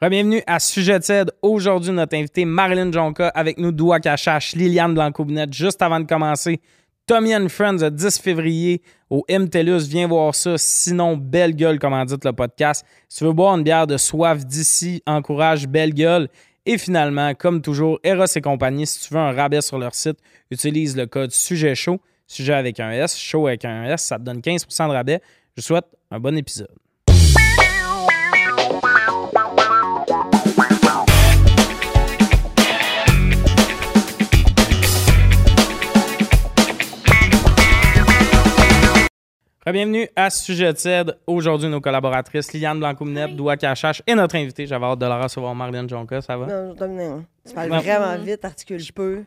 Bienvenue à Sujet de Cède. Aujourd'hui, notre invité Marilyn Jonca avec nous, Doua Cachache, Liliane Blanco-Binette. Juste avant de commencer, Tommy and Friends le 10 février au MTLUS. Viens voir ça. Sinon, Belle Gueule, comment dit le podcast. Si tu veux boire une bière de soif d'ici, encourage Belle Gueule. Et finalement, comme toujours, Eros et compagnie, si tu veux un rabais sur leur site, utilise le code Sujet Chaud, sujet avec un S, chaud avec un S, ça te donne 15% de rabais. Je vous souhaite un bon épisode. Bienvenue à Sujet de Cède. Aujourd'hui, nos collaboratrices Liliane Blanco-Minette, Doua Cachache et notre invité, j'avais hâte de la recevoir, Marlène Jonca, ça va? Euh, Non, Dominique, tu parles Non. vraiment vite, articule peu.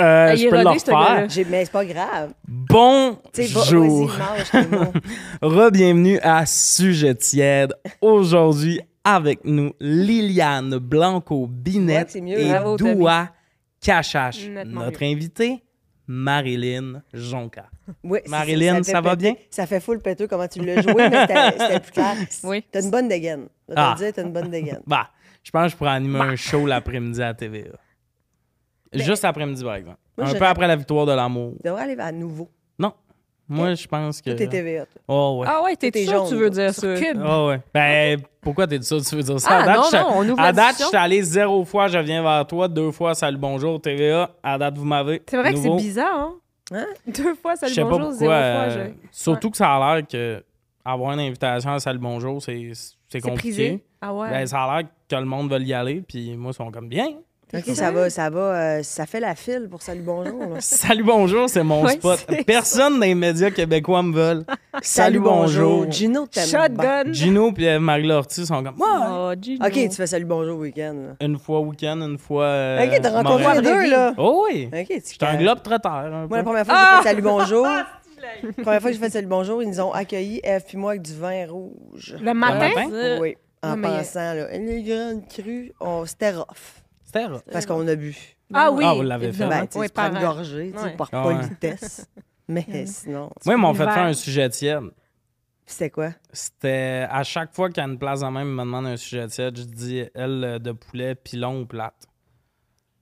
Euh, Il est rodé, ce gars-là. J'ai- Mais c'est pas grave. Tu sais, va- Bonjour! vas-y, mange tes mots. Re-bienvenue à Sujet tiède. Aujourd'hui, avec nous, Liliane Blanco-Binette Ouais, c'est mieux. et Bravo, Tommy. Doua Cachache. Nettement Notre invitée, Marilyn Jonca. Oui, c'est Marilyn, fait ça va péter- bien? Ça fait full péteux comment tu l'as joué, mais c'était c'était plus clair. Oui. T'as une bonne dégaine. Je Ah. vais te le dire, t'as une bonne dégaine. Bah, je pense que je pourrais animer un show l'après-midi à TVA. Juste l'après-midi, par exemple. Moi, un je- peu après la victoire de l'amour. Tu devrais aller à nouveau. Non. Moi, je pense que. Tout est TVA. toi. Oh, ouais. Ah ouais, T'es t'es sûr que tu jaune, veux toi. dire ça? Ah ouais. Ben, pourquoi t'es ça? Tu veux dire ça? Ah, à date, non, je- non, on ouvre À la date, je discussion. suis allé zéro fois, je viens vers toi, deux fois, salut, bonjour, TVA. À date, vous m'avez. C'est vrai Nouveau. que c'est bizarre, hein? Hein? Deux fois, salut, Je sais pas bonjour, pourquoi. zéro fois. euh, Je... Surtout que ça a l'air que avoir une invitation à salut, bonjour, c'est c'est C'est compliqué. prisé. Ah ouais. Ben, ça a l'air que le monde veut y aller, puis moi, ils sont comme bien. OK, ça va, ça va. euh, ça fait la file pour Salut Bonjour. là. Salut, bonjour, c'est mon Ouais, spot. c'est ça. Personne des médias québécois me veulent. salut, bonjour. Gino, t'aimes bien. Shotgun. Gino puis euh, Marie Lortie sont comme. Ah, Ouais. Oh, Gino. OK, tu fais Salut Bonjour au week-end. Une fois week-end, une fois. là. euh, OK, t'as rencontré Euh, Montréal. deux, là. Oh oui! OK, tu J'étais un globe trotteur. Moi, la première fois que Ah! j'ai fait Salut Bonjour, la première fois que j'ai fait Salut Bonjour, ils nous ont accueillis, F puis moi, avec du vin rouge. Le matin? matin? Euh, Oui, en Ouais, mais- pensant, là, les grandes crues, on, c'était rough, C'était rough. parce qu'on a bu. Ah oui. Ah, vous l'avez fait. évidemment. Ben, tu sais, Oui, tu prends une parents. gorgée, tu sais, Ouais. Mm-hmm. par Ah ouais. politesse. Mais sinon, Moi, ils m'ont fait L'hiver. faire un sujet tiède. c'était quoi? C'était à chaque fois qu'il y a une place en même, ils me demande un sujet tiède. Je dis elle euh, de poulet, pilon ou plate.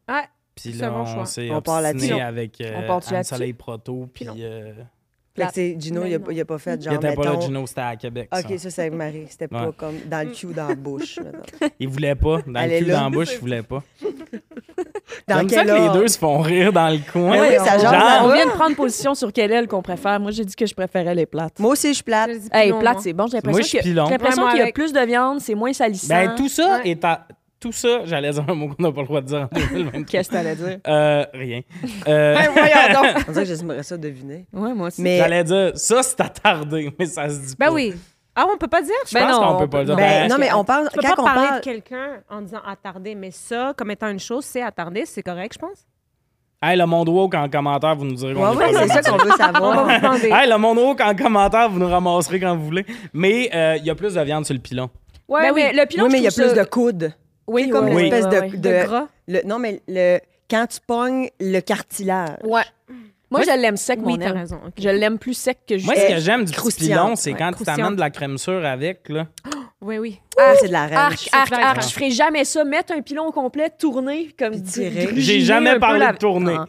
Ah, Puis c'est là, un bon on choix. s'est On part obstiné là-dessus. avec On part-tu euh, là-dessus? soleil Proto. Puis Pilon. euh, Fait que, tu sais, Gino, Mais il a, Ben, non. il a pas fait il genre, était pas là, mettons, Gino, c'était à Québec. ça. OK, ça, c'est avec Marie. C'était pas Ouais. comme dans le cul ou dans la bouche. mettons. Il voulait pas. Dans Elle le est cul, là. dans la bouche, il voulait pas. Dans Comme ça que les ordre? deux se font rire dans le coin. Mais oui, ça on- jase, Genre, ça On va. vient de prendre position sur quelle aile qu'on préfère. Moi, j'ai dit que je préférais les plates. Moi aussi, je suis plate. Je dis Hey, pilon, plate, moi. c'est bon. J'ai Moi, je suis l'impression que- j'ai pilon. l'impression Ouais, moi, qu'il y a avec- plus de viande, c'est moins salissant. Ben, tout ça Ouais. est à- Tout ça, j'allais dire un mot qu'on n'a pas le droit de dire en 2024. Qu'est-ce que t'allais dire? Euh, rien. Euh, Ben On dirait que j'aimerais ça deviner. Ouais, moi aussi. Ben, Mais J'allais dire, ça, c'est attardé, mais ça se dit pas. Ben oui. Ah, on peut pas dire? Je pense qu'on peut pas le dire. Ben, Ben, non, mais on parle. Tu peux Quand pas on parler parle. de quelqu'un en disant attardé, mais ça, comme étant une chose, c'est attardé, c'est correct, je pense. Hey, le monde woke en commentaire, vous nous direz qu'on Ouais, est ouais, pas c'est ça qu'on veut On va savoir. vous demander. Ben Hey, le monde woke en commentaire, vous nous ramasserez quand vous voulez. Mais euh, il y a plus de viande sur le pilon. Ouais, Ben oui. mais le pilon, Oui, mais je il y a trouve plus ça- de coudes. Oui, C'est comme oui, l'espèce ouais, ouais. de, de de- gras. le- non, mais le, quand tu pognes le cartilage. Ouais. Moi, je l'aime sec, Oui, mon t'as aile. raison. ok. Je l'aime plus sec que juste. Moi, ce que j'aime du petit croustillante, pilon, c'est ouais, quand tu t'amènes croustillante. de la crème sûre avec. Là. Oui, oui. Ah, c'est de la reine. Arc, arc, clair. arc. Je ferai jamais ça. Mettre un pilon au complet, tourner, comme Puis dit- tirer. gruginer J'ai un jamais peu parlé la- de tourner. Ah.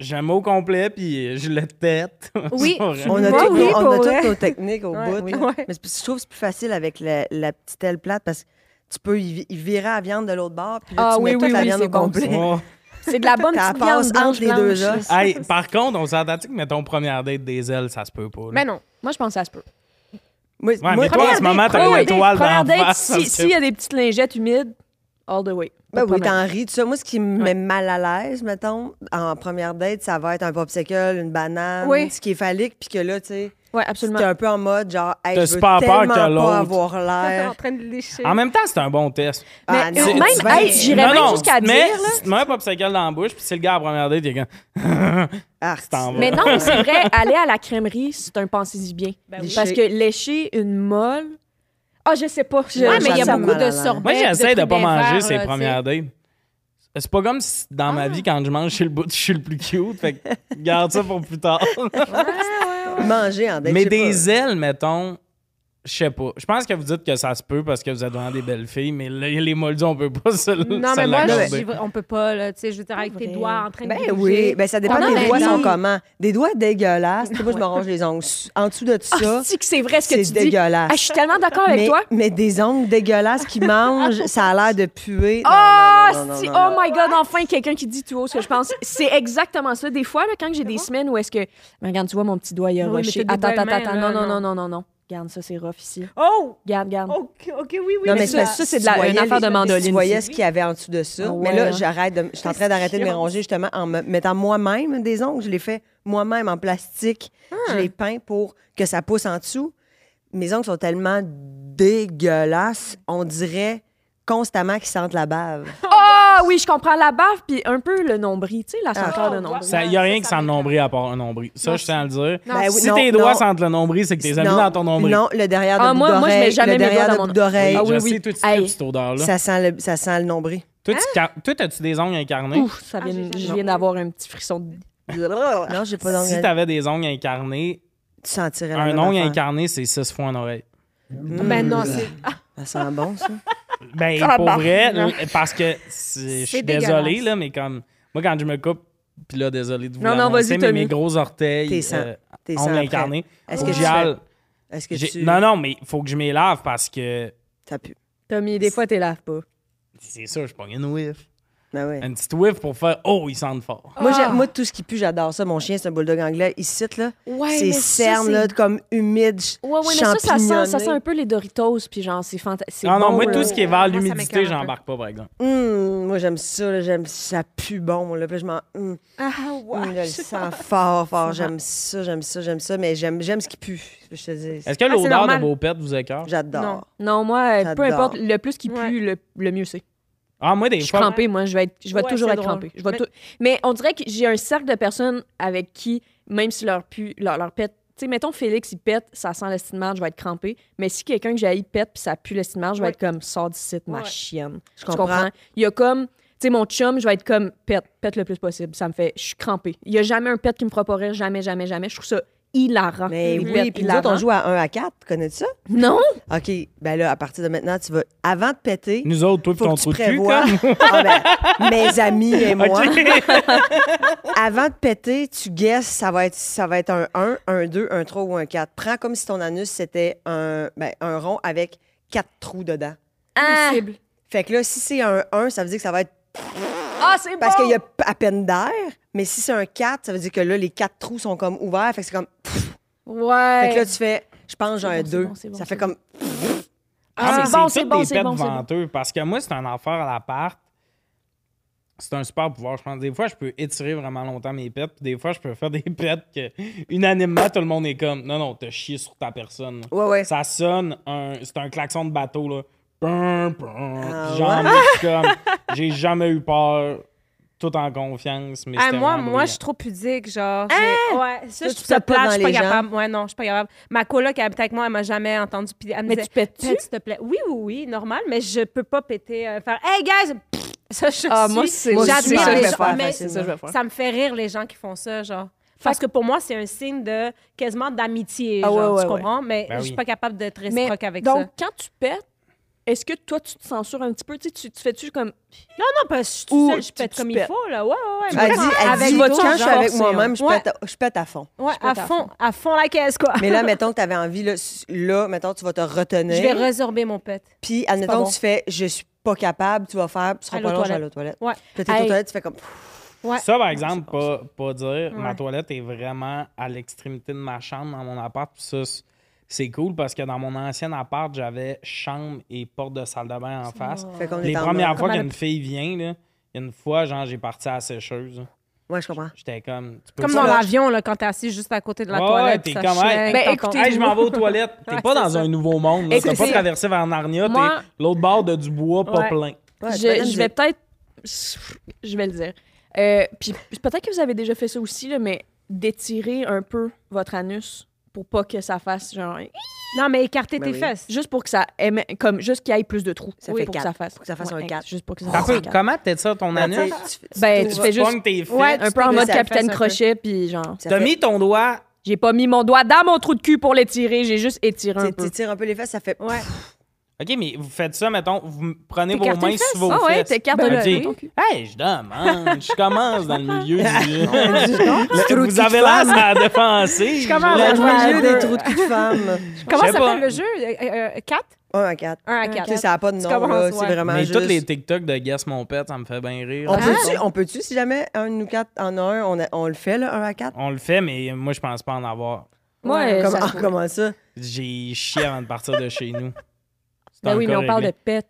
J'aime au complet, puis euh, je le tête. Oui. C'est pas vrai. On a, Ouais, toutes oui, nos- on a pour vrai. toutes nos techniques au Ouais, bout. oui. là. Ouais. Mais c'est- je trouve que c'est plus facile avec la, la petite aile plate parce que tu peux y, vi- y virer la viande de l'autre bord puis là, Ah tu mets oui, toute oui, la oui, viande c'est au bon, complet. Oh. C'est de la bonne Ça petite passe viande blanche, entre les deux blanche. os. Hey, par contre, on s'entend que, mettons, première date des ailes, ça se peut pas. là? Mais non. Moi, je pense que ça se peut. Moi, Ouais, moi, ben, mais toi, en ce moment, t'as une Première étoile dans date, la première date, face. si- parce S'il que- y a des petites lingettes humides, all the way. Pas ben de oui, problème. t'en ris, tout ça. Moi, ce qui me met mal à l'aise, mettons, en première date, ça va être un popsicle, une banane, Oui. ce qui est phallique, puis que là, tu sais, Ouais, t'es absolument. un peu en mode genre, T'as hey, je veux super tellement peur que l'autre- pas avoir T'es l'air. en train de lécher. En même temps, c'est un bon test. Mais Ah, non, même, tu vas- hey, j'irais- même jusqu'à mais, dire, là. Si tu mets un popsicle dans la bouche, puis c'est le gars à la première date, il est comme. Ah, t'en vas. Mais non, mais c'est vrai, aller à la crèmerie, c'est un pensez-y bien. Ben oui. Parce que lécher une molle. Ah, je sais pas. Je, Ouais, mais il y a Ça me beaucoup mal à de l'aise. Moi, sorbets. j'essaie de trucs pas des manger verres, ces là, tu sais. premières dates. C'est pas comme si, dans Ah. ma vie, quand je mange chez le bout, je suis le plus cute. Fait que Ben, garde ça pour plus tard. manger en date. mais je sais des ailes, mettons, Je sais pas. Je pense que vous dites que ça se peut parce que vous êtes vraiment des belles filles, mais là, les moldus, on peut pas se Non, se mais moi, l'accorder. je- j'y vais- on peut pas, là, tu sais, je veux dire, avec Pas tes vrai. doigts en train de. Ben bouger. oui, ben ça dépend Oh non, des mais doigts oui. sont comment. Des doigts dégueulasses. Tu sais, Moi, je me ronge les ongles. En dessous de tout ça, Ah, si que c'est vrai ce que c'est tu dis. dégueulasse. Ah, je suis tellement d'accord avec mais, toi. mais des ongles dégueulasses qui mangent, ça a l'air de puer. Non, Ah, non, non, non, non, si- non, oh non. my God, enfin quelqu'un qui dit tout haut ce que je pense. C'est exactement ça. Des fois, là, quand j'ai des semaines où est-ce que. Mais regarde, tu vois, mon petit doigt, il a Oui, mais rushé. t'as des Attends, belles attends, mains, attends. là, Non, non, non. non, non, non, non. Regarde, ça, c'est rough ici. Oh! Regarde, regarde. OK, ok, oui, oui. Non, mais mais c'est ça- parce que ça, si c'est de la- tu une voyais affaire de les- mandoline, Tu voyais c'est- ce qu'il y avait en dessous de ça. Ah Mais ouais, là, hein. j'arrête de. Je suis en train d'arrêter de me chiant. ronger justement en me mettant moi-même des ongles. Je les fais moi-même en plastique. Je les peins pour que ça pousse en dessous. Mes ongles sont tellement dégueulasses, on dirait constamment qu'ils sentent la bave. Ah oui, je comprends la bave, puis un peu le nombril, tu sais, la senteur de Oh, nombril. Ça, y a Ça, rien ça qui sent le m'écoeure. nombril à part un nombril. Ça, je tiens à le dire. Non, Ben oui, Ah, si non, tes doigts non. sentent le nombril, c'est que tes amis Non, dans ton nombril. Non, ben le derrière de Ah, bout moi- moi, je mets d'oreille, le jamais mes doigts derrière dans de mon- bout Oui, d'oreille, Ah oui, je oui. sais, toi, tu Hey. tripes cette odeur-là. ça Hein? sent le ça sent le nombril. Toi, tu car- toi, as-tu des ongles incarnés? Ouf, ça vient, Ah, j'ai- j'ai- je viens d'avoir un petit frisson. de- Non, j'ai pas Si d'ongles. Ah, t'avais des ongles incarnés, tu sentirais la un même ongle affaire. incarné, c'est six fois en oreille. Mm. Ben non, c'est. Ça sent bon ça. Ben, Ah, pour bah, vrai, non. oui, parce que c'est- je suis C'est désolé, dégueulasse. là, mais comme. Moi, quand je me coupe, puis là, désolé de vous Non, non, l'annoncer, vas-y, mais Tommy. mes gros orteils, euh, T'es sans- T'es sans ongles après. incarnés, Est-ce que tu ovales, Est-ce que j'ai- tu Non, non, mais il faut que je m'y lave parce que. ça pue. Tommy, des fois, t'es laves pas. C'est ça, je prends une whiff. Ben oui. Une petite whiff pour faire Oh, ils sentent fort. Moi, j'ai- Ah. moi, tout ce qui pue, j'adore ça. Mon chien, c'est un bulldog anglais. Il cite, là. Ouais, ses cernes, là, comme humides. ch- Ouais, ouais, mais ça, ça sent, champignonnées. ça sent un peu les Doritos, puis genre, c'est fantastique. Ah non, moi, là. tout ce qui est vers Moi, ça m'écoeure l'humidité, un peu. j'embarque pas, par exemple. Hum, moi, j'aime ça, là. J'aime ça. pue bon, là. Puis là, je m'en. hum, Ah, hum, ouais. je le sens fort, fort. J'aime ça, j'aime ça, j'aime ça. Mais j'aime j'aime ce qui pue. c'est ce que Je te dis. Est-ce que Ah, c'est l'odeur de normal. vos pets vous écœure? Non. J'adore. Non, moi, euh, peu J'adore. importe, le plus qui pue, Ouais. le, le mieux c'est. Ah, moi, des Je suis fois. crampée, moi, je vais, être, je vais Ouais, toujours c'est être drôle. crampée. Je vais Mais- tout- Mais on dirait que j'ai un cercle de personnes avec qui, même si leur pue, leur, leur pète, tu sais, mettons Félix, il pète, ça sent l'estimement, je vais être crampée. Mais si quelqu'un que j'ai pète puis ça pue l'estimement, je vais Ouais. être comme, sors d'ici, ma Ouais. chienne. Je Tu comprends. comprends? Il y a comme, tu sais, mon chum, je vais être comme, pète, pète le plus possible. Ça me fait, je suis crampée. Il y a jamais un pète qui me fera pas rire, jamais, jamais, jamais. Je trouve ça hilarant. Mais Les oui, pets puis nous autres, on hilarants. joue à 1 à 4. Connais-tu ça? Non! OK. Ben là, à partir de maintenant, tu vas. Avant de péter. Nous autres, toi, pis Faut ton que tu trou de cul, prévois. Ah ben, mes amis et comme. moi. Ah, OK. Ah, Avant de péter, tu guesses, ça va être, ça va être un 1, un 2, un 3 ou un 4. Prends comme si ton anus, c'était un, ben, un rond avec quatre trous dedans. Ah, Fait que là, si c'est un 1, ça veut dire que ça va être... Ah, c'est bon! Parce qu'il y a p- à peine d'air, mais si c'est un 4, ça veut dire que là, les quatre trous sont comme ouverts. Fait que c'est comme... Ouais. Fait que là, tu fais, je pense, genre C'est un bon, 2. c'est bon, c'est bon, ça c'est fait comme... Ah, Ah, c'est bon, c'est c'est toutes bon, des c'est pets bon, c'est bon. venteux. Parce que moi, c'est un affaire à l'appart. C'est un super pouvoir, je pense. Des fois, je peux étirer vraiment longtemps mes pets. Puis des fois, je peux faire des pets que, unanimement, tout le monde est comme Non, non, t'as chié sur ta personne. là. Ouais, ouais. Ça sonne, un, c'est un klaxon de bateau, là. Pum, pum. Ah Puis genre, ouais? moi, je suis comme, J'ai jamais eu peur, tout en confiance. Mais Ah, c'était moi, vraiment moi, je brillant. suis trop pudique, genre. j'ai- Ouais, ça, Toi, je Ah! tu trouve ça tapes pas dans plate, je suis pas les gens. capable. Ouais, non, je suis pas capable. Ma coloc qui habite avec moi, elle m'a jamais entendu. Puis elle me Mais disait, tu pètes-tu? Pète, s'il te plaît. Oui, oui, oui, normal, mais je peux pas péter, euh, faire Hey, guys! Pff, Ça, je Ah, suis- moi, c'est Moi aussi, j'admire c'est ça que les je vais gens, faire mais facilement. Ça me fait rire, les gens qui font ça, genre. Parce que pour moi, c'est un signe de quasiment d'amitié, Ah, genre, ouais, tu ouais, comprends? Mais Ben je oui. suis pas capable d'être Mais réciproque avec donc, ça. quand tu pètes, est-ce que toi, tu te censures un petit peu? Tu, sais, tu, tu fais-tu comme. Non, parce que je suis Ou toute seule, je tu- pète tu comme il pètes. faut, là. Ouais, ouais, ouais. Elle dit, elle Avec dit, toi, quand je suis genre, avec c'est- moi-même, je, ouais. pète, à- je pète à fond. Ouais, Je à pète à fond, à fond la caisse, quoi. Mais là, mettons que t'avais envie, là, s- là, mettons, tu vas te retenir. Je vais résorber mon pet. Puis, admettons, pas que bon. tu fais je suis pas capable, tu vas faire, tu seras Aller pas aux long, je vais toilettes. aller aux toilettes. Ouais. Puis t'es Hey. aux toilettes, tu fais comme. Ouais. Ça, par exemple, pas, pas dire, ma Ouais. toilette est vraiment à l'extrémité de ma chambre dans mon appart. Puis ça, c- c'est cool parce que dans mon ancien appart, j'avais chambre et porte de salle de bain en face. Fait qu'on Les est en premières mode. fois Comme à qu'une fille vient, là, une fois, genre, j'ai parti à la sécheuse. là. Ouais, je comprends. J'étais comme. Tu peux Comme pas- dans l'avion, là, quand t'es assis juste à côté de la Ouais, toilette. t'es puis ça comme, hey, chilingue, Ben, t'as écoutez, con- Hey, je m'en vais aux toilettes. T'es Ouais, pas c'est dans ça. un nouveau monde. là. T'as pas Écoutez, traversé vers Narnia. moi- T'es l'autre bord de du bois, pas Ouais. Oh plein. Ouais, ben, c'est pas je, la je vais musique. peut-être. Je vais le dire. Euh, puis peut-être que vous avez déjà fait ça aussi, là, mais d'étirer un peu votre anus pour pas que ça fasse genre. Non, mais écarter Ben tes oui. fesses. Juste pour que ça aime, comme juste qu'il y ait plus de trous. Ça fait pour quatre. que ça fasse. Pour que ça fasse un ex- quatre. Juste pour que ça T'as fasse un peu- quatre. Comment t'aites ça, ton Ben, anus? tu- tu- Ben, tu- tu fais juste pognes tes fesses. Ouais, un peu en tu mode fais ça, capitaine fais ça un peu. crochet puis genre. ça T'as fait- mis ton doigt J'ai pas mis mon doigt dans mon trou de cul pour l'étirer, j'ai juste étiré un Tu peu. tu tires un peu les fesses, ça fait. Ouais. OK, mais vous faites ça, mettons, vous me prenez vos T'écartes mains les sous vos Ah ouais, fesses. Ben, t'écartes le- Ok. oui, ton cul. Hey, je demande, je commence dans le milieu du... Trou de cul vous de avez l'air femme. à la défensive. Je commence à là. Dans Ouais, le milieu un des peu. trous de cul de femme. Comment Je sais ça s'appelle pas. le jeu? Euh, 4? 1 à 4. Un à Tu quatre. sais, ça n'a pas de Tu nom, commences, là. C'est ouais. vraiment Mais juste... tous les TikTok de Guess Mon Pet, ça me fait bien rire. On peut-tu, on peut-tu, si jamais un de nous quatre en a un, on, a- on le fait, là, un à quatre? On le fait, mais moi, je pense pas en avoir. Moi, euh, Comment ça ah, se- comment ça? J'ai chié avant de partir de chez nous. C'est Ben un oui, cas mais on parle de réglé. pète.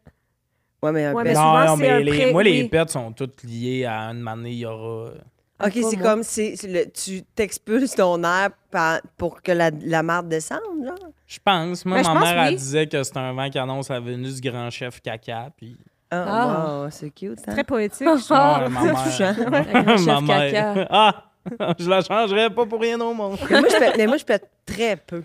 Ouais, mais un Ouais, pet. mais- Non, souvent, non, c'est mais un les- pré- moi, les oui. pets sont toutes liées à une manée, il y aura... OK, pas c'est moi. comme c'est, c'est le- tu t'expulses ton air par- pour que la, la marde descende, là. Je pense. Moi, Ben, je ma pense mère, elle oui. disait que c'est un vent qui annonce la venue du grand chef caca, puis... Ah, Ah. wow, c'est cute, hein? Très poétique. Ah, Ah, ma mère. touchant. Le grand chef Ma mère. caca. Ah! Je la changerais pas pour rien au monde. Mais moi, je pète, mais moi, je pète très peu.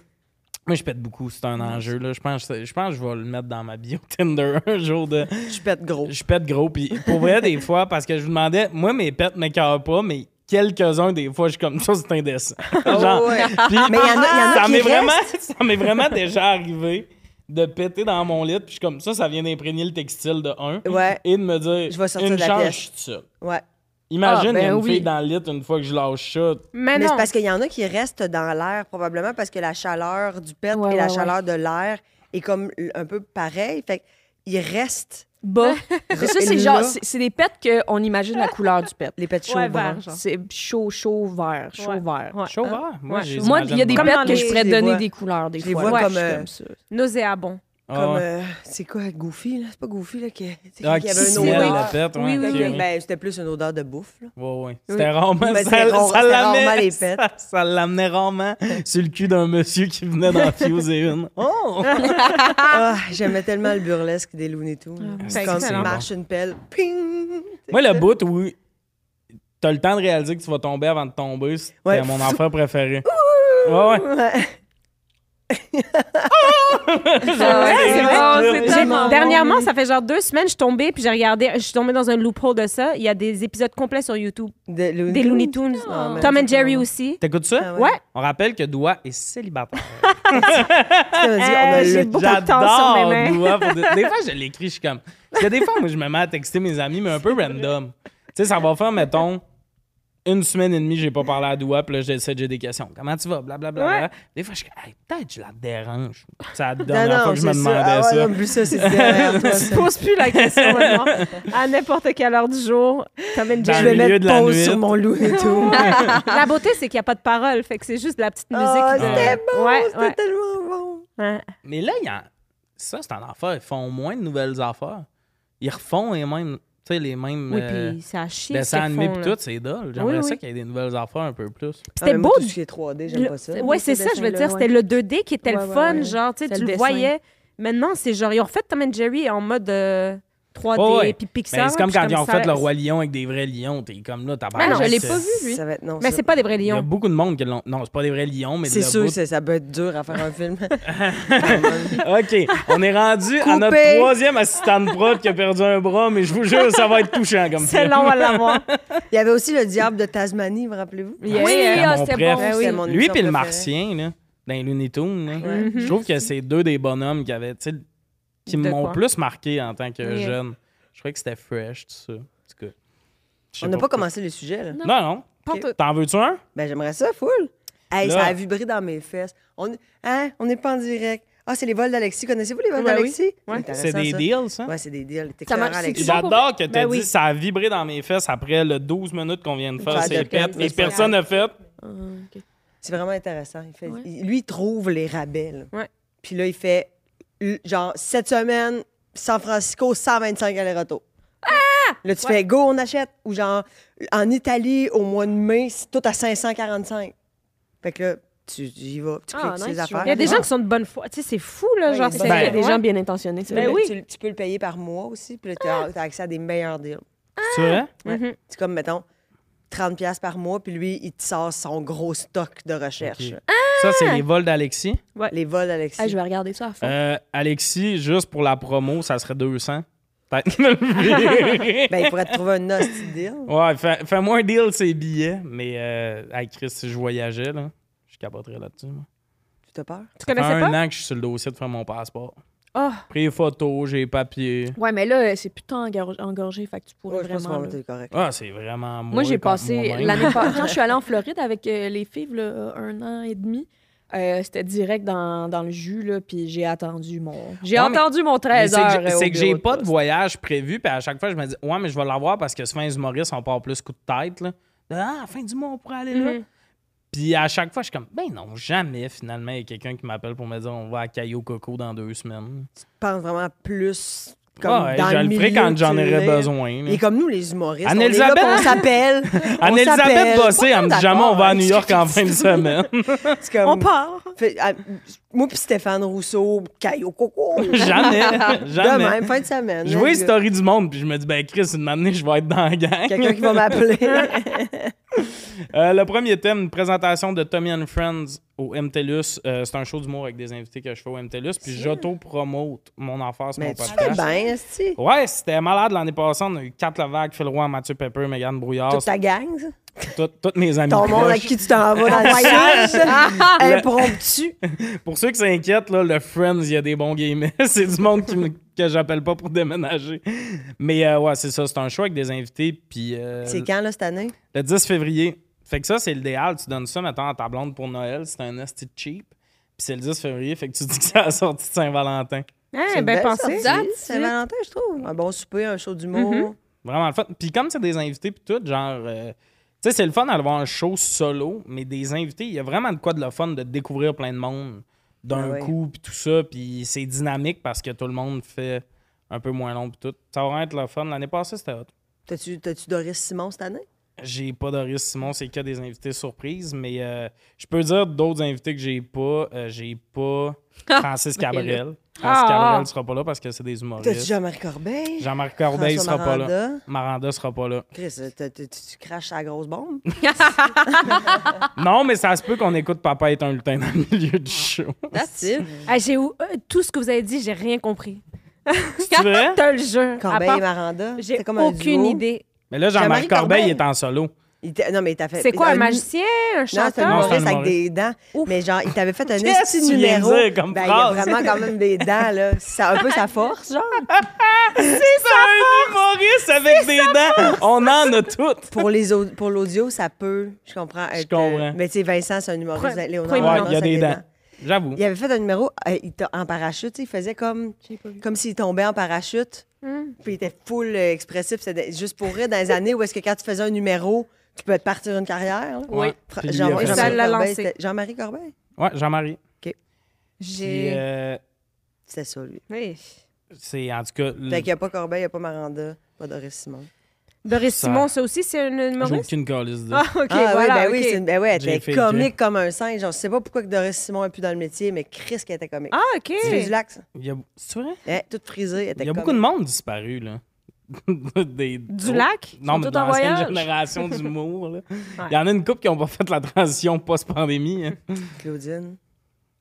Moi, je pète beaucoup. C'est un enjeu. Là. Je, pense, que- je pense que je vais le mettre dans ma bio Tinder un jour. De... Je pète gros. Je pète gros. Puis pour vrai, des fois, parce que je vous demandais, moi, mes pets ne m'écœurent pas, mais quelques-uns, des fois, je suis comme ça, c'est indécent. Genre, Oh, ouais. puis- Mais il y en a, il y en a ça qui m'est restent. vraiment, ça m'est vraiment déjà arrivé de péter dans mon lit. Puis je suis comme ça, ça vient d'imprégner le textile de un. Ouais. Et de me dire, Je vais sortir une de la chance, pièce. je suis tout seul. Ouais. Imagine, Ah, ben il y a une oui. fille dans le lit une fois que je lâche ça. Mais Mais non. c'est parce qu'il y en a qui restent dans l'air, probablement parce que la chaleur du pet Ouais, et la ouais, chaleur de l'air est comme l- un peu pareil. Fait qu'ils restent Bas. Mais ça, c'est Et genre, là- c'est ben, c'est des pets qu'on imagine la couleur du pet. les pets chauds Ouais, bruns. vert, genre. C'est chaud, chaud, vert, chaud, Ouais. vert. Ouais. Chaud vert. Moi, Ouais. je les Ah, Moi, il y a imagine des verts. Comme dans pets que les- je pourrais je les donner vois. des couleurs, des Je les fois. vois Ouais, comme, je suis euh, ça. Nauséabond. Ah Comme, ouais. euh, c'est quoi, Goofy, là? C'est pas Goofy, là, qui, qui Ah, avait qui une smell odeur. la pète, ouais, Oui, oui, ok, oui. ouais. Ben, c'était plus une odeur de bouffe, là. Ouais, ouais. C'était rarement. Mais ça- c'est rare- ça c'est l'amenait- Ben, rarement les pets. Ça, ça l'amenait rarement sur le cul d'un monsieur qui venait d'en fuser une. Oh! Ah, j'aimais tellement le burlesque des Looney Tunes. Ah, C'est c'est comme excellent. marche une pelle, ping! Moi, le bout où t'as le temps de réaliser que tu vas tomber avant de tomber, c'était Ouais. mon enfant préféré. Ouais, ouais. Ouais. Ah, Ouais, c'est c'est bon, vrai. c'est J'ai- tellement bon. Dernièrement, ça fait genre deux semaines, je suis tombée, puis j'ai regardé, je suis tombée dans un loophole de ça. Il y a des épisodes complets sur YouTube. Des Looney Des Looney Tunes. Ah, mais Tom c'est and Jerry pas- aussi. T'écoutes ça? Ah Ouais. On rappelle que Doua est célibataire. Ça veut dire, on a Euh, le- j'ai- beaucoup de temps sur mes mains. Doua. pour Des des fois, je l'écris, je suis comme. Parce que des fois, moi, je me mets à texter mes amis, mais un peu random. Tu sais, ça va faire, mettons, une semaine et demie, j'ai pas parlé à Doua, puis là, j'essaie, j'ai des questions. Comment tu vas? Blablabla. Bla, bla, bla. Des fois, je suis comme, Hey, peut-être je la dérange. C'est la Non, dernière non, fois que je me c'est demandais Ah ouais, ça. non, plus ça, c'est derrière toi, ça. Pose plus la question maintenant. À n'importe quelle heure du jour, Tom and Dans Je Jerry. le vais milieu mettre de la pause nuit. sur mon Looney Tunes. La beauté, c'est qu'il n'y a pas de parole, fait que c'est juste de la petite musique. Ah, de- c'était bon, Ouais, c'était ouais, tellement bon. ouais. Mais là, il y a- ça, c'est un affaire. Ils font moins de nouvelles affaires. Ils refont les mêmes, tu sais, les mêmes. Oui, euh, puis ça chie. dessins animés, puis tout, c'est dole. J'aimerais Oui, ça oui. qu'il y ait des nouvelles affaires un peu plus. C'était Ah, mais moi, beau. Tout ce qui est 3D, j'aime Le- pas ça. c'est- Ouais, c'est ça, je veux dessin, dire. là, C'était le 2D qui était Ouais, le ouais, fun, ouais. genre, tu sais, C'était tu le le dessin. voyais. Maintenant, c'est genre, ils ont refait Tom and Jerry en mode euh, 3D, Ouais, ouais. puis Mais Pixar. c'est comme puis je quand ils ont ça- fait le Roi Lion avec des vrais lions. T'es comme là, t'as Ah, pas je l'ai c'est- pas vu, lui. Ça va être non. Mais ça. c'est pas des vrais Il y a lions. beaucoup de monde qui l'ont. Non, c'est pas des vrais lions, mais C'est le sûr, bout- ça, ça peut être dur à faire un film. OK, on est rendu à notre Coupé. troisième assistante prod qui a perdu un bras, mais je vous jure, ça va être touchant comme C'est ça. long, on va l'avoir. Il y avait aussi le diable de Tasmanie, vous rappelez-vous? Yes. Oui, C'était ah, mon c'était préf. bon. Ben oui, ça. mon Lui émission puis le préférée. martien, là, dans Looney Tunes, là, je trouve que c'est deux des bonhommes qui avaient, tu sais, qui De m'ont quoi? plus marqué en tant que Oui. jeune. Je croyais que c'était fresh, tout ça. En tout cas, je sais On n'a pas pourquoi. commencé le sujet, là. Non, non. Pas tout. T'en veux-tu un? Ben, j'aimerais ça, full. Hey, Là. ça a vibré dans mes fesses. On hein, on n'est pas en direct. Ah, c'est les vols d'Alexis. Connaissez-vous les vols Ouais, oui. d'Alexis? Ouais. Intéressant, C'est des ça. deals, hein? ça? Ouais, c'est des deals. T'es Ça clair, marche, Alexis. c'est- J'adore que tu Ben dit oui. ça a vibré dans mes fesses après le 12 minutes qu'on vient de faire, Faire c'est de pète. pète, Et c'est personne n'a fait. C'est vraiment intéressant. Il fait- Ouais. il- lui, il trouve les rabais. là. Ouais. Puis là, il fait, l- genre, cette semaine, San Francisco, 125 aller-retour. Là, tu fais, go, on achète. Ou genre, en Italie, au mois de mai, c'est tout à 545. Fait que là, tu tu y vas, tu Ah, cliques sur nice, les je affaires. Il y a des Ouais. gens qui sont de bonne foi. Tu sais, c'est fou, là. Ouais, Genre, il y a C'est Ben, vrai, des Ouais. gens bien intentionnés. c'est Ben vrai. oui. Tu, tu peux le payer par mois aussi, puis là, t'as as accès à des meilleurs deals. Tu vois? Mhm. C'est comme, mettons, 30$ piastres par mois, puis lui, il te sort son gros stock de recherche. Ok. Ça, c'est les vols d'Alexis. Ah! Les vols, Alexis. Ah, je vais regarder ça à fond. Euh, Alexis, juste pour la promo, ça serait 200. Peut-être me le virer. Ben, il pourrait te trouver un nasty deal. Ouais, fais- fais-moi un deal, ces billets. Mais, euh, hey, Chris, si je voyageais, là, je capoterais là-dessus. moi. Tu t'as peur? Ça Tu fait connaissais un pas? an que je suis sur le dossier de faire mon passeport. Ah, Pris les photos, j'ai les papiers. Ouais, mais là, euh, c'est putain engor- engorgé, fait que tu pourrais Ouais, je pense vraiment. que là. t'es correct. Ah, c'est vraiment Moi, j'ai passé l'année pas... passée, quand je suis allée en Floride avec euh, les filles, là, euh, un an et demi, euh, c'était direct dans, dans le jus, là, puis j'ai attendu mon. J'ai Ouais, mais- attendu mon 13 C'est heures. euh, que j'ai- c'est que j'ai pas de voyage prévu, puis à chaque fois, je me dis, ouais, mais je vais l'avoir parce que souvent, les humoristes, on part plus coup de tête. Là. Ah, à la fin du mois, on pourrait aller là. Mhm. Puis à chaque fois, je suis comme, ben non, jamais, finalement, il y a quelqu'un qui m'appelle pour me dire, on va à Caillou Coco dans deux semaines. Ah, Tu penses vraiment plus comme Ouais, dans je le le ferai milieu quand que j'en tu aurais l'es. besoin. là. Et comme nous, les humoristes, on, est là, Anne-Elisabeth- puis on s'appelle. on Anne-Elisabeth s'appelle. Bossé, elle me dit jamais on va à hein, New York en fin de semaine. C'est comme- on part. Fait- à- moi puis Stéphane Rousseau, Caillou Coco. jamais, De jamais. même, fin de semaine. Je hein, vois les gars. stories du monde, puis je me dis, ben Chris, une année, je vais être dans la gang. Quelqu'un qui va m'appeler. Euh, le premier thème, une présentation de Tommy and Friends au MTLUS. Euh, c'est un show d'humour avec des invités que je fais au MTLUS. Puis j'auto-promote mon affaire sur mon Mais tu fais podcast. bien, esti. Ouais, c'était malade l'année passée. On a eu Kat Levac, Phil Roy, Mathieu Pepper, Megan Brouillard, Toute ta gang, ça. tout- toutes mes amis. Ton monde proches. avec qui tu t'en vas dans le voyage. Impromptu. Pour ceux qui s'inquiètent, là, le Friends, il y a des bons gamers. c'est du monde qui me- que j'appelle pas pour déménager. Mais euh, ouais, c'est ça. C'est un show avec des invités. Puis euh, C'est quand, là, cette année? le 10 février. Fait que ça, c'est l'idéal. Tu donnes ça, mettons, à ta blonde pour Noël. C'est un esti de cheap. Puis c'est le 10 février. Fait que tu dis que c'est la sortie de Saint-Valentin. Hein, C'est ben belle pensé. sortie. That's Saint-Valentin, je trouve. Un bon souper, un show d'humour. Vraiment le fun. Puis comme c'est des invités, puis tout, genre. euh, tu sais, c'est le fun d'avoir un show solo, mais des invités, il y a vraiment de quoi de le fun de découvrir plein de monde d'un Ah ouais. coup, puis tout ça. Puis c'est dynamique parce que tout le monde fait un peu moins long, puis tout. Ça va vraiment être le fun. L'année passée, c'était hot. T'as-tu, t'as-tu Doris Simon cette année? J'ai pas Doris Simon, c'est que des invités surprises, mais euh, je peux dire d'autres invités que j'ai pas. Euh, j'ai pas Francis Cabrel. Francis Ah! Cabrel sera pas là parce que c'est des T'as-tu humoristes. Jean-Marie Corbeil? Jean-Marc Corbeil François sera pas là. Maranda? Maranda sera pas là. Chris, t'as- t'as- tu- tu craches la grosse bombe? Non, mais ça se peut qu'on écoute Papa est un lutin dans le milieu du show. That's it. Ah, j'ai ou- euh, tout ce que vous avez dit, j'ai rien compris. C'est vrai? T'as le jeu. Corbeil et Maranda. J'ai ben, c'est comme un aucune duo. idée. Mais là, Jean-Marc Jean-Marie Corbeil Corbeil. il est en solo. Il t'a- non, mais il t'a fait. C'est quoi, un nu- magicien, un Non, c'est un chanteur? Non, c'est un humoriste avec des dents. Ouf. Mais genre, il t'avait fait un Qu'est-ce petit que tu viens de numéro. dire comme ben, il a phrase? vraiment quand même des dents, là. C'est un peu sa force, genre. C'est Ben, un humoriste avec des dents. On en a toutes. Pour, les au- pour l'audio, ça peut, je comprends. être, comprends. euh, mais tu sais, Vincent, c'est un humoriste. Pre- Léonard, premier Léonard, Ouais, il y a ça a des dents. J'avoue. Il avait fait un numéro euh, il t'a- en parachute, tu sais, il faisait comme comme s'il tombait en parachute. Puis il était full euh, expressif. C'était de- juste pour rire dans les années où est-ce que quand tu faisais un numéro, tu peux te partir une carrière. là. Oui. Fra- Puis lui, Jean- il a fait Jean-Marie ça. l'a Corbeil, lancé. c'était- Jean-Marie Corbeil? Ouais, Jean-Marie. Puis, J'ai. euh, C'était ça, lui. Oui. c'est en tout cas. le- Fait qu'il n'y a pas Corbeil, il n'y a pas Maranda, pas Doris Simon. Doris Ça- Simon, ça aussi, c'est un J'ai humoriste? aucune calice de. Ah, OK, ah, voilà, oui, ben OK. oui, c'est une- ben ouais, elle J'ai était fait comique comme un singe. Je ne sais pas pourquoi que Doris Simon n'est plus dans le métier, mais Chris qui était comique. Ah, OK. C'est du lac, ça. Il y a- C'est vrai? Hein, toute frisée, elle était Il y a beaucoup de monde disparu, là. Des- Du lac? Non, sont mais tous de en l'ancienne voyage. génération d'humour. là. Il y en a une couple qui n'ont pas fait la transition post-pandémie. hein. Claudine.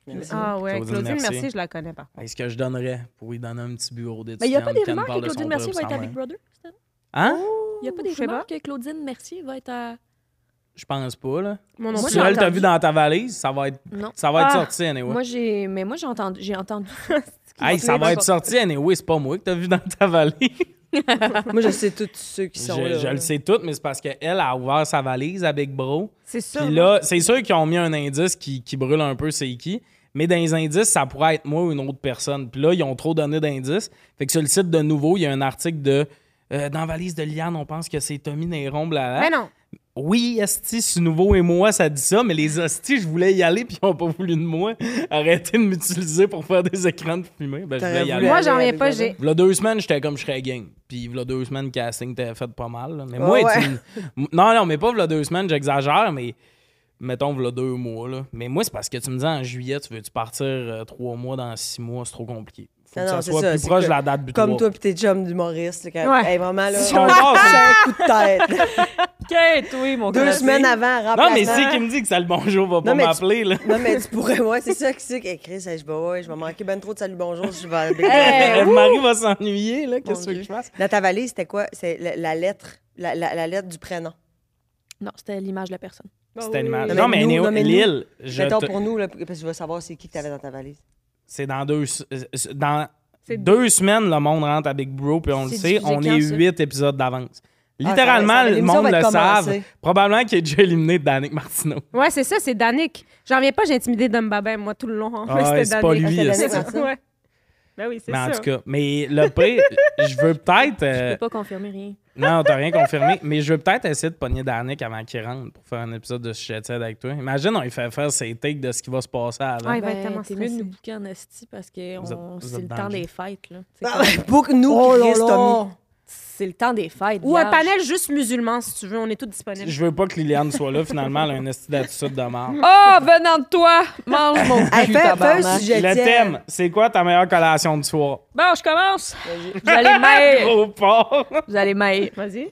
Merci. Ah ouais, Claudine Claudine, merci. Mercier, je la connais pas. Est-ce que je donnerais pour lui donner un petit bureau d'étudiant? Mais il n'y a pas des quand elle rumeurs parle que de son Claudine Mercier va propre être Oh! sang, à Big Brother? cette année? Hein? Il n'y a pas je des sais rumeurs que Claudine Mercier va être à. Je pense pas, là. Mon Moi, Si oncle. tu j'ai elle t'a entendu. vu dans ta valise, ça va être, Non. ça va être Ah, sorti, anyway. Moi, j'ai. Mais moi, j'ai entendu. J'ai entendu. hey, ça va être sorti, anyway, c'est pas moi que t'as vu dans ta valise. Moi, je sais tous ceux qui sont Je, là. je le sais tout, mais c'est parce qu'elle a ouvert sa valise à Big Bro. C'est ça. Puis là, c'est sûr qu'ils ont mis un indice qui, qui brûle un peu, c'est qui. Mais dans les indices, ça pourrait être moi ou une autre personne. Puis là, ils ont trop donné d'indices. Fait que sur le site de nouveau, il y a un article de euh, Dans valise de Liane, on pense que c'est Tommy Néron, blablabla. Mais non. Oui, Esti, c'est nouveau et moi, ça dit ça, mais les Esti, je voulais y aller, puis ils n'ont pas voulu de moi. Arrêtez de m'utiliser pour faire des écrans de fumée. Ben, je T'aurais voulais y voulu aller. Moi, aller j'en reviens avec pas. Claudine. J'ai. V'là deux semaines, j'étais comme je serais game. Puis v'là deux semaines, le casting, t'avais fait pas mal. là. Mais Ouais, moi, tu ouais. me- Non, non, mais pas v'là deux semaines, j'exagère, mais mettons v'là deux mois. Là. Mais moi, c'est parce que tu me dis en juillet, tu veux-tu partir euh, trois mois dans six mois, c'est trop compliqué. Faut Non, que non, ça c'est soit ça, plus c'est proche que- de la date butoir. Comme toi puis tes chums d'humoristes. là, Quand... Ouais. Hey, vraiment, là, Si on part, c'est- un coup de tête. Kate, oui, mon Deux semaines avant, remplacement. Non, mais c'est qui me dit que ça le bonjour va pas mais tu- m'appeler. là. Non, mais tu pourrais, ouais, c'est ça qui c'est qu'écrit. Ça, je vais, ouais, je vais manquer ben trop de salut bonjour si je vais à la bibliothèque. Marie va s'ennuyer, là. Qu'est-ce que tu veux Ben Mon que Dieu. je fasse? Dans ta valise, c'était quoi? C'est la, la lettre, la, la- la lettre du prénom. Non, c'était l'image de la personne. Cet animal. Ben oui. Non, mais Nommez-nous, Néo- nommez-nous. Lille, je Mettons te- pour nous, là, parce que je veux savoir c'est qui que t'avais dans ta valise. c'est dans deux. s- euh, s- Dans C'est- deux semaines, le monde rentre à Big Bro, puis on le C'est sait, diffusé on quand, est ça? huit épisodes d'avance. ça- Littéralement, ça- le l'émission monde va le être savent. commencée. Probablement qu'il est déjà éliminé de Danick Martineau. Ouais, c'est ça, c'est Danick. J'en viens pas, j'ai intimidé Dom Babin, moi, tout le long. hein. Ah, C'était c'est pas Danick. lui, Ah, c'est c'était ça. Danick. ça. Ouais. Ben oui, c'est Mais en ça. tout cas, mais le P, je veux peut-être. Je euh, peux pas confirmer rien. Non, t'as rien confirmé, mais je veux peut-être essayer de pogner Danick avant qu'il rentre pour faire un épisode de Sujet de Sède avec toi. Imagine, on lui fait faire ses takes de ce qui va se passer avant. Ah, il va être Ben, tellement t'es mieux de stressé. nous bouquer en esti parce que Vous êtes- on- vous c'est êtes Ah le dans temps le jeu. des fêtes. là. C'est comme- Pour que Bah, nous, Oh là Chris, là. Tommy. C'est le temps des fêtes. Ou un vierge. panel juste musulman, si tu veux, on est tous disponibles. Je veux pas que Liliane soit là, finalement, elle a un esti d'attitude de mort. Ah, venant de toi, mange mon Hey, cul, fais- fais un tabarnak. sujet. Ah, Je Le tiens. thème, c'est quoi ta meilleure collation du soir? Bon, je commence. Vous allez m'aider. Oh. Gros porc! Vous allez m'aider. Vas-y.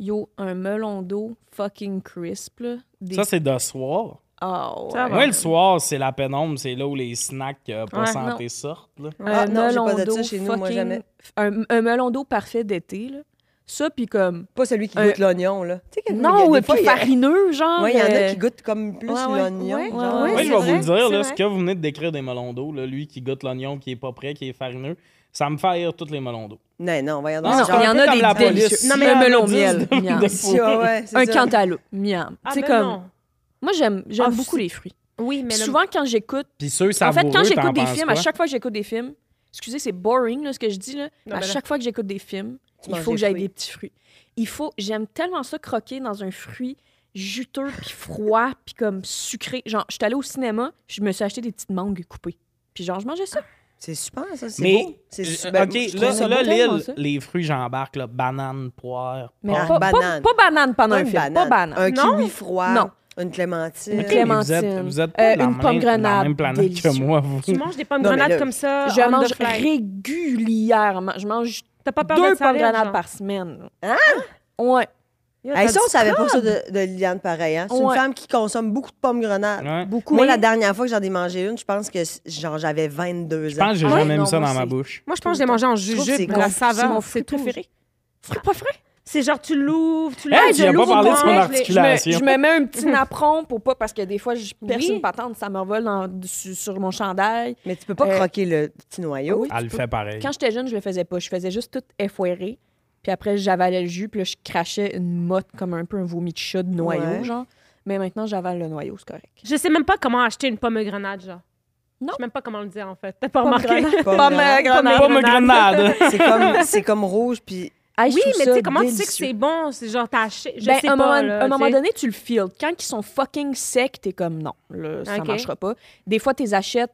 Yo, un melon d'eau fucking crisp, là. Des... Ça, c'est de soir. Ah, ouais. Ça va. Moi, le soir, c'est la pénombre, c'est là où les snacks euh, pas Ouais, santé sortent. là. Ah, un non, j'ai melon pas de d'eau ça chez nous, moi, fucking- jamais. Un, un melon d'eau parfait d'été, là. Ça, puis comme... Pas celui qui Euh, goûte l'oignon, là. Tu sais, quelqu'un- il y a Non, des ouais, fois, puis il y a- farineux, genre. Ouais, il y en a euh, qui goûtent comme plus ouais, ouais, l'oignon. ouais, genre. ouais, Moi, ouais. je c'est vais vrai, vous le dire, c'est là, vrai. ce que vous venez de décrire des melons d'eau, là, lui qui goûte l'oignon, qui est pas prêt, qui est farineux, ça me fait rire tous les melons d'eau. Non, non, voyons Ah, donc. non, genre- il y en un peu a comme la des police. délicieux. Non, Non, mais mais il y un en a melon dix miel. de- miam. de- Si, ah ouais, c'est Un ça. cantaloupe, miam. Ah, tu sais, ben comme... non. Moi, j'aime j'aime Ah, beaucoup c'est- les fruits. Oui, mais Puis le- souvent, quand j'écoute... Puis ceux En savoureux, fait, quand t'en j'écoute des penses films, à quoi? chaque fois que j'écoute des films... Excusez, c'est boring, là, ce que je dis, là. Non, à ben là. chaque fois que j'écoute des films, Tu il manges faut des que j'aille fruits. des petits fruits. Il faut... J'aime tellement ça croquer dans un fruit juteux, puis froid, puis comme sucré. Genre, je suis allée au cinéma, je me suis acheté des petites mangues coupées. Puis genre, je mangeais ça. C'est super, ça. C'est Mais, beau. C'est je- su- OK, ben, je trouve là, ça là, beau tellement, Lille, ça. les fruits, j'embarque, là, banane, poire. Mais Ah, pas, pas- banane. pas banane pendant un une film. Pas banane. Un Non. kiwi froid. Non. Une clémentine. Une Ok, clémentine. Vous êtes, vous êtes pas Euh, de la une même- pomme de la grenade, même planète que délicieux. moi, vous. Tu manges des pommes Non, mais grenades là, comme ça. Je on the mange fly. régulièrement. Je mange T'as pas peur deux d'être pommes salée, grenades genre? par semaine. Hein? Ouais. Yo, Hey, t'as ça, on du savait pas ça de, de Liliane pareil. hein. C'est une Ouais. femme qui consomme beaucoup de pommes grenades. Ouais. Beaucoup. Moi, Mais- la dernière fois que j'en ai mangé une, je pense que c- genre j'avais 22 Je ans. pense que j'ai Ah ouais? jamais mis Non, ça moi dans ma aussi. bouche. Moi, je pense que j'ai mangé en jujube, c'est la con. C'est mon saveur, fruit c'est tout. préféré. Fruit pas frais? C'est genre, tu l'ouvres, tu Hey, l'ouvres. tu y as pas je l'ouvre parlé au de son complet, je l'ai- article. Je me, Relation. je me mets un petit napperon pour pas, parce que des fois, je perce Oui. une patente, ça me revole dans- du- sur mon chandail. Mais tu peux pas Euh, croquer le petit noyau. Eh Ah, oui. Elle le fait pareil. Quand j'étais jeune, je le faisais pas. Je faisais juste tout effoiré. Puis après, j'avalais le jus, puis là, je crachais une motte comme un peu un vomi de chat de noyau, Ouais. genre. Mais maintenant, j'avale le noyau, c'est correct. Je sais même pas comment acheter une pomme grenade, genre. Non. Je sais même pas comment le dire, en fait. T'as pas Pomme remarqué? grenade. Pomme Pomme grenade. grenade. Pomme grenade. euh, C'est comme, c'est comme rouge, puis Ah, je Oui, trouve mais ça tu sais, comment tu sais que délicieux. c'est bon? C'est genre, t'as acheté. Je Ben, sais un pas. moment, là, un tu moment sais. donné, tu le files. Quand ils sont fucking secs, t'es comme non, là, ça Ok. marchera pas. Des fois, t'es achètes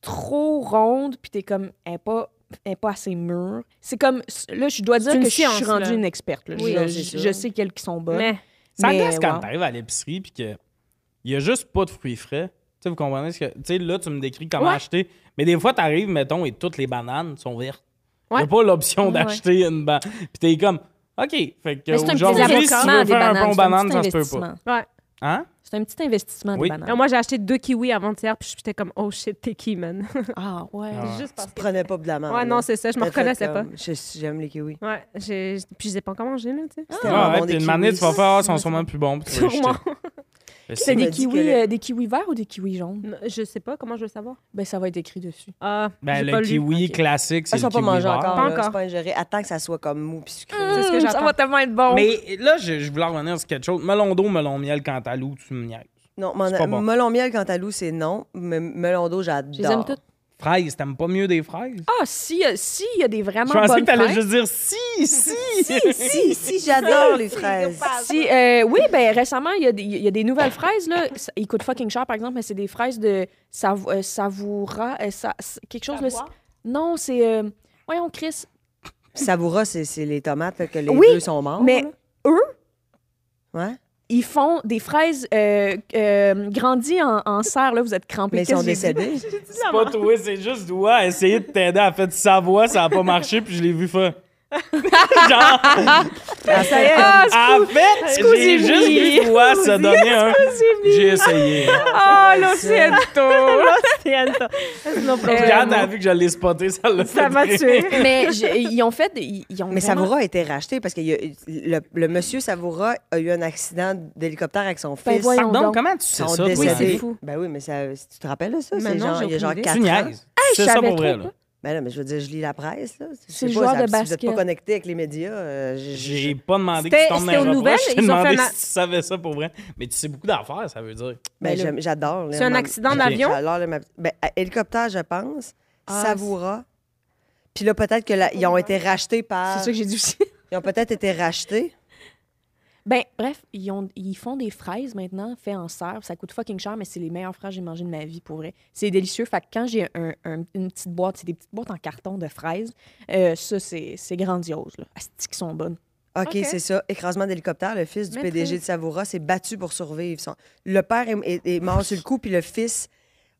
trop rondes, puis t'es comme, elle est pas, elle est pas assez mûre. C'est comme, là, je dois dire C'est une que je suis science, rendue là. une experte. là. Oui, non, je, c'est je- sûr. je sais quelles qui sont bonnes. Mais Ça Mais, agace quand wow. t'arrives à l'épicerie puis que il y a juste pas de fruits frais. Tu sais, vous comprenez ce que. Tu sais, là, tu me décris comment Ouais. acheter. Mais des fois, t'arrives, mettons, et toutes les bananes sont vertes. Il Ouais. a pas l'option Ouais, d'acheter une banane. Puis t'es comme, OK. Fait que Mais c'est un petit aujourd'hui, si tu investissement veux des faire un pont banane, bananes. c'est un ça se petit peut pas. investissement. Ah, ouais. Hein? C'est un petit investissement Oui. des Non, bananes. moi, j'ai acheté deux kiwis avant-hier, puis j'étais comme, oh shit, t'es qui, man? Ah ouais. Ah. Juste parce tu que. prenais pas de la main. Ouais, non, c'est ça, je me reconnaissais pas. J'aime les kiwis. Ouais, j'ai- puis je les ai pas encore mangés, là, tu sais. Ah, C'était vraiment ouais, bon, puis des une manée, tu kiwis. vas faire, ah, ils sont Ouais, sûrement plus bons. puis tu vas les Sûrement. jeter. C'est m'a des dit kiwis, que le- euh, des kiwis verts ou des kiwis jaunes? Non, Je sais pas, comment je veux le savoir? Ben, ça va être écrit dessus. Ah, Ben, j'ai le pas lu. kiwi Ok. classique, c'est Elles le sont Ah, pas kiwi mangées vert. encore. Pas là, encore. C'est pas ingéré. Attends que ça soit comme mou puis sucré. C'est ce que Hmm, ça j'attends. va tellement être bon. Mais là, je, je voulais revenir sur quelque chose. Melon d'eau, melon miel, cantalou, tu me niaises. Non, mon- C'est pas bon. melon miel cantalou, c'est non. Mais melon d'eau, j'adore. Je les aime toutes. Fraises, t'aimes pas mieux des fraises? Ah, si, euh, si, il y a des vraiment je pensais bonnes que t'allais fraises. juste dire si, si. Si, si, j'adore les fraises. Si, euh, oui, ben récemment, il y, a des- il y a des nouvelles fraises. Là. Ça- ils coûtent fucking cher, par exemple, mais c'est des fraises de savo- euh, savoura. euh, sa- s- quelque chose. Là, Savoir? c'est- non, c'est. euh, voyons, Chris. Savoura, c'est c'est les tomates là, que les Oui, deux sont morts. mais là. eux, Ouais. ils font des fraises euh, euh, grandies en, en serre. Là, vous êtes crampés. Mais ils sont Qu'est-ce que j'ai dit? décédés. C'est pas toi, c'est juste toi. Essayer de t'aider. Elle a fait sa voix, ça a pas marché, puis je l'ai vu faire. Genre, Ah, ça y est. Ah, en fait, j'ai Scusi-mi. juste vu toi se donner un. J'ai essayé. Oh, l'Océanto! Quand t'as vu que j'allais spotter, ça l'a fait. euh, Ça m'a rire. tué. Mais je- ils ont fait. Ils, ils ont Mais vraiment- Savoura a été racheté parce que il y a- le, le monsieur Savoura a eu un accident d'hélicoptère avec son Ben fils. voyons. Pardon, donc. comment tu Ils sais sont ça, toi? décédés. Oui, c'est fou. Ben oui, mais ça, tu te rappelles de ça? Mais C'est non, genre, j'ai il y a genre aucune idée. Tu 4 ans. niaises. C'est ça savais pour vrai, trop là. pas. Ben là, mais je veux dire, je lis la presse. là. Je sais le pas, joueur ça- de Si vous n'êtes basket. pas connecté avec les médias, euh, j'ai- J'ai pas demandé que C'était- tu tombes dans c'était aux les reproches. nouvelles, Je t'ai ils ont demandé fait un- si tu savais ça pour vrai. Mais tu sais beaucoup d'affaires, ça veut dire. ben, Ben là- j'aime- j'adore. là, C'est un ma- accident Ok. d'avion? J'adore, là, ma- ben, à- hélicoptère, je pense. Ah, Savoura. Puis là, peut-être qu'ils ont été rachetés par. C'est ça que j'ai dit aussi. Ils ont peut-être été rachetés. Ben, bref, ils, ont, ils font des fraises maintenant, faites en serre. Ça coûte fucking cher, mais c'est les meilleures fraises que j'ai mangées de ma vie, pour vrai. C'est délicieux. Fait que quand j'ai un- un- une petite boîte, c'est des petites boîtes en carton de fraises, euh, ça, c'est c'est grandiose. Là. Asti qui sont bonnes. OK, OK. c'est ça. Écrasement d'hélicoptère. Le fils du Maîtrise. PDG de Savoura s'est battu pour survivre. Son- Le père est, est- est mort sur le coup, puis le fils,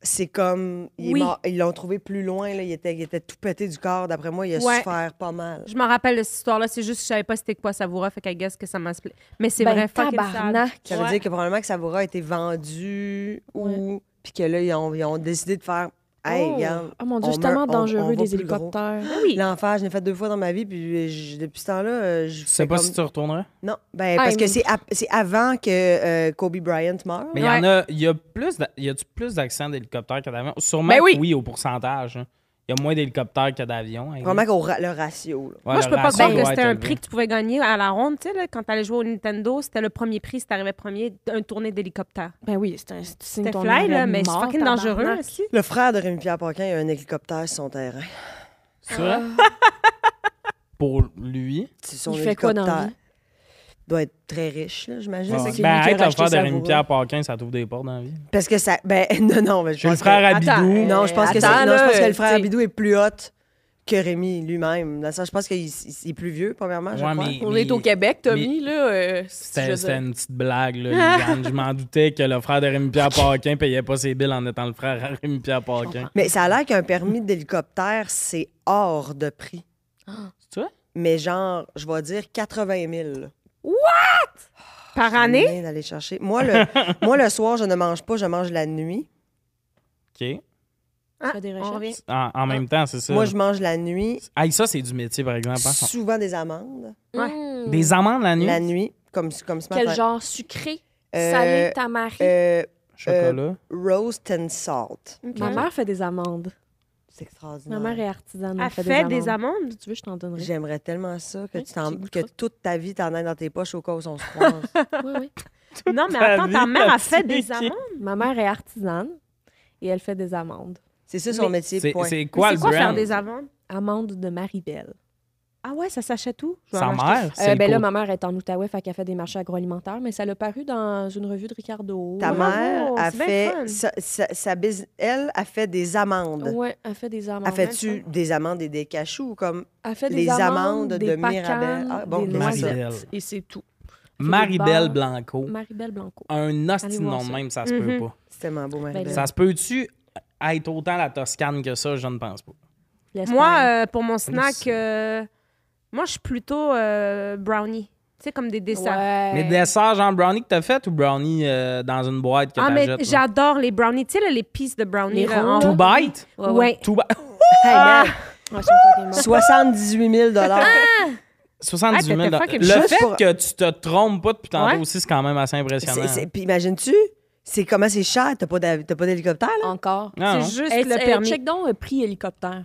c'est comme. il est Oui. mort- Ils l'ont trouvé plus loin. Là. Il, était, il était tout pété du corps. D'après moi, il a Ouais. souffert pas mal. Je me rappelle de cette histoire-là. C'est juste que je savais pas c'était quoi Savoura, fait qu'à guess que ça m'a spli- Mais c'est Ben, vrai, fucking sad. tabarnak. Ça veut dire que probablement que Savoura a été vendu ou. Puis que là, ils ont, ils ont décidé de faire. Hey, oh. regarde, Oh mon Dieu, on c'est meurt, tellement on- dangereux, on va des plus gros. hélicoptères. Oui. L'enfer, je l'ai fait deux fois dans ma vie, puis je- depuis ce temps-là, euh, je Tu sais fais pas comme- si tu retournerais. Non, ben, Ah, parce I'm- que c'est ap- c'est avant que euh, Kobe Bryant meure. Mais il y en a. Il y a plus d'a- y a-tu plus d'accidents d'hélicoptères que d'avions? Sûrement Ben que oui. oui. au pourcentage. hein. Il y a moins d'hélicoptères que d'avions. hein. Probablement qu'au ra- le ratio. là. Ouais, Moi, le je peux pas ratio croire doit que c'était être un élevé. prix que tu pouvais gagner à la ronde. Tu sais, là, quand t'allais jouer au Nintendo, c'était le premier prix si t'arrivais premier d'un tournée d'hélicoptère. Ben oui, c'est un c'est- tu signes C'était ton fly, là, arrêt de mais c'est mort, fucking dangereux. tabarnak. aussi. Le frère de Rémi-Pierre Paquin a un hélicoptère sur son terrain. C'est vrai? Pour lui. C'est son Il fait quoi dans la hélicoptère. vie? doit être très riche, là, j'imagine. Ben, C'est lui ben, qui a être le racheté frère de Savoura. Rémi-Pierre Paquin, ça t'ouvre des portes dans la vie. Parce que ça... Ben, non, non, mais je J'ai le pense frère que... Abidou. Attends, Non, je pense que, c'est- Attends, non, je pense là, que le frère t'sais. Abidou est plus hot que Rémi lui-même. Dans le sens, je pense qu'il il est plus vieux, premièrement, je Ouais, crois. mais- On est au Québec, Tommy, là. euh, je C'était veux c'était dire. une petite blague, là, Liliane. Je m'en doutais que le frère de Rémi-Pierre Paquin payait pas ses billes en étant le frère à Rémi-Pierre Paquin. Mais ça a l'air qu'un permis d'hélicoptère, c'est hors de prix. C'est vrai? Mais genre, je vais dire 80 000. là. Par Je année, viens d'aller chercher. Moi le, moi, le soir, je ne mange pas, je mange la nuit. OK. Tu fais des on recherches? revient. En, en même temps, c'est ça. Moi, je mange la nuit, Hey, ça, c'est du métier, par exemple. hein. souvent des amandes. Mmh. Des amandes la nuit? La euh, nuit, comme, comme ce matin. Quel genre sucré, Euh, salé, tamari? Euh, Chocolat. roast and salt. euh, Ma mère fait des amandes. C'est Ma extraordinaire. mère est artisane. Elle fait des amandes. Tu veux, je t'en donnerai. J'aimerais tellement ça que, Hein, tu t'en- tu goûteras. que toute ta vie, t'en aies dans tes poches au cas où on se croise. Oui, oui. Non, mais Ta attends, ta vie, mère la a fait petite des amandes. Ma mère est artisane et elle fait des amandes. C'est ça son Mais métier, C'est point. c'est quoi Mais le C'est quoi faire brand? des amandes? Amandes de Maribel. Ah ouais, ça s'achète où? Je vais Sa en acheter. mère? c'est Euh, ben le là, côté- ma mère est en Outaouais, fait qu'elle fait des marchés agroalimentaires, mais ça l'a paru dans une revue de Ricardo. Ta Bravo, mère a c'est bien fait, fun. sa, sa- sa bus- elle a fait des amandes. Ouais, elle fait des amandes. Elle fait-tu des amandes et des cachous comme Elle fait des les amandes amandes, de des Mirabelle. pacanes, Ah, bon, des ben, c'est ça. noisettes, Maribel. et c'est tout. Maribel Barre. Blanco. Maribel Blanco. Un hostie de Allez voir nom de ça. même, ça se peut Mhm. pas. C'est tellement beau, marie Ben, Ça se peut-tu être autant la Toscane que ça? Je ne pense pas. L'Espagne. Moi, euh, pour mon Plus, snack, euh, moi, je suis plutôt euh, brownie. Tu sais, comme des desserts. Ouais. Mais dessert, genre brownie que t'as fait ou brownie euh, dans une boîte que Ah, mais t'achètes? là? j'adore les brownies. Tu sais, là, les pieces de brownies. Les là, ronds, Ah, Two en- bite? Ouais, ouais. Ouais. Two bite? Ouais, c'est une fucking mort. 78 000 Ah! 78 Ah, 000 t'étais Le fucking juste fait pour- que tu te trompes pas depuis tantôt Ouais. aussi, c'est quand même assez impressionnant. C'est- c'est- Puis imagines-tu, c'est comment c'est cher, t'as pas d'av- t'as pas d'hélicoptère, là? Encore. Non, non. C'est juste Hey, le Ah, hein. hey, permis. Check donc, euh, prix hélicoptère.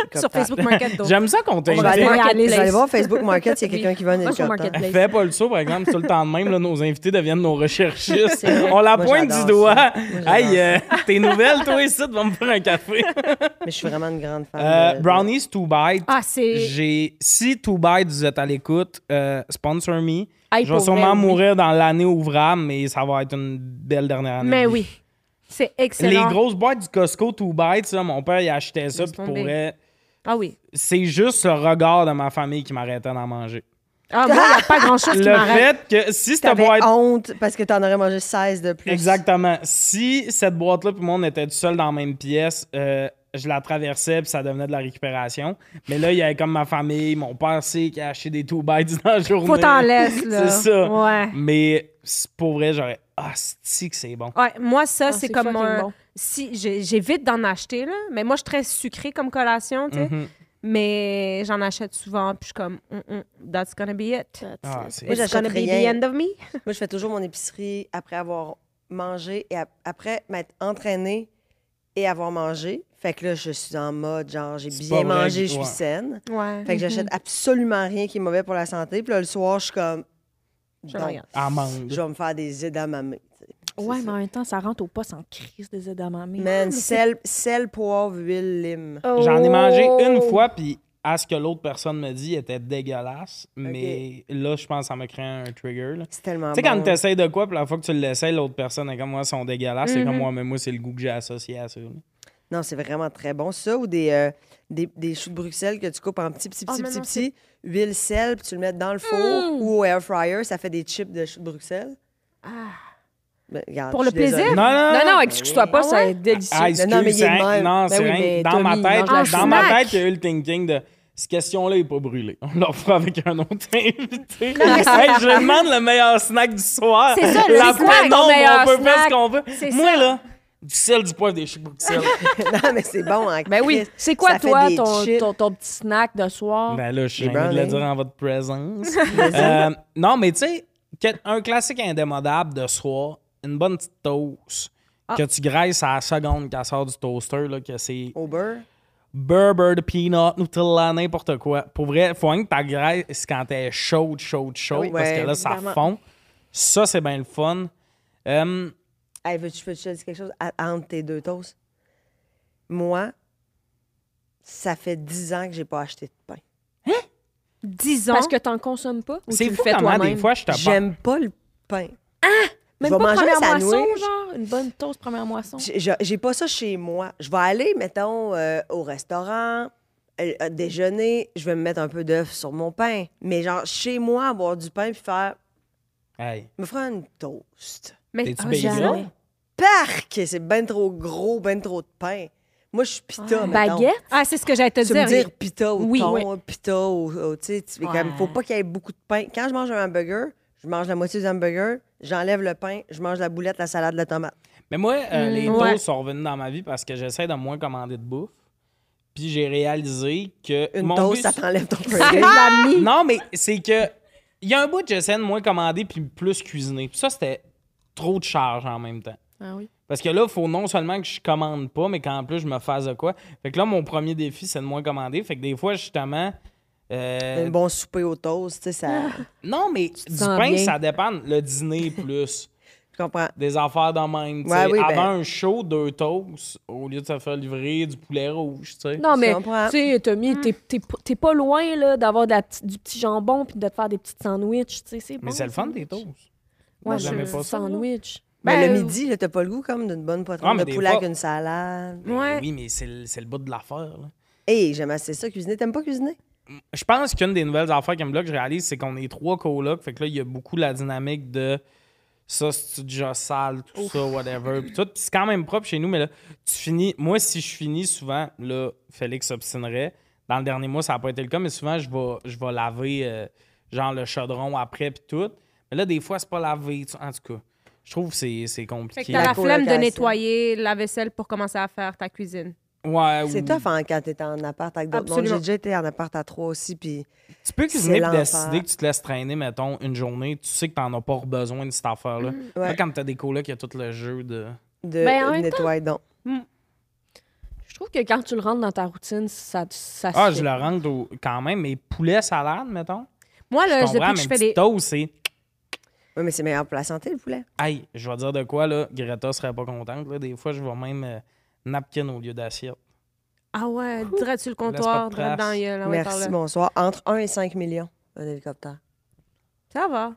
Sur Facebook Market. donc. J'aime ça qu'on t'a On va aller, invité. aller vous Marketplace. allez voir Facebook Market s'il y a quelqu'un qui veut un Va sur hélicoptère. Marketplace. Fais pas le saut, par exemple, tout le temps de même, là, nos invités deviennent nos recherchistes. C'est vrai. On la Moi, pointe j'adore du ça. doigt. Moi, j'adore Hey, euh, tes nouvelles, toi, ici, tu vas me faire un café. Mais je suis vraiment une grande fan. Euh, de- brownies to bite. Ah, c'est. J'ai si Too Bad vous êtes à l'écoute, euh, sponsor me. Hey, je vais pour sûrement vrai, oui. mourir dans l'année ouvrable, mais ça va être une belle dernière année. Mais de vie. oui. C'est Les excellent. grosses boîtes du Costco Too Bad, ça, mon père il achetait ça Laisse puis pour tomber. vrai, Ah oui. c'est juste le regard de ma famille qui m'arrêtait d'en manger. Ah, moi, il n'y a pas grand-chose qui Le m'arrête. fait que si cette T'avais boîte honte parce que t'en aurais mangé 16 de plus. Exactement. Si cette boîte-là, puis moi, on était tout seul dans la même pièce, euh, je la traversais, puis ça devenait de la récupération. Mais là, il y avait comme ma famille, mon père, c'est qui a acheté des two bites dans la journée. Faut t'en laisser, là. C'est ça. Ouais. Mais c'est- pour vrai, j'aurais. Ah, c'est que c'est bon. Ouais, moi, ça, Ah, c'est c'est comme euh, fucking un. bon. Si, j'ai- j'évite d'en acheter, là. Mais moi, je suis très sucrée comme collation, tu sais. Mhm. Mais j'en achète souvent, puis je suis comme, Mm, mm, that's gonna be Ah, it. That's it. c'est- Moi, It's gonna j'achète be rien. the end of me. Moi, je fais toujours mon épicerie après avoir mangé et ap- après m'être entraînée et avoir mangé. Fait que là, je suis en mode, genre, j'ai C'est bien pas vrai mangé, que- je suis ouais. saine. Ouais. Mm-hmm. Fait que j'achète absolument rien qui est mauvais pour la santé. Puis là, le soir, je suis comme. Je donc, regarde. Amande. je vais me faire des edamame. tu sais. C'est Ouais, ça. mais en même temps, ça rentre au poste en crise des edamame. Man, sel, sel, poivre, huile, lime. J'en ai mangé une Oh! fois, puis à ce que l'autre personne me dit, était dégueulasse. Mais là, je pense que ça m'a créé un trigger. là. C'est Ah tellement Tu sais, ben. quand bon. tu essayes de quoi, puis la fois que tu l'essayes, l'autre personne est comme moi, sont dégueulasses. Mhm. C'est comme moi, mais moi, c'est le goût que j'ai associé à ça. là. Non, c'est vraiment très bon. Ça, ou des, euh, des, des choux de Bruxelles que tu coupes en petits, petits, Ah, petits, mais petits, non, petits, huile, sel, puis tu le mets dans le four Mmh. ou au air fryer, ça fait des chips de choux de Bruxelles. Ah. Ben, regarde, Pour je le suis désolée. plaisir? Non, non, Non, non. non, excuse-toi pas, Ah ça ouais? est délicieux. Ah, excuse, non, mais il est c'est de rien- même. non, Ben c'est oui, rien. mais dans Tommy, ma il tête, mange la dans ma snack. tête, il y a eu le thinking de cette question-là n'est pas brûlée. On le refera avec un autre invité. Hey, je demande le meilleur snack du soir. C'est ça, le La snack, non, le meilleur on peut faire ce snack. qu'on veut. C'est Moi, là, du sel, du poivre, des choux de Bruxelles. non, mais c'est bon. hein, Ben oui. Christ. C'est quoi, Ça fait toi, des ton, chips. ton, ton petit snack de soir? ben là, je suis Les gêné de le brownies. hein? dire en votre présence. Euh, non, mais tu sais, que- un classique indémodable de soir, une bonne petite toast Ah. que tu graisses à la seconde qu'elle sort du toaster, là, que Oh, c'est Au beurre? Burber de peanut, Nutella, n'importe quoi. Pour vrai, faut rien que ta graisse quand elle est chaude, chaude, chaude, Oui, parce ouais, que là, ça évidemment. fond. Ça, c'est bien le fun. Hum, Hey, veux-tu veux-tu te dire quelque chose à- entre tes deux toasts? Moi, ça fait 10 ans que j'ai pas acheté de pain. Disons. Parce que t'en consommes pas? ou c'est tu le fou fais comment toi-même? des fois, je te parle. J'aime pas le pain. Même je pas vais manger un première moisson, sandwich. genre? Une bonne toast première moisson? J'ai- je- J'ai pas ça chez moi. Je vais aller, mettons, euh, au restaurant, euh, à déjeuner, je vais me mettre un peu d'œuf sur mon pain. Mais genre, chez moi, avoir du pain puis faire, Hey, me faire une toast. Mais t'es-tu Ah, bien jamais. gras? Parc! C'est ben trop gros, ben trop de pain. Moi, je suis pita, mettons. Baguette? Ah, c'est ce que j'allais te Tu veux me dire. dire pita au Oui, thon, oui. hein, pita au... au- tu sais, tu- Ouais. comme, faut pas qu'il y ait beaucoup de pain. Quand je mange un hamburger, je mange la moitié du hamburger, j'enlève le pain, je mange la boulette, la salade, la tomate. Mais moi, euh, les Mm, toasts ouais. sont revenus dans ma vie parce que j'essaie de moins commander de bouffe. Puis j'ai réalisé que. Une mon toast, but- ça t'enlève ton Je burger. l'ai mis. Non, mais c'est que. Il y a un bout que j'essaie de moins commander puis plus cuisiner. Puis ça, c'était trop de charge en même temps. Ah oui. Parce que là, il faut non seulement que je commande pas, mais qu'en plus, je me fasse de quoi. Fait que là, mon premier défi, c'est de moins commander. Fait que des fois, justement. euh, Un bon souper au toast, tu sais, ça... Non, mais du sens pain, bien. ça dépend. Le dîner plus. Je comprends. des affaires dans même. tu Ouais, sais. oui, ben- Avant un show, deux toasts, au lieu de se faire livrer du poulet rouge. tu sais. Non, mais comprends. tu sais, Tommy, Mm. t'es- t'es p- t'es pas loin là, d'avoir de la petite- du petit jambon puis de te faire des petites sandwichs. tu sais, C'est bon, Mais c'est le fun des sandwich. toasts. Ouais, Vous aimez je pas ça, là? sandwich. Mais Ben, le euh, midi, là, t'as pas le goût comme d'une bonne Ah, poitrine mais de des poulet avec fois- une salade. Ben Ouais. Oui, mais c'est le, c'est le bout de l'affaire. là. Hé, j'aime assez ça cuisiner. T'aimes pas cuisiner? Je pense qu'une des nouvelles affaires qui me bloque, je réalise, c'est qu'on est trois colocs. Fait que là, il y a beaucoup la dynamique de ça, c'est déjà sale, tout ça, whatever. Puis tout. Puis c'est quand même propre chez nous, mais là, tu finis. Moi, si je finis souvent, là, Félix s'obstinerait. Dans le dernier mois, ça n'a pas été le cas, mais souvent, je vais, je vais laver, euh, genre, le chaudron après, puis tout. Mais là, des fois, c'est pas lavé. tu- En tout cas, je trouve que c'est- c'est Fait que compliqué. t'as la La flemme de colocation. nettoyer la vaisselle pour commencer à faire ta cuisine. Ouais, C'est ou- tough hein, quand t'es en appart avec d'autres mondes. Absolument. J'ai déjà été en appart à trois aussi, puis Tu peux cuisiner C'est puis l'enfer. décider que tu te laisses traîner, mettons, une journée. Tu sais que t'en as pas besoin de cette affaire-là. Quand ouais. Quand t'as des colocs, il y a tout le jeu de. de Ben, en de même nettoyer donc. Je trouve que quand tu le rentres dans ta routine, ça, ça se Ah, fait. je le rentre au- quand même, mais poulet salade, mettons. Moi, là, je depuis comprends, mais que Euh, je une fais petite des. toast, c'est. Oui, mais c'est meilleur pour la santé, le poulet. Hey, je vais dire de quoi, là. Greta serait pas contente. Là. Des fois, je vois même euh, napkin au lieu d'assiette. Ah ouais, direct sur le pas comptoir, de direct traces. dans la gueule, ah ouais, par Merci, là. bonsoir. Entre 1 et 5 millions, un hélicoptère. Ça va.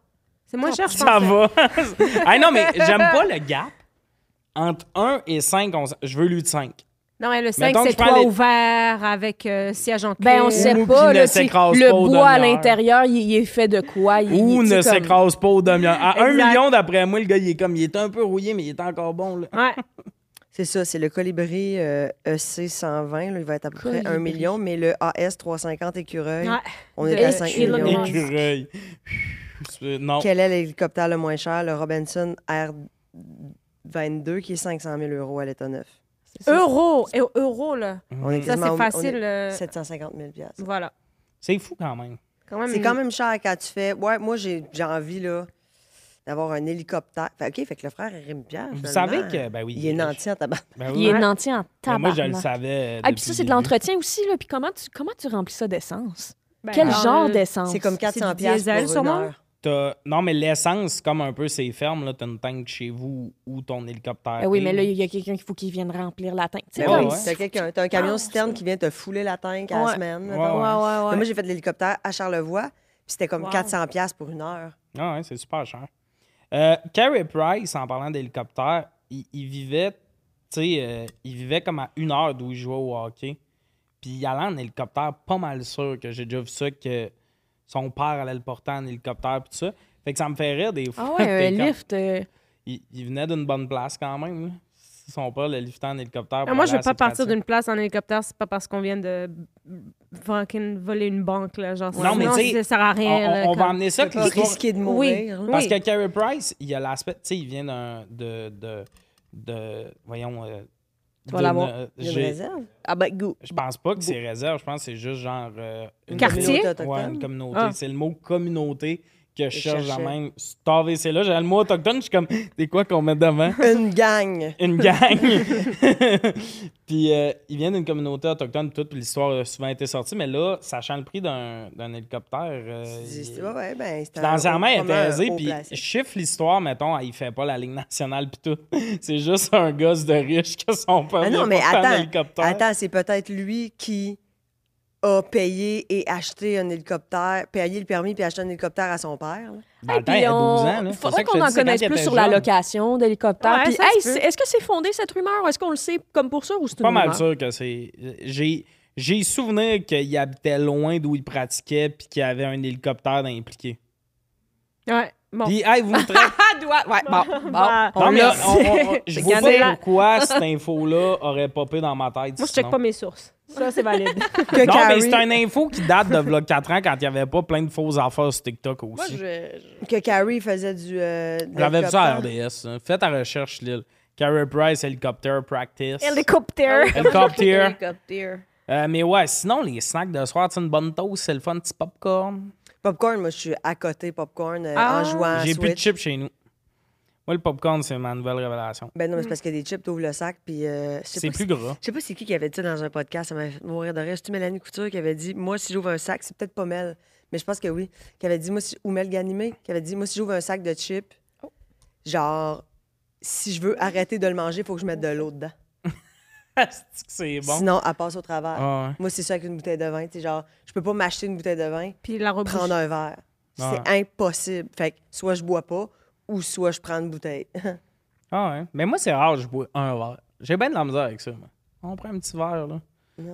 C'est moins cher, je pense. Ça va. hey, non, mais j'aime pas le gap. Entre 1 et 5, on s- je veux lui de 5. Non, mais le 5, Mettons que c'est je prends toi les- ouvert avec euh, siège en cuir. Ben, on sait Ou pas. qui ne là, tu sais, s'écrase le pas au bois à demi-heure. l'intérieur, il, il est fait de quoi? Il, Ou il- tu ne sais, comme- s'écrase pas au demi-heure. À 1 Exact. million, d'après moi, le gars, il est comme, il est un peu rouillé, mais il est encore bon. Là. Ouais. C'est ça, c'est le Colibri euh, EC 120. là, il va être à peu près 1 Colibri. million, mais le AS 350 Écureuil, Ouais. on est de à 5 Elon millions. Musk. Écureuil. Euh, non. Quel est l'hélicoptère le moins cher? Le Robinson R22 qui est 500 000 euros à l'état neuf. C'est ça. Euro, eu- euro, là. On est Ça, quasiment au- c'est on facile. est euh, 750 000 piastres. Voilà. C'est fou quand même. Quand même, C'est quand même cher quand tu fais. Ouais, moi, j'ai j'ai envie, là, d'avoir un hélicoptère. Fait, OK, fait que le frère, il rime Pierre. Vous finalement, savez que. Ben oui. Ah, Il est nanti en tabac. Ben oui. Il est nanti en Ben tabac. moi, je le savais. euh, Ah, puis depuis ça, le c'est de début. l'entretien aussi, là. Puis comment tu, comment tu remplis ça d'essence? Ben, Quel dans genre le- d'essence? C'est comme c'est du 400 piastres diesel, pour une sûrement? heure. T'as- Non, mais l'essence, comme un peu, c'est ferme. là. T'as une tank chez vous ou ton hélicoptère. Ah oui, est. mais là, il y a quelqu'un qu'il faut qu'il vienne remplir la teinte. Tu sais, Ben Ouais, comme- oui, ouais. T'as quelqu'un- t'as un camion Ah, citerne qui vient te fouler la tank à la Ouais. semaine. Ouais, mettons. ouais. Ah, Mais Moi, j'ai fait de l'hélicoptère à Charlevoix, puis c'était comme Wow. 400 piastres pour une heure. Ah ouais, c'est super cher. Euh, Carey Price, en parlant d'hélicoptère, il, il vivait, tu sais, euh, il vivait comme à une heure d'où il jouait au hockey. Puis il allait en hélicoptère, pas mal sûr que j'ai déjà vu ça, que son père allait le porter en hélicoptère, puis tout ça. Fait que ça me fait rire des fois. Ah ouais, un T'es comme- lift. euh, Il, il venait d'une bonne place quand même. là. Si son père le liftait en hélicoptère. Ah, pour moi, je aller veux à pas ses partir pratiques. d'une place en hélicoptère, c'est pas parce qu'on vient de fucking voler une banque, là. Genre, Non, mais sinon, tu sais, ça sert à On, rien. là, on- on va comme- amener ça Fait avec que là, l'histoire. risquer de Oui. mourir. là. Parce Oui. que Carey Price, il a l'aspect. Tu sais, il vient d'un. De, de, de. Voyons. euh, Tu vas d'une, l'avoir. euh, Il y a une j'ai- réserve. Ah ben, go. Je pense pas que c'est réserve, je pense que c'est juste genre. euh, une Quartier? communauté. Communauté Ouais, une autochtone. communauté. Ah. C'est le mot communauté que je cherche cherchais. la même. Starvé, c'est là. J'avais le mot autochtone, je suis comme, c'est quoi qu'on met devant? Une gang. Une gang! puis euh, ils viennent d'une communauté autochtone, toute puis l'histoire a souvent été sortie, mais là, sachant le prix d'un d'un hélicoptère. euh, il- C'est- ouais, ouais, ben, c'est puis un- Dans sa main, elle était vraiment un aisée, haut puis placé. je chiffre l'histoire, mettons, il fait pas la Ligue nationale, puis tout. C'est juste un gosse de riche que son père Ah non, vient mais porter en attends, hélicoptère. attends, c'est peut-être lui qui a payé et acheté un hélicoptère, payé le permis puis acheté un hélicoptère à son père. là. Dans Hey, le temps, puis Ben, il a 12 on- ans. là. C'est ça que je te faudrait qu'on en dis, c'est quand connaisse il plus était sur la jeune. location d'hélicoptère. Ouais, Puis, ça se hey, peut. c'est- est-ce que c'est fondé cette rumeur? Est-ce qu'on le sait comme pour ça ou c'est une pas mal rumeur? sûr que c'est. J'ai, j'ai souvenir qu'il habitait loin d'où il pratiquait puis qu'il y avait un hélicoptère impliqué. Ouais, bon. Puis, hey, vous me traitez. Ah, doit. Ouais, bon, bon. Bah, Non, on mais l'a. on- on- je C'est vois cancel. pas pourquoi cette info-là aurait popé dans ma tête. Moi, je check sinon. pas mes sources. Ça, c'est valide. Non, mais Que Carrie, c'est une info qui date de v'là 4 ans quand il n'y avait pas plein de fausses affaires sur TikTok Moi, aussi. je- je- que Carrie faisait du. euh, de J'avais vu ça à l'hélicoptère. RDS. hein. Fais ta recherche, Lil. Carrie Price, Helicopter Practice. Hélicoptère. Helicopter. Hélicoptère. Euh, mais ouais, sinon, les snacks de soir, tu sais, une bonne toast, c'est le fun, petit popcorn. Popcorn, moi, je suis à côté popcorn euh, Ah. en jouant à J'ai Switch. plus de chips chez nous. Moi, le popcorn, c'est ma nouvelle révélation. Ben non, mais c'est parce que des chips, t'ouvres le sac, puis euh, je sais C'est pas plus si- gras. Je sais pas c'est qui qui avait dit ça dans un podcast, ça m'a fait mourir de rire. C'est-tu Mélanie Couture qui avait dit Moi, si j'ouvre un sac, c'est peut-être pas Mel, mais je pense que oui. Qui avait dit Moi, si. Ou Mel Ganimé, qui avait dit Moi, si j'ouvre un sac de chips, genre, si je veux arrêter de le manger, il faut que je mette de l'eau dedans. Asti que c'est bon. Sinon, elle passe au travers. Ah ouais. Moi, c'est ça avec une bouteille de vin. Tu sais, genre, je peux pas m'acheter une bouteille de vin, Puis la rebouche. prendre un verre. Ah. Ouais. C'est impossible. Fait que soit je bois pas, ou soit je prends une bouteille. Ah ouais. Mais moi, c'est rare, je bois un verre. J'ai bien de la misère avec ça. moi. On prend un petit verre, là.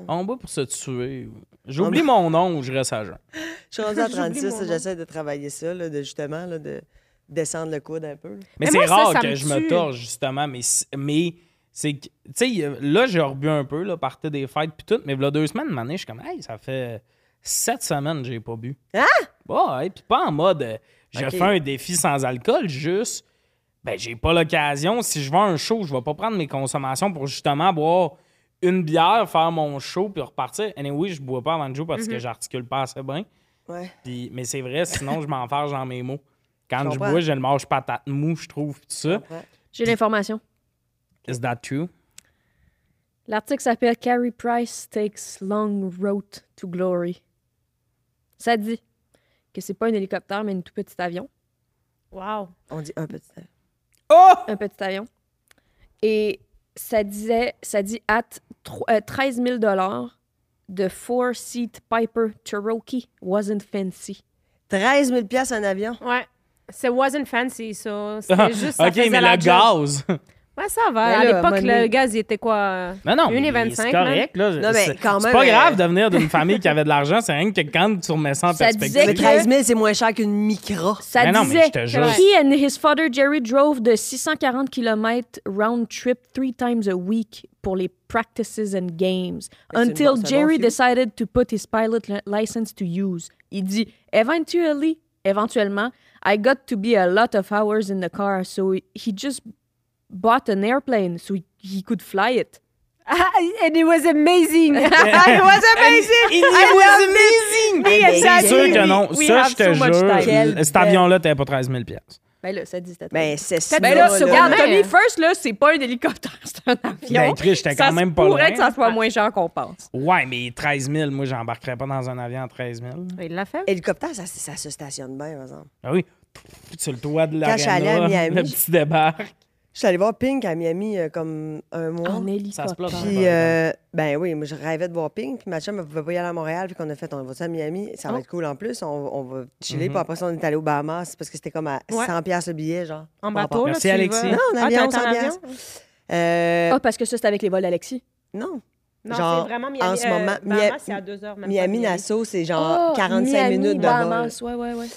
On boit pour se tuer. J'oublie mon nom ou je reste à jeun. Je suis rendue à J'oublie 36, mon là, nom. j'essaie de travailler ça, là, de, justement, là, de descendre le coude un peu. là. Mais, Mais c'est moi, ça, rare ça que me je me tue. torche, justement. Mais, c- mais c'est que, tu sais, euh, là, j'ai rebu un peu, là, partait des fêtes puis tout. Mais voilà deux semaines, mané, je suis comme, hey, ça fait sept semaines que j'ai pas bu. Hein? Ouais, puis pas en mode, euh, je Ok. fais un défi sans alcool, juste, ben, j'ai pas l'occasion. Si je vais à un show, je vais pas prendre mes consommations pour justement boire une bière, faire mon show puis repartir. Anyway, je bois pas avant le show parce que Mhm. j'articule pas assez bien. Ouais. Puis- mais c'est vrai, sinon, je m'en fâche dans mes mots. Quand Je je, comprends. bois, j'ai le mange patate mou, je trouve, pis tout ça. comprends. J'ai l'information. Is that true? L'article s'appelle Carrie Price Takes Long Road to Glory. Ça dit que c'est pas un hélicoptère, mais un tout petit avion. Wow. On dit ah, ben, un petit peu. Oh! Un petit avion. Et ça disait, ça dit at tro- euh, 13 000 The four-seat Piper Cherokee wasn't fancy. 13 000 piastres un avion. Ouais. C'est wasn't fancy, ça. C'était juste. ça Ah, ok, faisait mais la le job. gaz! Ouais, ça va. Mais à là, l'époque, money. le gaz, il était quoi? euh, Non, non, Une et hein? mais 25, c'est correct. Là. mais C'est- quand c'est même, pas euh, grave de venir d'une famille qui avait de l'argent, c'est rien que quand tu remets ça en Ça perspective. disait Mais que- 13 000, c'est moins cher qu'une micra. Ça Mais non, mais disait je te jure. He and his father Jerry drove the 640 km round trip three times a week pour les practices and games Fait que c'est until une bonne- c'est un Jerry bon decided to put his pilot li- license to use. Il dit eventually, éventuellement, I got to be a lot of hours in the car, so he just bought an airplane so he- he could fly it. Ah, and it was amazing! It was amazing! Il was amazing! Ben, C'est sûr oui, que non. we ça, have je te so much time. jure, Quelle cet avion-là, t'avais pas 13 000 Ben là, ça dit c'était Mais c'est ça. Ben là, là, regarde, là. Tommy First, là, c'est pas un hélicoptère, c'est un avion. Ben, Chris, j'étais Ça quand se même pas loin. pourrait hein. que ça soit moins cher qu'on pense. Ouais, mais 13 000, moi, j'embarquerais pas dans un avion à 13 000. Il l'a fait. Hélicoptère, ça, ça se stationne bien, par exemple. Ah oui, Pff, sur le toit de Quand je suis allée à l'arena, Miami, le petit débarque. Je suis allée voir Pink à Miami euh, comme un mois. En Ça se place. hélicoptère. Ouais, Puis, euh, ben oui, moi, je rêvais de voir Pink. Puis ma chum ne pouvait pas y aller à Montréal. Puis qu'on a fait, on va à Miami. Ça va être cool en plus. On, on va chiller. Puis après ça, on est allé aux Bahamas parce que c'était comme à Ouais. Ah, 100 piastres le billet, genre. En Par bateau, rapport- là, Merci, tu y vas. Alexis. Non, en Ah, t'es avion, en 100 piastres. Euh, Ah, parce que ça, c'est avec les vols d'Alexis. Non. Non, Genre, c'est vraiment Miami. en ce moment, euh, Bahamas, Mia- c'est à deux heures. même pas Miami, Nassau, c'est genre Oh, 45 Miami, minutes de vol. Bahamas, ouais, ouais, ouais.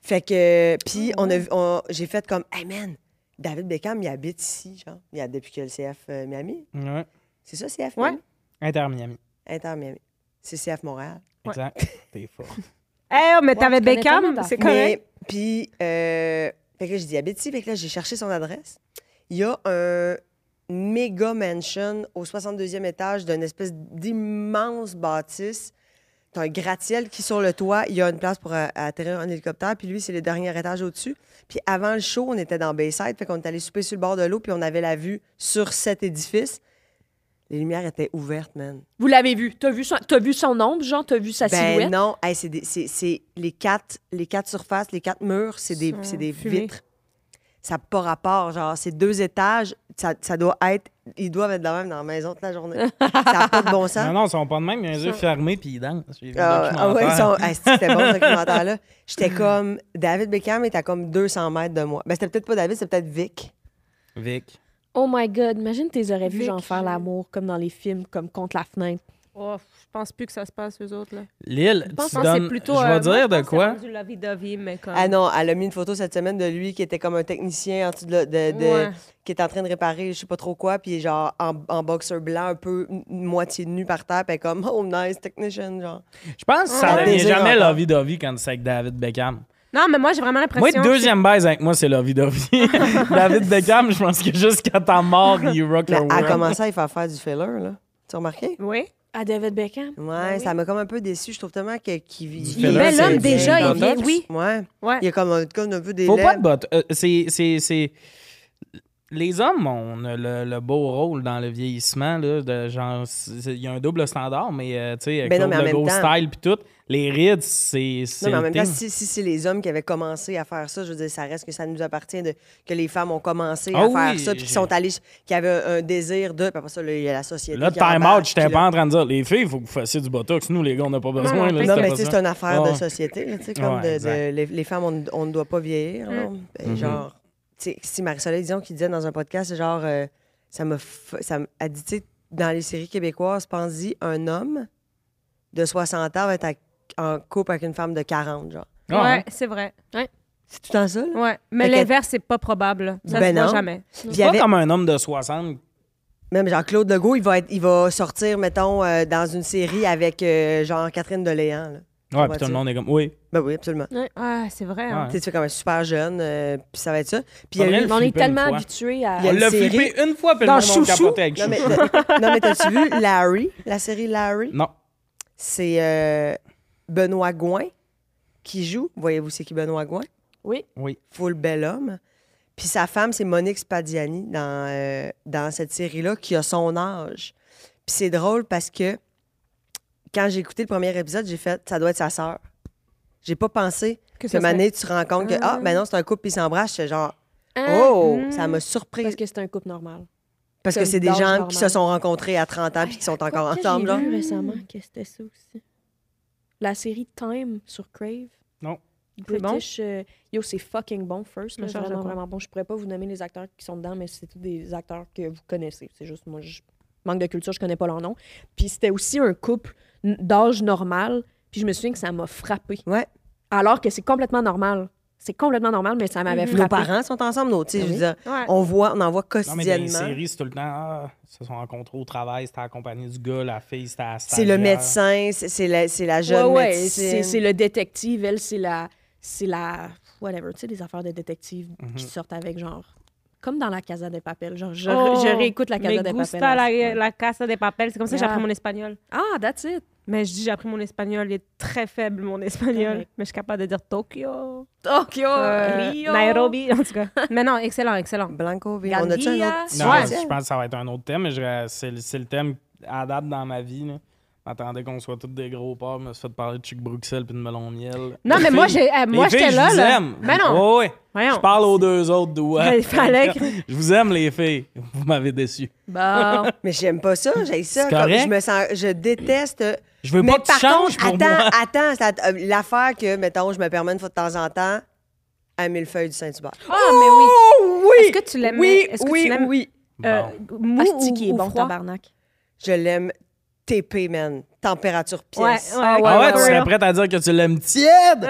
Fait que, puis Ah, on a ouais. vu- on- j'ai fait comme, hey man, David Beckham, il habite ici, genre. Il a depuis que le CF euh, Miami. Ouais. C'est ça, CF Ouais. Miami? Inter Miami. Inter Miami. C'est CF Montréal. Exact. T'es fort. Eh, mais t'avais tu connais Beckham, tellement c'est correct. Mais, puis, euh, fait que là, j'ai dit, habite ici. Fait que là, j'ai cherché son adresse. Il y a un méga mansion au 62e étage d'une espèce d'immense bâtisse. T'as un gratte-ciel qui, sur le toit, il y a une place pour euh, atterrir en hélicoptère. Puis lui, c'est le dernier étage au-dessus. Puis avant le show, on était dans Bayside. Fait qu'on est allé souper sur le bord de l'eau. Puis on avait la vue sur cet édifice. Les lumières étaient ouvertes, man. Vous l'avez vu. T'as vu, son- t'as vu son ombre, genre, t'as vu sa Ben silhouette. non, Hey, c'est des- c'est c'est les quatre, les quatre surfaces, les quatre murs, c'est des, Sont c'est des fumés. vitres. Ça n'a pas rapport, genre, c'est deux étages, ça, ça doit être, ils doivent être de la même dans la maison toute la journée. ça n'a pas de bon sens. Non, non, ils sont pas de même. Ils ont les yeux fermés puis ils dansent. J'ai vu le Ah, ah ouais, ils documentaire. sont- Hey, c'était bon ce documentaire-là. J'étais comme, David Beckham était à comme 200 mètres de moi. Ben c'était peut-être pas David, c'était peut-être Vic. Vic. Oh my God, imagine tes aurais vu, Vic, genre, faire je- l'amour, comme dans les films, comme contre la fenêtre. Oh, je pense plus que ça se passe, eux autres. Là. Lille, Je pense tu que c'est donnes... plutôt. je euh, vais moi, dire pense de que quoi. C'est rendu la vie de vie, mais comme. Ah non, elle a mis une photo cette semaine de lui qui était comme un technicien en dessous de, de- de- Ouais. qui est en train de réparer je sais pas trop quoi, puis il est genre en, en boxeur blanc, un peu m- moitié nu par terre, puis elle est comme « Oh, nice technician », genre. Je pense Ah, que ça Ouais. devient Désir jamais encore. Lovey Dovey quand c'est avec David Beckham. Non, mais moi, j'ai vraiment l'impression. Moi, deuxième base avec moi, c'est Lovey Dovey. David Beckham, je pense que jusqu'à ta mort, il rock Là, your elle a world. commencé à y faire faire du filler, là. Tu as remarqué? Oui. À David Beckham. Ouais, Ben oui. ça m'a comme un peu déçu. Je trouve tellement que- qu'il vit. Du filler, bel homme, c'est- déjà, c'est il du vient- botox. oui. Ouais. Ouais. Il est comme, en tout cas, on a vu des Faut pas lèvres. de bottes. Euh, c'est, c'est, c'est... Les hommes ont le, le beau rôle dans le vieillissement. Là, de genre, c'est- il y a un double standard, mais euh, tu sais, Ben non, Claude mais en même Legault temps- style puis tout, les rides, c'est, c'est Non, mais en le même temps, thing. si, si c'est les hommes qui avaient commencé à faire ça, je veux dire, ça reste que ça nous appartient de, que les femmes ont commencé Ah à oui, faire ça, puis j'ai- qui sont allées, qui avaient un désir de. Puis après ça, là, il y a la société. Là, qui time embarque, out, j'étais puis pas là- en train de dire, les filles, il faut que vous fassiez du botox. Nous, les gars, on n'a pas besoin. Non, là, non, Non, c'était mais pas tu sais, ça. c'est une affaire Ouais. de société, là, tu sais, comme Ouais, de- de- exact. les, les femmes, on, on ne doit pas vieillir. là. Ben, Mhm. Genre, tu sais, si Marie-Soleil Dion qui disait dans un podcast, c'est genre, euh, ça m'a, f- ça m'a- elle dit, tu sais, dans les séries québécoises, pense-y, un homme de 60 ans va être à- en couple avec une femme de 40, genre. Ah, ouais, hein. c'est vrai. C'est tout en ça, là? Ouais. Mais Fait que- l'inverse, c'est pas probable. là. Ça Ben se voit non. jamais. Puis il y Pas avait- comme un homme de 60. même Jean-Claude Legault, il va, être, il va sortir, mettons, euh, dans une série avec, euh, genre, Catherine Deléant, là. Ouais, va puis tout dire. le monde est comme, oui. Ben oui, absolument. Ah, c'est vrai. Ouais. hein. Tu sais, tu fais comme un super jeune, euh, puis ça va être ça. Puis il y a Faudrait eu- le Mais on est flipper une tellement fois. habitués à... Il y a On une l'a série- flippé une fois, puis le Dans monde on Chouchou? capotait avec Non, mais, Chouchou. t'as- non, mais t'as-tu vu Larry, la série Larry? Non. C'est euh, Benoît Gouin qui joue. Voyez-vous, c'est qui Benoît Gouin? Oui. Oui. Full bel homme. Puis sa femme, c'est Monique Spadiani dans, euh, dans cette série-là, qui a son âge. Puis c'est drôle parce que quand j'ai écouté le premier épisode, j'ai fait ça doit être sa sœur. J'ai pas pensé Que que ça serait- Mané, tu te rends compte que Ah. ah, ben non, c'est un couple, puis ils s'embrassent. J'étais genre, Hein? oh, hmm. ça m'a Parce surprise. que c'est un couple normal. Parce que comme c'est des d'âge gens normal. qui se sont rencontrés à 30 ans, puis qui sont encore Qu'est-ce que ensemble. genre. J'ai vu récemment que c'était ça aussi. La série Time sur Crave. Non. C'est bon? British, euh, yo, c'est fucking bon, first. là, Me charge de vraiment, quoi? vraiment bon. Je pourrais pas vous nommer les acteurs qui sont dedans, mais c'est tous des acteurs que vous connaissez. C'est juste, moi, je manque de culture, je connais pas leur nom. Puis c'était aussi un couple n- d'âge normal, puis je me souviens que ça m'a frappé. Ouais. Alors que c'est complètement normal. C'est complètement normal, mais ça m'avait Nos frappé. parents sont ensemble, nos, tu sais, Ben je veux oui. dire, Ouais. on voit, on en Non, mais dans voit les quotidiennement. séries, c'est tout le temps. Ah, ils se sont rencontrés au travail, c'était accompagné du gars, la fille, c'était à la C'est le stagiaire. médecin, c'est- c'est la, c'est la jeune Ouais, ouais, c'est médecine. c'est le détective, elle, c'est la. C'est la. Whatever, tu sais, des affaires de détective Mhm. qui sortent avec, genre. Comme dans la Casa de Papel. Genre, je, Oh, je réécoute la Casa me de Papel. gusta la, la Casa de Papel. C'est comme ça que j'ai Yeah. appris mon espagnol. Ah, that's it. Mais je dis j'ai appris mon espagnol. Il est très faible, mon espagnol. Mais je suis capable de dire Tokyo, Tokyo, euh, oh, Rio. Nairobi, en tout cas. Mais non, excellent, excellent. Blanco, Ville. on a-tu un Gandia. autre? Non, Ouais. je pense que ça va être un autre thème, mais je- c'est le- c'est le thème à date dans ma vie. là. Je m'attendais qu'on soit tous des gros porcs, mais je me suis fait parler de Chic Bruxelles puis de Melon Miel. Non, Les mais moi, filles- j'ai- eh, les moi, filles, j'étais là, Je vous là. aime. Mais non. Ouais, ouais. Voyons. Je parle aux deux autres doigts. Il fallait que- Je vous aime, les filles. Vous m'avez déçu. Bon. Mais j'aime pas ça, j'ai ça. C'est comme- correct. je me sens, je déteste. Je veux Mais pas que par tu changes contre, pour attends, moi. attends, ça- euh, l'affaire que, mettons, je me permets une fois de temps en temps, à Millefeuille du Saint-Hubert. Ah, mais oui. Oh oui! Est-ce que tu l'aimais? Oui, Est-ce que oui, tu l'aimes oui. euh, Bon. mou Asti Ah, qui ou, est ou bon, froid? tabarnak. Je l'aime TP, man. Température pièce. Ouais, ouais, ah ouais, tu ouais, serais ouais. prête à dire que tu l'aimes tiède?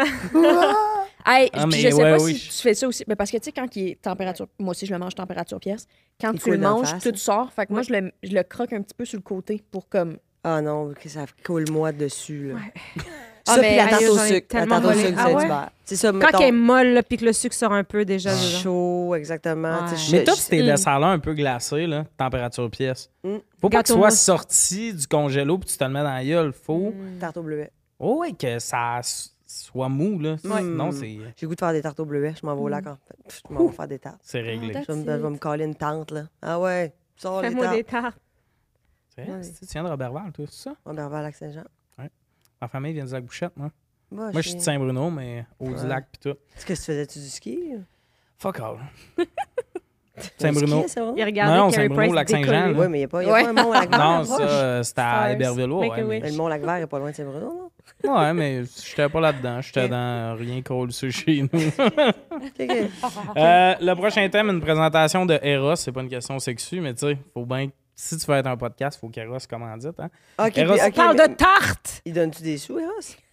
Hey, Ah, puis mais je sais ouais, pas oui. si tu fais ça aussi. Mais parce que, tu sais, quand il est température, moi aussi, je le mange température pièce. Quand Il tu le coule d'en manges, face, tout hein. sort. Fait que moi, je le, je le croque un petit peu sur le côté pour comme. Ah non, que ça coule moi dessus. Là. Ah, Ça, puis mais la tarte aïe, au ben, j'en ai sucre. La tellement tarte au volé. sucre du Ah ouais? Saint-Hubert. C'est ça, Quand mettons, elle est molle, là, puis que le sucre sort un peu déjà. genre. chaud, exactement. Ouais. tu sais, Mais je- toi, je- c'est tes desserts-là un peu glacés, là, température pièce. Mm. Faut pas que Gâteau tu sois mousse. Mm. sorti du congélo puis tu te le mets dans la gueule. Faut Tarte au bleuet. oh, ouais, que ça s- soit mou, là. Mm. Sinon, c'est, J'ai le goût de faire des tartes au bleuet. Je m'en vais au lac. en fait. Pff, Je m'en vais faire des tartes. c'est réglé. Ah, Je vais me- That's je vais it. me coller une tente, là. Ah ouais, sors les Fais-moi tartes. des tartes. C'est vrai? C'est- Tu viens de Robertval, toi, c'est ça? On va vers Lac-Saint-Jean. Ma famille vient de Zac Bouchette, moi. Ah, Moi, Moi, je suis de Saint-Bruno, mais au du lac pis tout. Est-ce que tu faisais-tu du ski? Fuck all. Du Saint-Bruno. ski, c'est vrai? Il regardait Non, non, Carrie Saint-Bruno, Price Lac-Saint-Jean, décoller. là. Oui, mais il n'y a pas, y a Ouais. pas un mont lac Non, vert. ça, proche. euh, c'était à Stars, Héberville. Ouais, Make a mais- Mais Le mont lac vert n'est pas loin de Saint-Bruno, non? ouais, mais j'étais pas là-dedans. J'étais dans rien qu'au dessus chez nous. Ok, ok. Euh, le prochain thème, une présentation de Eros. C'est pas une question sexu, mais tu sais, faut bien. Si tu veux être un podcast, faut qu'Eros commandite. Hein? Ok, puis- Eros, ok, on Parle mais- de tartes! Il donne-tu des sous, Eros?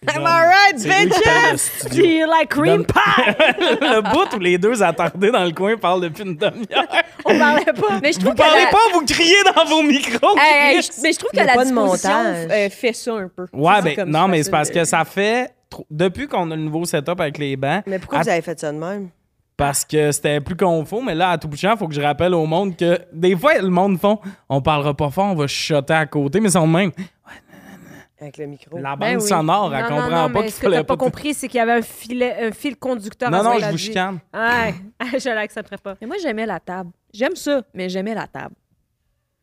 Am I right, bitches? Do you like cream pie? le bout où les deux attardés dans le coin parlent depuis une demi-heure. On parlait pas. Mais je trouve Vous que. la- parlez pas, vous criez dans vos micros. Hey, hey, Christ. je- mais je trouve que Il y a la pas de disposition montage. euh, fait ça un peu. Ouais, C'est ben comme non, ça, mais c'est parce euh, que ça fait. trop- Depuis qu'on a le nouveau setup avec les bancs, Mais pourquoi à- vous avez fait ça de même? parce que c'était plus confo, mais là, à tout bout de champ, faut que je rappelle au monde que des fois, le monde font on parlera pas fort, on va chuchoter à côté, mais ils sont de même. Avec le micro. La bande Ben oui. sonore, Non, elle non, comprend non, pas mais qu'il Ce que t'as fallait pas. pas compris, c'est qu'il y avait un fil, un fil conducteur à Non, ce non, qu'elle je a vous dit. chicane. Ouais, je l'accepterai pas. Mais moi, j'aimais la table. J'aime ça, mais j'aimais la table.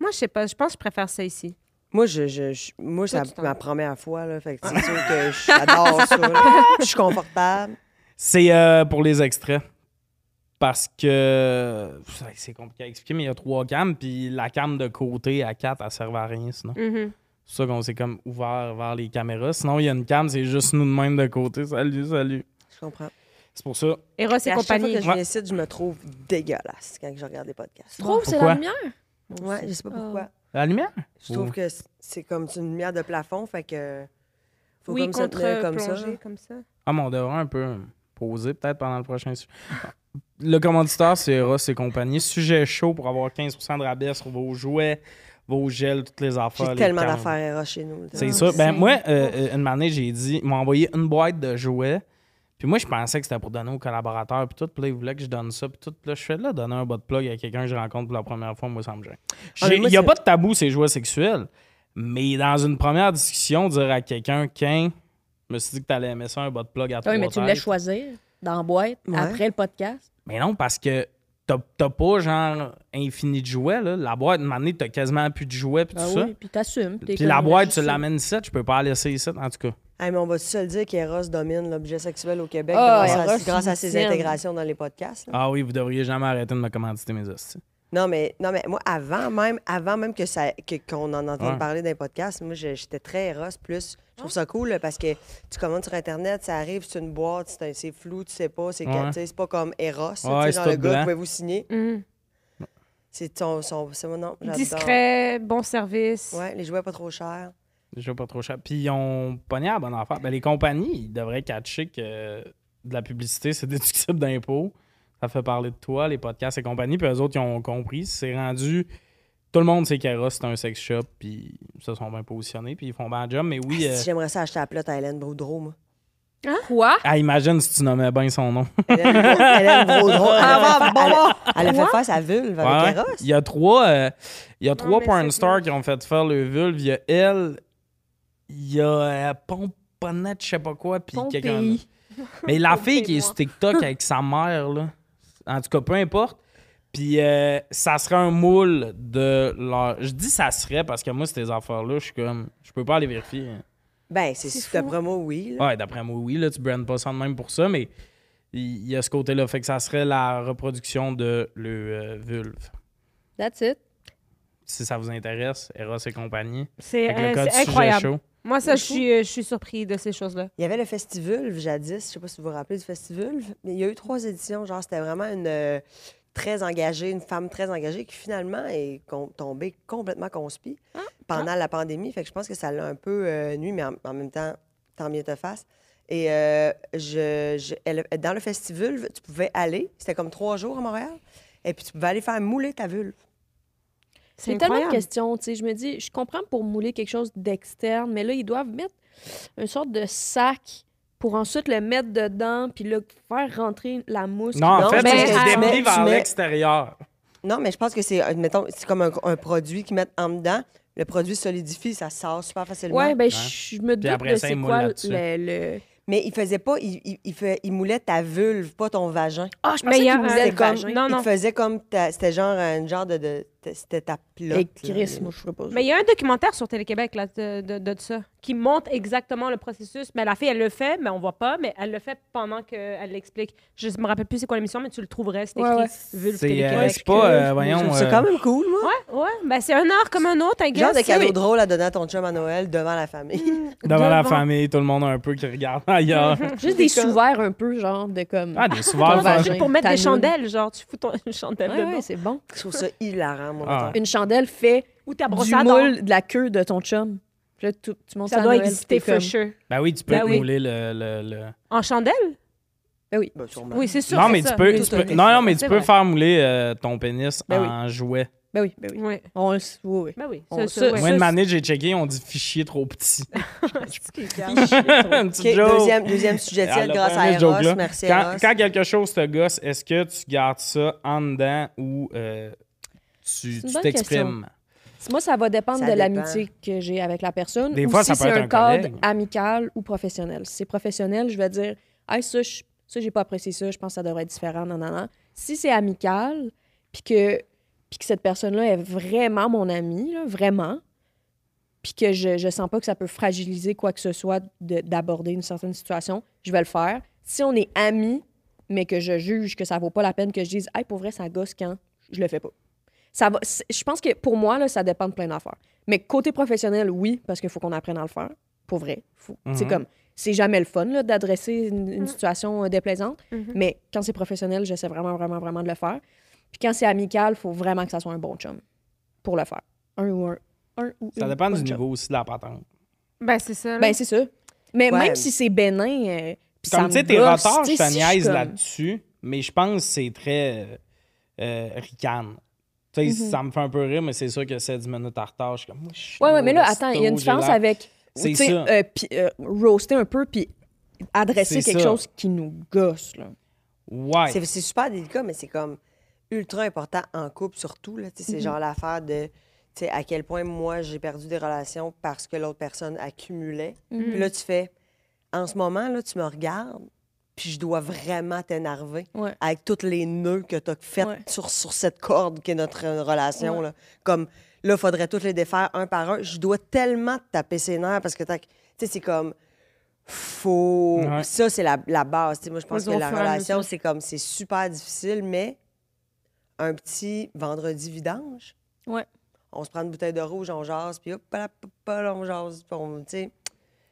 Moi, je sais pas, je pense que je préfère ça ici. Moi, je, je, je- moi Toi, c'est tu t'en- ma première fois, là. Fait que c'est sûr que j'adore ça. là. Je suis confortable. C'est euh, pour les extraits. Parce que ça, c'est compliqué à expliquer, mais il y a trois cams, puis la cam de côté à quatre, elle servait à rien sinon. Mhm. C'est ça qu'on s'est comme ouvert vers les caméras. Sinon, il y a une cam, c'est juste nous de même de côté. Salut, salut. Je comprends. C'est pour ça. Eros C'est et à chaque fois compagnie. que je Ouais. viens ici, je me trouve dégueulasse quand je regarde les podcasts. Tu trouves, c'est Pourquoi? la lumière? Ouais, je sais pas pourquoi. La lumière? Je trouve Oh. que c'est- c'est comme une lumière de plafond, fait que faut oui, comme ça tenir comme ça. contre-plongée, comme ça. Ah, mais on devrait un peu poser peut-être pendant le prochain sujet. Le commanditeur, c'est Ross et compagnie. Sujet chaud pour avoir 15 de rabais sur vos jouets, vos gels, toutes les affaires. J'ai les tellement cams. d'affaires à chez nous. là. C'est Ah, ça. Ben, c'est- moi, euh, euh, une année, j'ai dit, ils m'ont envoyé une boîte de jouets. Puis moi, je pensais que c'était pour donner aux collaborateurs. Puis tout, puis là, ils voulaient que je donne ça. Puis tout, puis là, je fais là, donner un bas de plug à quelqu'un que je rencontre pour la première fois, moi, ça me gêne. Ah, mais J'ai- Il moi, n'y a c'est- pas de tabou, ces jouets sexuels. Mais dans une première discussion, dire à quelqu'un, qu'un, je me suis dit que t'allais aimer ça, un bas de plug à toi. Ah Oui, mais tu me laisses choisir dans la boîte Ouais. après le podcast. Mais non, parce que t'as t'as pas, genre, infini de jouets, là. La boîte, une année, t'as quasiment plus de jouets, puis Ah tout ça. oui, puis t'assumes. t'es Puis comme, la euh, boîte, je tu sais. l'amènes ici, tu peux pas la laisser ici, en tout cas. Hey, mais on va se le dire qu'Eros domine l'objet sexuel au Québec Ah, grâce, à, Eros, grâce à il ses domine. intégrations dans les podcasts. là. Ah oui, vous devriez jamais arrêter de me commanditer mes hosties. Non, mais, non, mais moi, avant même, avant même que ça, que, qu'on en entende Ouais. parler d'un podcast, moi, je- j'étais très Eros plus. Je trouve ça cool là, parce que tu commandes sur Internet, ça arrive, c'est une boîte, c'est, un- c'est flou, tu sais pas, c'est, que- Ouais. tu sais, c'est pas comme Eros. tu sais, Ouais, c'est genre, tout le blanc. gars, pouvez-vous signer? Hum. C'est ton, son, c'est mon nom. j'adore. Discret, bon service. Ouais, les jouets pas trop chers. Déjà pas trop cher. Puis ils ont pogné à la bonne affaire. Ben, les compagnies, ils devraient catcher que de la publicité, c'est déductible d'impôts. Ça fait parler de toi, les podcasts et compagnie. Puis eux autres, ils ont compris. C'est rendu. Tout le monde sait qu'Eros, c'est un sex shop. Puis ils se sont bien positionnés. Puis ils font bien le job. Mais oui. Ah, euh, si j'aimerais ça acheter à plot à Hélène Broudreau, moi. Quoi? Ah, imagine si tu nommais bien son nom. Hélène Broudreau, Hélène Broudreau, elle, Ah, a fait, bon, elle a- bon. elle a fait faire sa vulve avec Ouais. Eros. Il y a trois, euh, il y a trois mais porn c'est stars moche. qui ont fait faire le vulve. Il y a elle, il y a euh, Pomponette, je sais pas quoi, puis quelqu'un. d'autre. Pompéi. Mais la fille qui est sur Pompez-moi. TikTok avec sa mère, là, en tout cas, peu importe. Puis euh, ça serait un moule de leur. Je dis ça serait parce que moi, ces affaires-là, je suis comme. Je peux pas aller vérifier. hein. Ben, c'est, C'est c'est d'après moi, oui. là. Ouais, d'après moi, oui, là, tu brandes pas ça de même pour ça, mais il il y a ce côté-là. Fait que ça serait la reproduction de le euh, vulve. That's it. si ça vous intéresse, Eros et compagnie. C'est Fait que le euh, code c'est sujet incroyable. chaud. Moi, ça, je suis, euh, je suis surpris de ces choses-là. Il y avait le Festivulve jadis, je sais pas si vous vous rappelez du Festivulve, mais il y a eu trois éditions. Genre, c'était vraiment une euh, très engagée, une femme très engagée qui finalement est com- tombée complètement conspi pendant la pandémie. Fait que je pense que ça l'a un peu euh, nuit, mais en, en même temps, tant mieux te fasse. Et euh, je, je- elle- dans le Festivulve, tu pouvais aller, c'était comme trois jours à Montréal, et puis tu pouvais aller faire mouler ta vulve. C'est C'est tellement de incroyable. questions, tu sais. Je me dis, je comprends pour mouler quelque chose d'externe, mais là, ils doivent mettre une sorte de sac pour ensuite le mettre dedans, puis là, faire rentrer la mousse. Non, en Non, fait, mais c'est tu se mets- débris tu vers mets- l'extérieur. Non, mais je pense que c'est, euh, mettons, c'est comme un, un produit qu'ils mettent en dedans. Le produit solidifie, ça sort super facilement. Ouais, ben, je je me doute après de ça, c'est ils moulent quoi là-dessus. le... le- Mais il faisait pas, il, il, il fait- il moulait ta vulve, pas ton vagin. Ah, je Mais pensais il y a qu'ils un- moulaient c'est le comme- vagin. Non, il non. te faisait comme, ta- c'était genre un genre de, de- de- c'était ta pilote. Et là. Chris, moi, je ferais pas ça. Mais il y a un documentaire sur Télé-Québec là, de, de, de ça qui montre exactement le processus. Mais la fille, elle le fait, mais on voit pas, mais elle le fait pendant qu'elle l'explique. Je me rappelle plus c'est quoi l'émission, mais tu le trouverais, c'est écrit Ouais, ouais. Vulve C'est euh, Télé-Québec. c'est pas, euh, voyons, C'est euh, quand même cool, moi. Ouais, ouais. Ben, c'est un art comme un autre, un Genre gars. de cadeau drôle à donner à ton chum à Noël devant la famille. devant, la famille, tout le monde a un peu qui regarde ailleurs. Juste des sous-verres un peu, genre, de comme... ah, des souverains. vagin. ça. Pour mettre Ta des moule. chandelles, genre, tu fous ton, une chandelle Ouais, dedans. ouais, c'est bon. je trouve ça hilarant, moi. Ah. Une chandelle fait Ou ta brosse du à dents. moule de la queue de ton chum. Puis là, tu, tu montes Ça à doit Noël, exister, puis t'es for comme- sure. Ben oui, tu peux Ben te oui. mouler le. le- le- En chandelle? Ben, sûrement. Oui, c'est sûr. Non, c'est mais tu ça. peux, Tout tu a peux- été non, fait. non, mais tu C'est peux vrai. faire mouler euh, ton pénis Ben oui. en jouet. Ben oui, ben oui. Oui. On le... s- Oui, oui. Ben oui, On- c'est ça- sûr. ouais. Moi, une manée, j'ai checké, on dit fichier trop petit. Un OK, petit joke. deuxième, deuxième sujet de Ah, ciel le grâce à premier Eros. joke-là. Merci, Quand, Eros. quand quelque chose te gosse, est-ce que tu gardes ça en dedans ou euh, tu une tu bonne t'exprimes? Moi, ça va dépendre Ça de dépend. l'amitié que j'ai avec la personne. Des ou fois, si ça peut c'est être un, un cadre collègue. amical ou professionnel. Si c'est professionnel, je vais dire Hey, ça, je- ça, j'ai pas apprécié ça, je pense que ça devrait être différent. Non, non, non. Si c'est amical, puis que, puis que cette personne-là est vraiment mon amie, là, vraiment, puis que je, je sens pas que ça peut fragiliser quoi que ce soit de- d'aborder une certaine situation, je vais le faire. Si on est amis, mais que je juge que ça vaut pas la peine que je dise Hey, pour vrai, ça gosse quand je le fais pas. Ça va, c'est- je pense que pour moi, là, ça dépend de plein d'affaires. Mais côté professionnel, oui, parce qu'il faut qu'on apprenne à le faire. Pour vrai. Faut- Mhm. C'est comme, c'est jamais le fun là, d'adresser une, une situation euh, déplaisante. Mhm. Mais quand c'est professionnel, j'essaie vraiment, vraiment, vraiment de le faire. Puis quand c'est amical, faut vraiment que ça soit un bon chum pour le faire. Un ou un. un ou Ça une dépend du bonne chum. niveau aussi de la patente. Ben, c'est ça. là. Ben, c'est ça. Mais Ouais. même si c'est bénin. euh, puis ça Comme me tu sais, t'es gosse, retard, tu je sais, te si niaise comme- là-dessus, mais je pense que c'est très euh, euh, ricane. Tu sais, Mm-hmm. ça me fait un peu rire, mais c'est sûr que c'est 10 minutes en retard. Je suis comme, moi, je suis Ouais, ouais, lourd, mais là, esti, attends, il y a une j'ai l'air- différence avec. C'est tu sais, ça. euh, puis, euh, roaster un peu, puis adresser C'est quelque ça. chose qui nous gosse. Là. Ouais. C'est c'est super délicat, mais c'est comme ultra important en couple, surtout. là. Tu sais, C'est genre l'affaire de tu sais, à quel point moi j'ai perdu des relations parce que l'autre personne accumulait. Puis là, tu fais en ce moment, là, tu me regardes, puis je dois vraiment t'énerver Ouais. avec tous les nœuds que tu as fait Ouais. sur, sur cette corde qui est notre euh, relation. Là. Comme là, faudrait toutes les défaire un par un. Je dois tellement te taper ses nerfs parce que t'as- tu sais, c'est comme faut. Ouais. Ça, c'est la, la base. Tu sais, moi, je pense Ouais, que au la fur et à relation, mesure. c'est comme c'est super difficile, mais un petit vendredi vidange. Ouais. On se prend une bouteille de rouge, on jase, puis hop, là, hop, là, on jase, puis on, tu sais,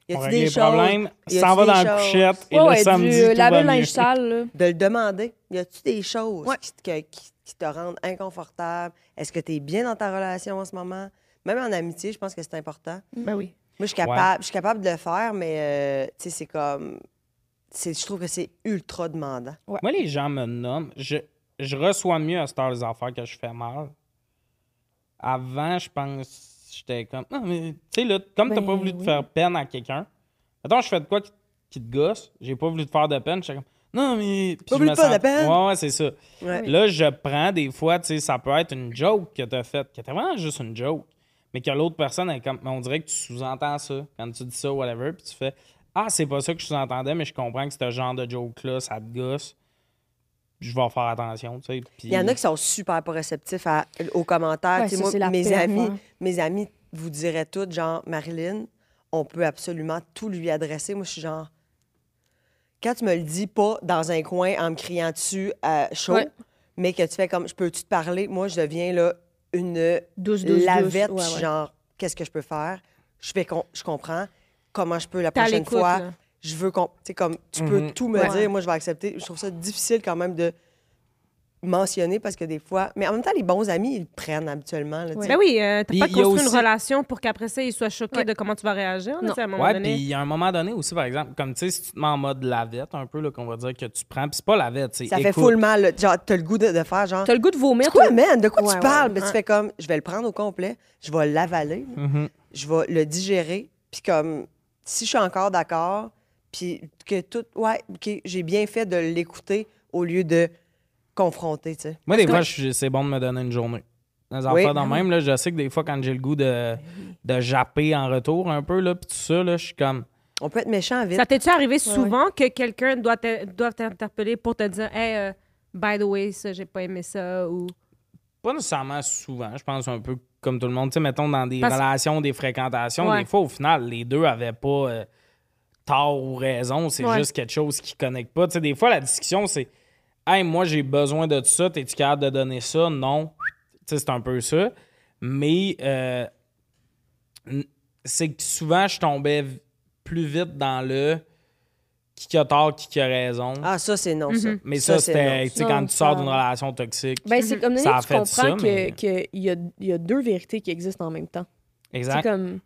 y On a-tu règle des les choses problèmes, Y a-tu s'en va des dans la choses? couchette et Ouais, le ouais, samedi, du, euh, tout laver va le mieux. linge sale, là. de le demander. Y a-tu des choses Ouais. qui, te- qui- qui te rendent inconfortable? Est-ce que tu es bien dans ta relation en ce moment? Même en amitié, je pense que c'est important. Ben oui. Moi, je suis capable, je suis capable de le faire, mais euh, tu sais, c'est comme. c'est- Je trouve que c'est ultra demandant. Moi, les gens me nomment. Je, je reçois mieux à cette heure les affaires que je fais mal. Avant, je pense, j'étais comme. Non, mais tu sais, là, comme t'as Ben pas voulu te oui. faire peine à quelqu'un, mettons, je fais de quoi qui, qui te gosse, j'ai pas voulu te faire de peine, j'étais comme. Non, mais. Puis je voulu me te faire sens- de peine. Ouais, ouais, c'est ça. Ouais. Là, je prends des fois, tu sais, ça peut être une joke que t'as faite, qui était vraiment juste une joke, mais que l'autre personne, elle est comme. mais on dirait que tu sous-entends ça quand tu dis ça, whatever, puis tu fais. Ah, c'est pas ça que je sous-entendais, mais je comprends que ce genre de joke-là, ça te gosse je vais faire attention, tu sais. puis- Il y en a qui sont super pas réceptifs à- aux commentaires. Ouais, Tu sais, ça, moi, c'est la mes pire amis, affaire. mes amis vous diraient toutes, genre, Marilyn, on peut absolument tout lui adresser. Moi, je suis genre, quand tu me le dis pas dans un coin en me criant dessus euh, chaud, Ouais. mais que tu fais comme, je peux-tu te parler? Moi, je deviens là une Douce, douce, lavette, douce. Ouais, ouais. genre, qu'est-ce que je peux faire? Je fais, com- je comprends. Comment je peux la T'es à prochaine l'écoute, fois? là. Je veux qu'on. Tu sais, comme, tu peux tout me Ouais. dire, moi, je vais accepter. Je trouve ça difficile quand même de mentionner parce que des fois. Mais en même temps, les bons amis, ils le prennent habituellement. là, tu sais. Ben oui, euh, t'as Puis pas il y a construit aussi- une relation pour qu'après ça, il soit choqué Ouais. de comment tu vas réagir, là, Non. tu sais, à un moment Ouais, puis donné. il y a un moment donné aussi, par exemple, comme tu sais, si tu te mets en mode lavette, un peu, là, qu'on va dire que tu prends, puis c'est pas lavette, c'est. Ça fait full mal. là. Genre, t'as le goût de, de faire genre. T'as le goût de vomir. C'est quoi, toi? man? De quoi Ouais, tu ouais. parles? Mais tu fais comme, je vais le prendre au complet, je vais l'avaler, là. je vais le digérer, puis comme, si je suis encore d'accord, puis que tout. Ouais, OK, j'ai bien fait de l'écouter au lieu de confronter, tu sais. Moi, des fois, je suis- c'est bon de me donner une journée. Dans les Oui. affaires de même, là, je sais que des fois, quand j'ai le goût de, de japper en retour un peu, là, puis tout ça, là, je suis comme. On peut être méchant vite. Ça t'est-tu arrivé souvent que quelqu'un doit te- doit t'interpeller pour te dire, hey, euh, by the way, ça, j'ai pas aimé ça, ou. Pas nécessairement souvent, je pense un peu comme tout le monde. Tu sais, mettons, dans des Parce- relations, des fréquentations, Ouais. des fois, au final, les deux avaient pas euh, tort ou raison, c'est Ouais. juste quelque chose qui connecte pas. Tu sais, des fois, la discussion, c'est Hey, moi, j'ai besoin de ça, t'es-tu capable de donner ça? Non. Tu sais, c'est un peu ça. Mais euh, n- c'est que souvent, je tombais v- plus vite dans le qui a tort, qui a raison. Ah, ça, c'est non, Mm-hmm. ça. Mais ça, c'est c'était, non. tu sais, Non, quand tu sors ça- d'une relation toxique. Ben, c'est comme Ça donné, a tu fait comprends ça, que- mais- que il y a, il y a deux vérités qui existent en même temps. C'est exact. comme.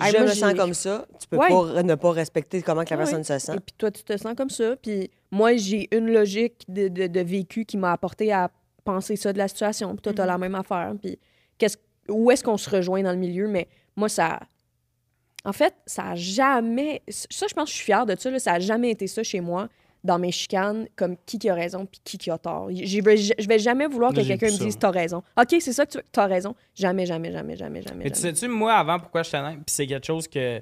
Hey, je moi, me j'ai- sens comme ça, tu peux Ouais. pas re- ne pas respecter comment que la Ouais. personne se sent. Et puis toi, tu te sens comme ça. Puis moi, j'ai une logique de, de- de vécu qui m'a apporté à penser ça de la situation. Puis toi, t'as la même affaire. Puis qu'est-ce, où est-ce qu'on se rejoint dans le milieu? Mais moi, ça. En fait, ça a jamais. Ça, je pense que je suis fière de ça. là. Ça a jamais été ça chez moi, dans mes chicanes, comme qui qui a raison puis qui qui a tort. Je vais, je vais jamais vouloir que Moi, j'ai quelqu'un plus me ça, dise moi. t'as raison. OK, c'est ça que tu veux. T'as raison. Jamais, jamais, jamais, jamais, jamais. Mais tu jamais. sais-tu, moi, avant, pourquoi je t'annonce? Puis c'est quelque chose que.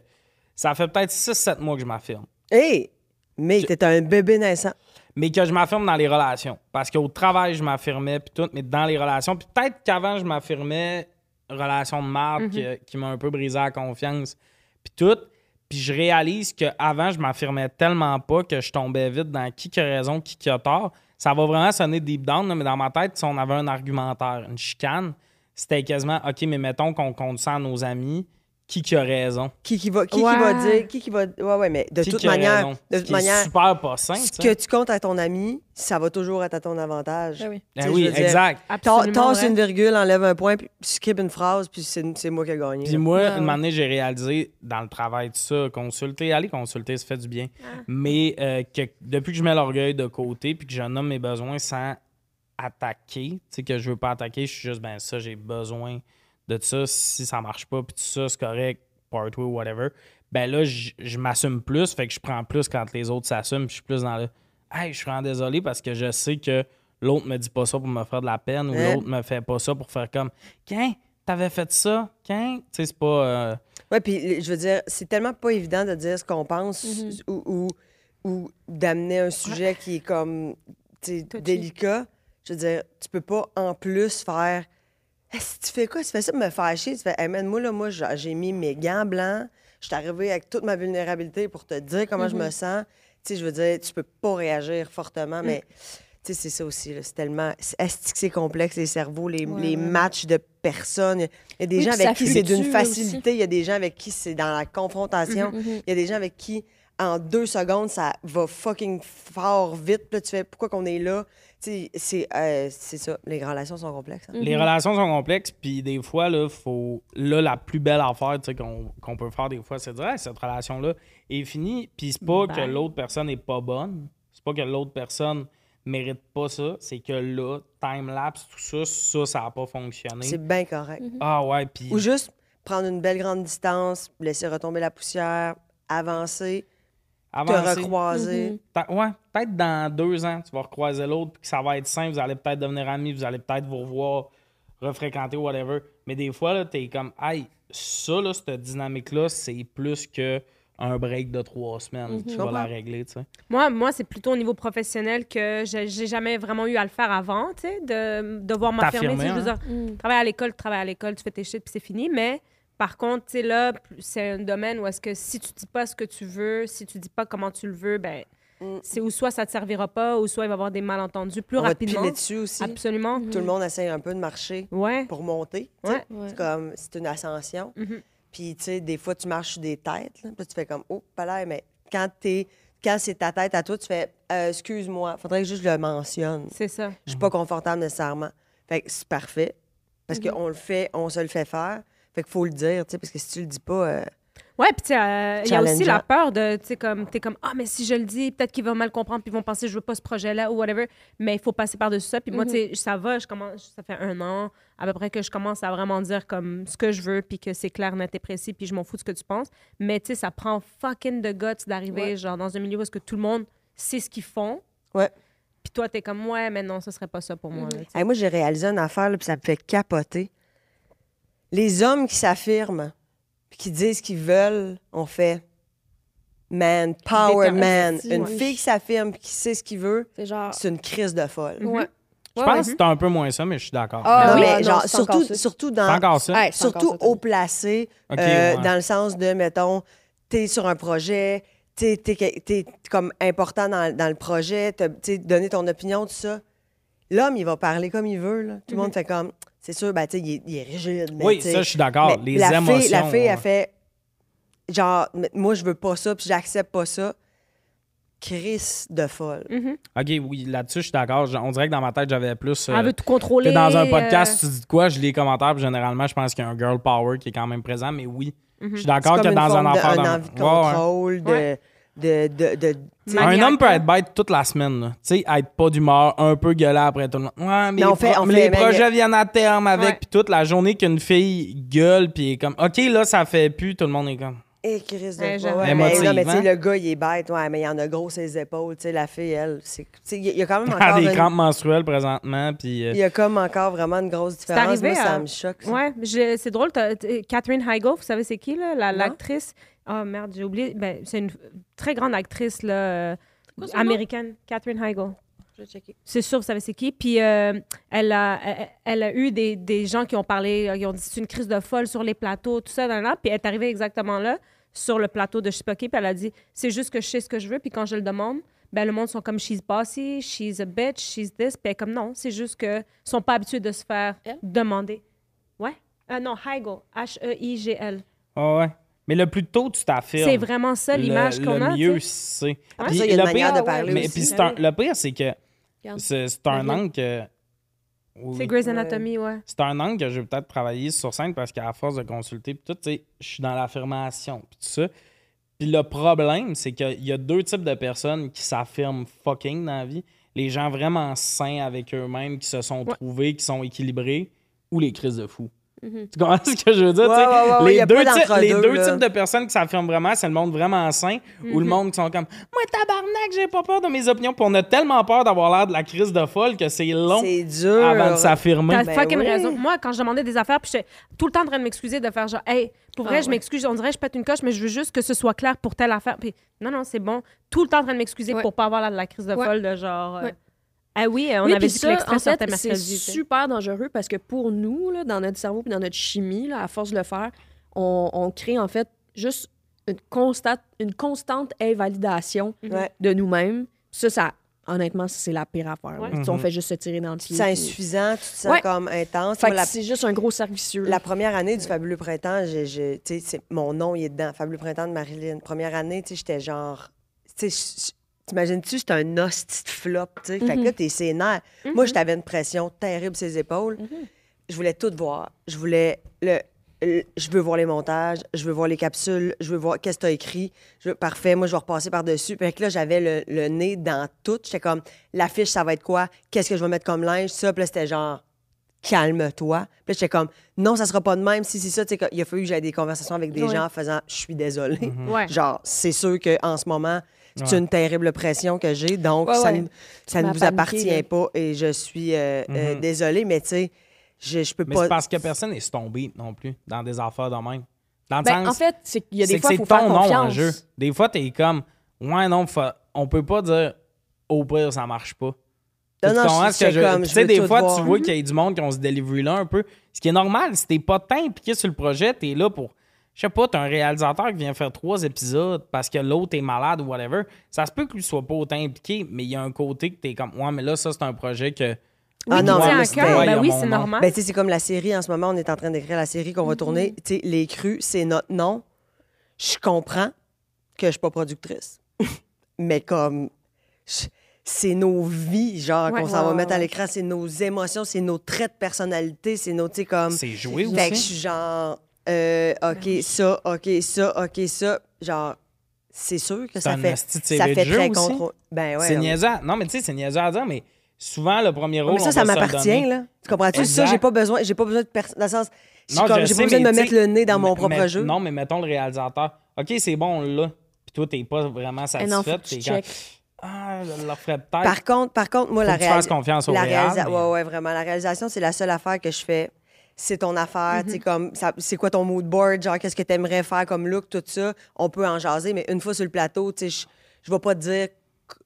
Ça fait peut-être 6-7 mois que je m'affirme. Hé! mais t'es un bébé naissant. Mais que je m'affirme dans les relations. Parce qu'au travail, je m'affirmais, puis tout, mais dans les relations. Puis peut-être qu'avant, je m'affirmais relation de marde que- qui m'a un peu brisé la confiance, puis tout. Puis je réalise qu'avant, je m'affirmais tellement pas que je tombais vite dans qui qui a raison, qui qui a tort. Ça va vraiment sonner deep down, là, mais dans ma tête, si on avait un argumentaire, une chicane, c'était quasiment, OK, mais mettons qu'on compte ça à nos amis, qui qui a raison? Qui, qui, va, qui, qui Ouais. va dire, qui, qui va. Ouais, ouais, mais de Qui toute qui a manière, raison? de Ce toute qui est manière, super pas sain, ce tu que sais. tu comptes à ton ami, ça va toujours être à ton avantage. Ben oui. Ben Tu sais, oui, je veux dire, exact. Ta- Absolument. Tasse vrai. une virgule, enlève un point, puis skip une phrase, puis c'est c'est moi qui ai gagné. Puis moi, Ouais, une ouais. année, j'ai réalisé dans le travail de ça, consulter, aller consulter, ça fait du bien. Ah. Mais euh, que depuis que je mets l'orgueil de côté, puis que je nomme mes besoins sans attaquer, tu sais, que je veux pas attaquer, je suis juste, ben ça, j'ai besoin de ça. Si ça marche pas, puis tout ça, c'est correct, part way, whatever. Ben là, je je m'assume plus, fait que je prends plus quand les autres s'assument, puis je suis plus dans le, hey, je suis vraiment désolé parce que je sais que l'autre me dit pas ça pour me faire de la peine, ou Ouais. l'autre me fait pas ça pour faire comme, quand t'avais fait ça, quand, tu sais, c'est pas. euh, Oui, puis je veux dire, c'est tellement pas évident de dire ce qu'on pense Mhm. ou, ou, ou d'amener un sujet qui est comme tu sais, Touchy. délicat. Je veux dire, tu peux pas en plus faire Hey, si tu fais quoi, tu fais ça pour me faire chier, tu fais hey, man, moi là, moi j'a- j'ai mis mes gants blancs, je suis arrivée avec toute ma Mhm. Mm. vulnérabilité pour te dire comment je me sens. Tu sais, je veux dire, tu peux pas réagir fortement, mais tu Tu sais, c'est ça aussi. là, C'est tellement. c'est- Est-ce que c'est complexe, les cerveaux, les, Ouais, les ouais, ouais. matchs de personnes? Il y a des Oui, gens puis avec ça qui c'est d'une fluctue facilité, il y a des gens avec qui c'est dans la confrontation, Mm-hmm. il y a des gens avec qui, en deux secondes, ça va fucking fort vite. Puis là, tu fais pourquoi qu'on est là? Tu sais, c'est euh, c'est ça. Les relations sont complexes. hein. Mhm. Les relations sont complexes, puis des fois, là, faut, là, la plus belle affaire tu sais, qu'on qu'on peut faire des fois, c'est de dire Hey, cette relation-là est finie, puis c'est pas que Bye. l'autre personne est pas bonne, c'est pas que l'autre personne mérite pas ça, c'est que là, time-lapse, tout ça, ça, ça a pas C'est Mm-hmm. fonctionné. bien correct. Ah ouais, puis. Ou juste prendre une belle grande distance, laisser retomber la poussière, avancer, avancer. te recroiser. Mm-hmm. Ta- Ouais, peut-être dans deux ans, tu vas recroiser l'autre, puis que ça va être simple, vous allez peut-être devenir amis, vous allez peut-être vous revoir, refréquenter, whatever. Mais des fois, là, t'es comme, hey, ça, là, cette dynamique-là, c'est plus que un break de trois Mhm. semaines. Tu vas la régler, tu sais. Moi, moi c'est plutôt au niveau professionnel que j'ai j'ai jamais vraiment eu à le faire avant, tu sais, de de devoir m'affirmer. T'affirmer, tu sais, je veux dire, Travaille à l'école, travaille à l'école, tu fais tes shit, puis c'est fini. Mais par contre, tu sais, là, c'est un domaine où est-ce que si tu dis pas ce que tu veux, si tu dis pas comment tu le veux, ben, Mm. c'est ou soit ça te servira pas, ou soit il va y avoir des malentendus plus On va te rapidement. piler dessus aussi. Absolument. Tout le monde essaye un peu de marcher Ouais. pour monter. tu sais. Ouais. Ouais. C'est comme, c'est une ascension. Mm-hmm. Mhm. Puis, tu sais, des fois, tu marches sur des têtes. Là, puis là, tu fais comme, oh, pas l'air. Mais quand, t'es- quand c'est ta tête à toi, tu fais, Euh, excuse-moi, faudrait que juste je le mentionne. C'est ça. Je Mm-hmm. suis pas confortable nécessairement. Fait que c'est parfait. Parce qu'on le fait, on se le fait faire. Fait qu'il faut le dire, tu sais, parce que si tu le dis pas, euh, Ouais, puis tu sais, euh, il y a aussi Challengeant. la peur de, tu sais, comme, t'es comme, ah, mais si je le dis, peut-être qu'ils vont mal comprendre, puis ils vont penser, je veux pas ce projet-là, ou whatever. Mais il faut passer par-dessus ça. Puis moi, Mhm. tu sais, ça va, je commence, ça fait un an à peu près que je commence à vraiment dire comme ce que je veux, puis que c'est clair, net et précis, puis je m'en fous de ce que tu penses. Mais tu sais, ça prend fucking de guts d'arriver, genre, dans un milieu où est-ce que tout le monde sait ce qu'ils font. Ouais. Puis toi, t'es comme, ouais, mais non, ce serait pas ça pour moi. là, tu sais. Hey, moi, j'ai réalisé une affaire, là, puis ça me fait capoter. Les hommes qui s'affirment, puis qui disent ce qu'ils veulent, on fait man, power Déter- man. Si, Une ouais. fille qui s'affirme, puis qui sait ce qu'il veut, C'est genre. Ah. c'est une crise de folle. Mhm. Ouais. Je ouais, pense que c'est un peu moins ça, mais je suis d'accord. Ah Non, Mais- oui? mais non, genre, c'est encore surtout, ça. surtout C'est dans, encore ça. Ouais, c'est encore surtout ça, t'as haut dit. placé, Ok, euh, ouais. dans le sens de, mettons, t'es sur un projet, t'es t'es- t'es comme important dans, dans le projet, t'as- t'sais, donner ton opinion, tout ça. L'homme, il va parler comme il veut. là. Tout Mm-hmm. le monde fait comme, c'est sûr, ben, t'sais, il, est, il est rigide. mais Oui, t'sais, ça, je suis d'accord. mais Les la émotions. euh, Fille, la fille, ouais. elle fait, genre, mais moi, je veux pas ça, puis j'accepte pas ça. Chris de folle. Mhm. OK, oui, là-dessus, je suis d'accord. Je- On dirait que dans ma tête, j'avais plus. euh, Elle veut tout contrôler. T'es dans un euh, podcast, tu dis de quoi, je lis les commentaires, puis généralement, je pense qu'il y a un girl power qui est quand même présent, mais oui, Mhm. je suis C'est d'accord comme que une dans un forme de- affaire... un d'un- envie de Ouais, ouais. contrôle, de- Ouais. de- de- de- tu sais, Un Maniaque, hein. homme peut là. être bête toute la semaine, là. tu sais, être pas d'humeur, un peu gueulé après tout le monde. Ouais, mais Non, on les, fait- pro- on fait- les mais- projets viennent à terme Ouais. avec, puis toute la journée qu'une fille gueule, puis est comme, OK, là, ça fait plus, tout le monde est comme. Et Eh, Chris de Ouais, fois, j'avoue. ouais, ben mais, non, mais tu sais, Émotivement. le gars, il est bête, ouais, mais il en a gros ses épaules. Tu sais, la fille, elle, c'est- tu sais, il y a quand même Ah, encore. des une- crampes menstruelles présentement, puis. euh, Il y a comme encore vraiment une grosse différence. arrivé Moi, ça à- me choque. ça. Ouais, je- c'est drôle. t'as- t'as- Catherine Heigl, vous savez c'est qui, là, la- Non. l'actrice? oh merde, j'ai oublié. Ben, c'est une très grande actrice là, euh, quoi son nom? américaine, Catherine Heigl. C'est sûr, vous savez c'est qui. Puis euh, elle, a, elle, elle a eu des, des gens qui ont parlé, euh, qui ont dit c'est une crise de folle sur les plateaux, tout ça, nan, nan. Puis elle est arrivée exactement là, sur le plateau de je sais pas qui, puis elle a dit c'est juste que je sais ce que je veux, puis quand je le demande, ben le monde sont comme she's bossy, she's a bitch, she's this, puis elle est comme non, c'est juste que ils sont pas habitués de se faire Elle? demander. Ouais. Euh, non, Heigl, E H-E-I-G-L. ouais, ouais. Mais le plus tôt tu t'affirmes. C'est vraiment ça l'image le- qu'on a. Le tu sais. mieux, c'est. Après Puis ça, il y a le une manière pire- de parler mais- aussi. puis c'est un- Le pire, c'est que Regarde. c'est c'est un Regarde. angle que. oui, C'est Grey's Anatomy, ouais. c'est un angle que je vais peut-être travailler sur scène parce qu'à force de consulter, puis tout, tu sais, je suis dans l'affirmation, puis tout ça. Puis le problème, c'est qu'il y a deux types de personnes qui s'affirment fucking dans la vie. Les gens vraiment sains avec eux-mêmes, qui se sont Ouais. trouvés, qui sont équilibrés, ou les crises de fous. Mhm. Tu comprends ce que je veux dire? Ouais, tu sais? ouais, ouais, ouais, y les a deux, pas types, les d'entre-deux, deux là. Mhm. types de personnes qui s'affirment vraiment, c'est le monde vraiment sain ou le monde qui sont comme Moi, tabarnak, j'ai pas peur de mes opinions. Puis on a tellement peur d'avoir l'air de la crise de folle que c'est long C'est dur. avant de s'affirmer. T'as Ben fucking oui. raison. Moi, quand je demandais des affaires, puis j'étais tout le temps en train de m'excuser, de faire genre, hey, pour vrai, Ah je ouais. m'excuse, on dirait que je pète une coche, mais je veux juste que ce soit clair pour telle affaire. Puis non, non, c'est bon. Tout le temps en train de m'excuser Ouais. pour pas avoir la, la crise de Ouais. folle, de genre. euh, Ouais. Ah oui, euh, on Oui, avait puis dit que ça, l'extrait en sortait fait, c'est mercredi. tu sais. super dangereux parce que pour nous, là, dans notre cerveau et dans notre chimie, là, à force de le faire, on, on crée en fait juste une, constate, une constante invalidation Mhm. Ouais. de nous-mêmes. Ça, ça honnêtement, c'est la pire affaire. Ouais. là. Tu Mhm. sais, On fait juste se tirer dans le Tu te pied. sens puis- insuffisant, tu te sens Ouais. comme intense. Fait Moi, que la, c'est juste un gros servicieux. la première année du Fabuleux Printemps, j'ai- j'ai- tu sais, c'est- mon nom, il est dedans. Fabuleux Printemps de Marilyn. Première année, tu sais, j'étais genre. tu sais, je- T'imagines-tu, c'était un hostie de flop, tu sais. Fait que là, t'es sénère. Moi, j'avais une pression terrible sur les épaules. Je voulais tout voir. Je voulais le. le- Je veux voir les montages, je veux voir les capsules, je veux voir qu'est-ce que t'as écrit. Je veux- parfait, moi, je vais repasser par-dessus. Fait que là, j'avais le, le nez dans tout. J'étais comme, l'affiche, ça va être quoi? Qu'est-ce que je vais mettre comme linge? Ça, puis là, c'était genre, calme-toi. Puis là, j'étais comme, non, ça sera pas de même. Si c'est ça, tu sais, que- il a fallu que j'aie des conversations avec des Ouais. Mhm. gens en faisant, je suis désolée. Ouais. Genre, c'est sûr qu'en ce moment, c'est Ouais. une terrible pression que j'ai, donc Ouais, ça, ouais. ne- ça m'as ne vous paniqué, appartient pas et je suis euh, euh, désolée, mais tu sais, je, je peux Mais pas. c'est parce que personne n'est tombé non plus dans des affaires de même. Dans le Ben, en sens- fait, c'est qu'il y a c'est des que fois, c'est il faut faire ton nom en confiance. jeu. Des fois, t'es comme, ouais, non, fa- on peut pas dire, au pire, ça marche pas. Non, non, tu comprends je- ce que je- je- comme, tu je sais, veux des tout fois, voir. tu vois qu'il y a du monde qui ont se délivré là un peu. Ce qui est normal, si t'es pas tant impliqué sur le projet, t'es là pour. Je sais pas, t'as un réalisateur qui vient faire trois épisodes parce que l'autre est malade ou whatever. Ça se peut que lui soit pas autant impliqué, mais il y a un côté que t'es comme, ouais, mais là, ça, c'est un projet que. Ah non, Ouais, C'est mais un c'était- cœur. ouais, il y Ben a oui, mon c'est nom. normal. Ben, tu sais, c'est comme la série en ce moment, on est en train d'écrire la série qu'on va tourner. Mm-hmm. Tu sais, les crues, c'est notre nom. Je comprends que je suis pas productrice, mais comme je- c'est nos vies, genre Ouais, qu'on s'en ouais, va ouais, mettre à ouais. l'écran, c'est nos émotions, c'est nos traits de personnalité, c'est nos, tu sais, comme. C'est joué aussi. Fait que je suis genre, euh, Ben OK, ça, OK, ça, OK, ça. Genre, c'est sûr que ça un fait. asti de série Ça de fait jeu très aussi. contrôle. Ben ouais. c'est ouais. niaiseux. à- Non, mais tu sais, c'est niaiseux à dire, mais souvent, le premier Ouais, rôle. Mais ça, Oh, on ça va se le m'appartient, donner. là. Tu comprends-tu? Ça, Exact. j'ai pas besoin, j'ai pas besoin de personne. Dans le sens, j'ai Non, comme- je sais, j'ai pas besoin de mais me tu mettre sais, le nez dans mon mais- propre mais- jeu. Non, mais mettons le réalisateur. OK, c'est bon, là. Puis toi, t'es pas vraiment Eh non, faut satisfait. que tu t'es comme, checkes. Ah, je leur ferais peut-être. Par contre, par contre, moi, Faut la que tu fasses réalisa- confiance au la réal, réalisa- mais- Ouais, ouais, vraiment. La réalisation, c'est la seule affaire que je fais. C'est ton affaire, Mm-hmm. tu sais, comme, ça- c'est quoi ton mood board, genre, qu'est-ce que tu aimerais faire comme look, tout ça. On peut en jaser, mais une fois sur le plateau, tu sais, je je vais pas te dire,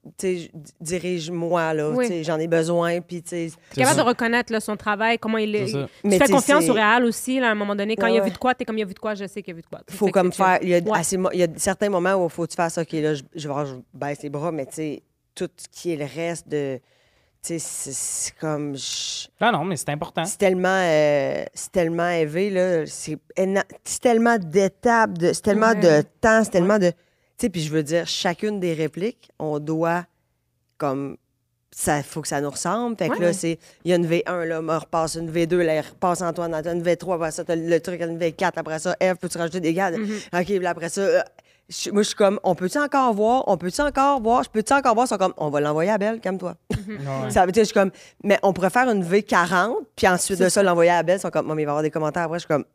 tu sais, je- dirige-moi, là, Oui. tu sais, j'en ai besoin, puis, tu sais. T'es capable ça. de reconnaître là, son travail, comment il C'est ça. est. Tu Mais tu fais sais, confiance c'est- au réel aussi, là, à un moment donné. Quand Ouais, il a ouais. vu de quoi, t'es comme il a vu de quoi, je sais qu'il a vu de quoi. faut Fait que comme c'est chill. faire. Il y, a Ouais. assez mo- il y a certains moments où il faut que tu fasses OK, là, je, je, vais- je baisse les bras, mais tu sais, tout ce qui est le reste de. Tu sais, c'est- c'est comme. je- Non, non, mais c'est important. C'est tellement, euh, c'est tellement élevé, là. C'est éno- c'est tellement d'étapes, de- c'est tellement de Ouais. temps, c'est tellement de. Tu sais, puis je veux dire, chacune des répliques, on doit comme. Ça faut que ça nous ressemble. Fait que là, c'est. Il y a une V1, là, on repasse une V2, là, il repasse Antoine, Antoine, une V3, après ça, t'as le truc, une V4, après ça, F, peux-tu rajouter des gars? Mm-hmm. OK, puis là, après ça. euh, je- moi, je suis comme, on peut-tu encore voir? On peut-tu encore voir? Je peux-tu encore voir? Ils sont comme, on va l'envoyer à Belle, calme-toi. Ça veut dire, je suis comme, mais on pourrait faire une V40, puis ensuite de ça, l'envoyer à la belle. Ils sont comme, Maman, il va y avoir des commentaires après. Je suis comme,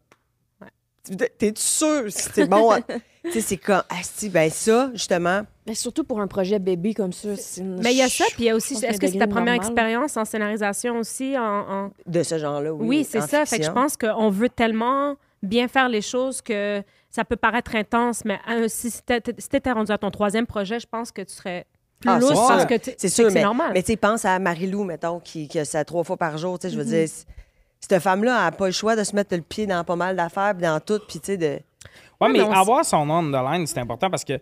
t'es sûr si c'est bon? hein? tu sais, c'est comme, ah si, ben ça, justement, Mais surtout pour un projet bébé comme ça. c'est une- Mais il y a ça, Je- puis il y a je aussi. pense qu'il y a Est-ce que un c'est ta degré première normal. expérience en scénarisation aussi? en- en... de ce genre-là, oui. Oui, c'est en ça. Fait que je fiction. pense qu'on veut tellement bien faire les choses que ça peut paraître intense, mais euh, si c'était si t'étais rendu à ton troisième projet, je pense que tu serais plus Ah, c'est lourd sûr. parce que tu- C'est fait sûr, que c'est mais, normal. mais tu sais, pense à Marie-Lou, mettons, qui, qui a ça trois fois par jour. Tu sais, je veux Mm-hmm. dire, c- cette femme-là n'a pas le choix de se mettre le pied dans pas mal d'affaires, puis dans tout, puis tu sais, de. Ouais, Ouais, mais mais on s- avoir son nom de line, c'est important parce que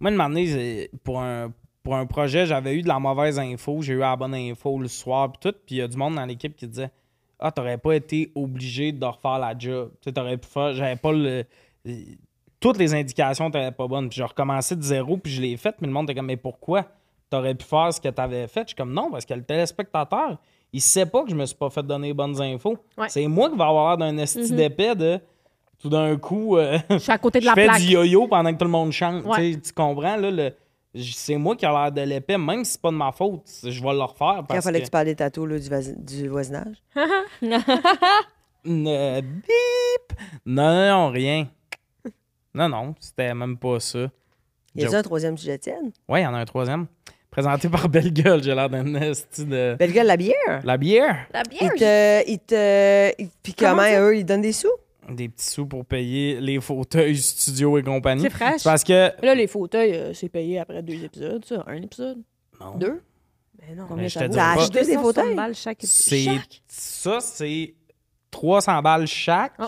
moi, une année, j'ai- pour un, pour un projet, j'avais eu de la mauvaise info. J'ai eu la bonne info le soir, puis tout. Puis il y a du monde dans l'équipe qui disait Ah, t'aurais pas été obligé de refaire la job. Tu sais, t'aurais pu faire. J'avais pas le. Toutes les indications t'étaient pas bonnes. Puis j'ai recommencé de zéro, puis je l'ai fait. Mais le monde était comme Mais pourquoi T'aurais pu faire ce que t'avais fait Je suis comme Non, parce que le téléspectateur, il sait pas que je me suis pas fait donner les bonnes infos. Ouais. Mm-hmm. C'est moi qui vais avoir l'air d'un esti d'épais de. Tout d'un coup. euh, Je suis à côté de je la fais plaque. du yo-yo pendant que tout le monde chante. Ouais. Tu sais, Tu comprends, là, le- j- c'est moi qui a l'air de l'épée, même si c'est pas de ma faute, c'est- je vais le refaire Quand il parce fallait que... que tu parles des tatous là, du, vas- du voisinage. Euh, bip! Non, non, non, rien. Non, non, c'était même pas ça. Il y a Joe. un troisième sujet, Étienne? Ouais, il y en a un troisième. Présenté par Belle Gueule, j'ai l'air d'un esti de... Belle gueule, la bière! La bière? La Ils bière, te, ils te, ils- puis comment, Comment ça? eux, ils donnent des sous? Des petits sous pour payer les fauteuils, studio et compagnie. C'est fraîche. Parce que... Mais Là, les fauteuils, euh, c'est payé après deux épisodes, ça. Un épisode. Non. Deux. Mais non, Mais je te ça dis vaut? pas. Ah, T'as acheté des 260 fauteuils? balles chaque C'est Chaque? ça, c'est 300 balles chaque. Oh.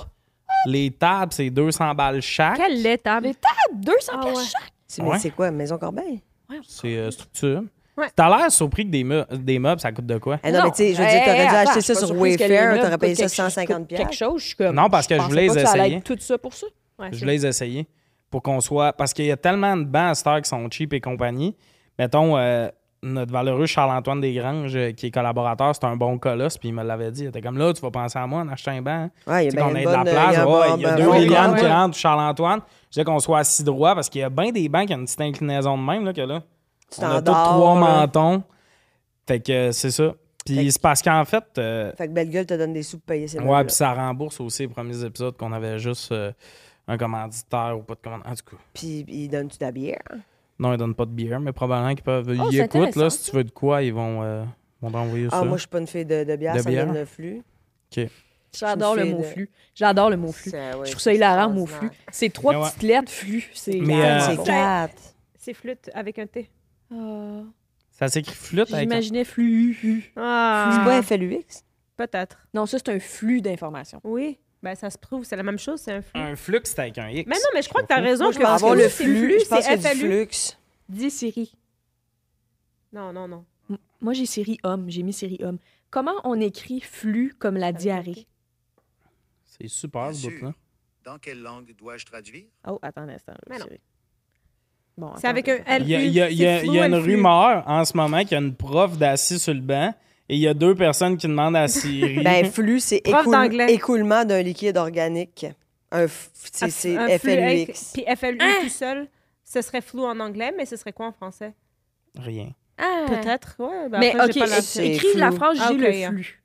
Les tables, c'est 200 balles chaque. Quelle lettre, hein? Mais 200 Ah pièces ouais. chaque. C'est mais Ouais. c'est quoi, Maison Corbeil? C'est euh, structure. Ouais. Ah, T'as l'air surpris que des, meu- des meubles, ça coûte de quoi? Eh non, mais tu sais, je veux dire, Hey, t'aurais dû attends, acheter je suis ça pas sur surprise que les Wayfair, meubles t'aurais payé ça coûtent quelque- 150 Quelque chose, je suis comme. Non, parce que je pensais voulais pas les que ça allait essayer. être tout ça pour ça. Ouais, Je c'est- voulais les essayer pour qu'on soit. Parce qu'il y a tellement de bancs à cette heure qui sont cheap et compagnie. Mettons, euh, notre valeureux Charles-Antoine Desgranges, euh, qui est collaborateur, c'est un bon colosse, puis il me l'avait dit. Il était comme là, tu vas penser à moi en achetant un banc. hein. Ouais, il y Tu sais, a bien qu'on une ait de ben, bonne- la place. il y a un ouais, bon- il y a ben, deux bon lianes banc, qui ouais. rentrent du Charles-Antoine. Je dis qu'on soit assis droit parce qu'il y a bien des bancs qui ont une petite inclinaison de même, là, que là. Tu On a tous t'endors, trois là. mentons. Fait que euh, c'est ça. Fait Puis que- c'est parce qu'en fait, euh, Fait que belle gueule te donne des sous pour payer ces ouais, meubles-là. puis ça rembourse aussi les premiers épisodes qu'on avait juste euh, un commanditaire ou pas de commanditaire. En tout cas, Puis ils donnent-tu de la bière? non, ils donnent pas de bière, mais probablement qu'ils peuvent. Oh, ils c'est écoutent, là, intéressant, si tu veux de quoi, ils vont, euh, vont t'envoyer Ah, ça. moi, je suis pas une fille de, de bière, De ça me bière? donne le flux. J'adore Je le suis mot de- flux. J'adore le mot flux. Ça, ouais, Je trouve ça c'est hilarant, mot flux. extraordinaire. C'est trois Mais ouais. petites lettres, flux. C'est Mais, Ah, euh, C'est bon. quatre. C'est flûte avec un T. Ah, Ça s'écrit flûte avec. J'imaginais flux. C'est pas Ah, FLUX? peut-être. Non, ça, c'est un flux d'informations. Oui. Ben, ça se prouve, c'est la même chose, c'est un flux. Un flux, c'est avec Ah, un X. Mais non, mais je crois que t'as raison. Moi, je pense que avoir le c'est flux, je c'est pense que c'est du FLU. flux. Dis Siri. Non, non, non. Moi, j'ai Siri homme. J'ai mis Siri homme. Comment on écrit flux comme la diarrhée? C'est super, ce Bien bout-là. Dans quelle langue dois-je traduire? Oh, attends un instant. là, Mais non. Siri. Bon, C'est avec un attendez. L. Il y a, il y a- il y a- il y a une rumeur en ce moment qu'il y a une prof d'assis sur le banc et il y a deux personnes qui demandent à Siri. Ben, flux, c'est Mhm. Prof écoule- d'anglais. Ah, écoulement d'un liquide organique. Un f- c'est c'est FLUX. Puis FLU tout seul, ce serait flou en anglais, mais ce serait quoi en français? Rien. Ah. Peut-être, ouais. ben Mais après, OK, j'ai pas la- c'est écris la flou. phrase, j'ai Ah, OK, le hein. flux.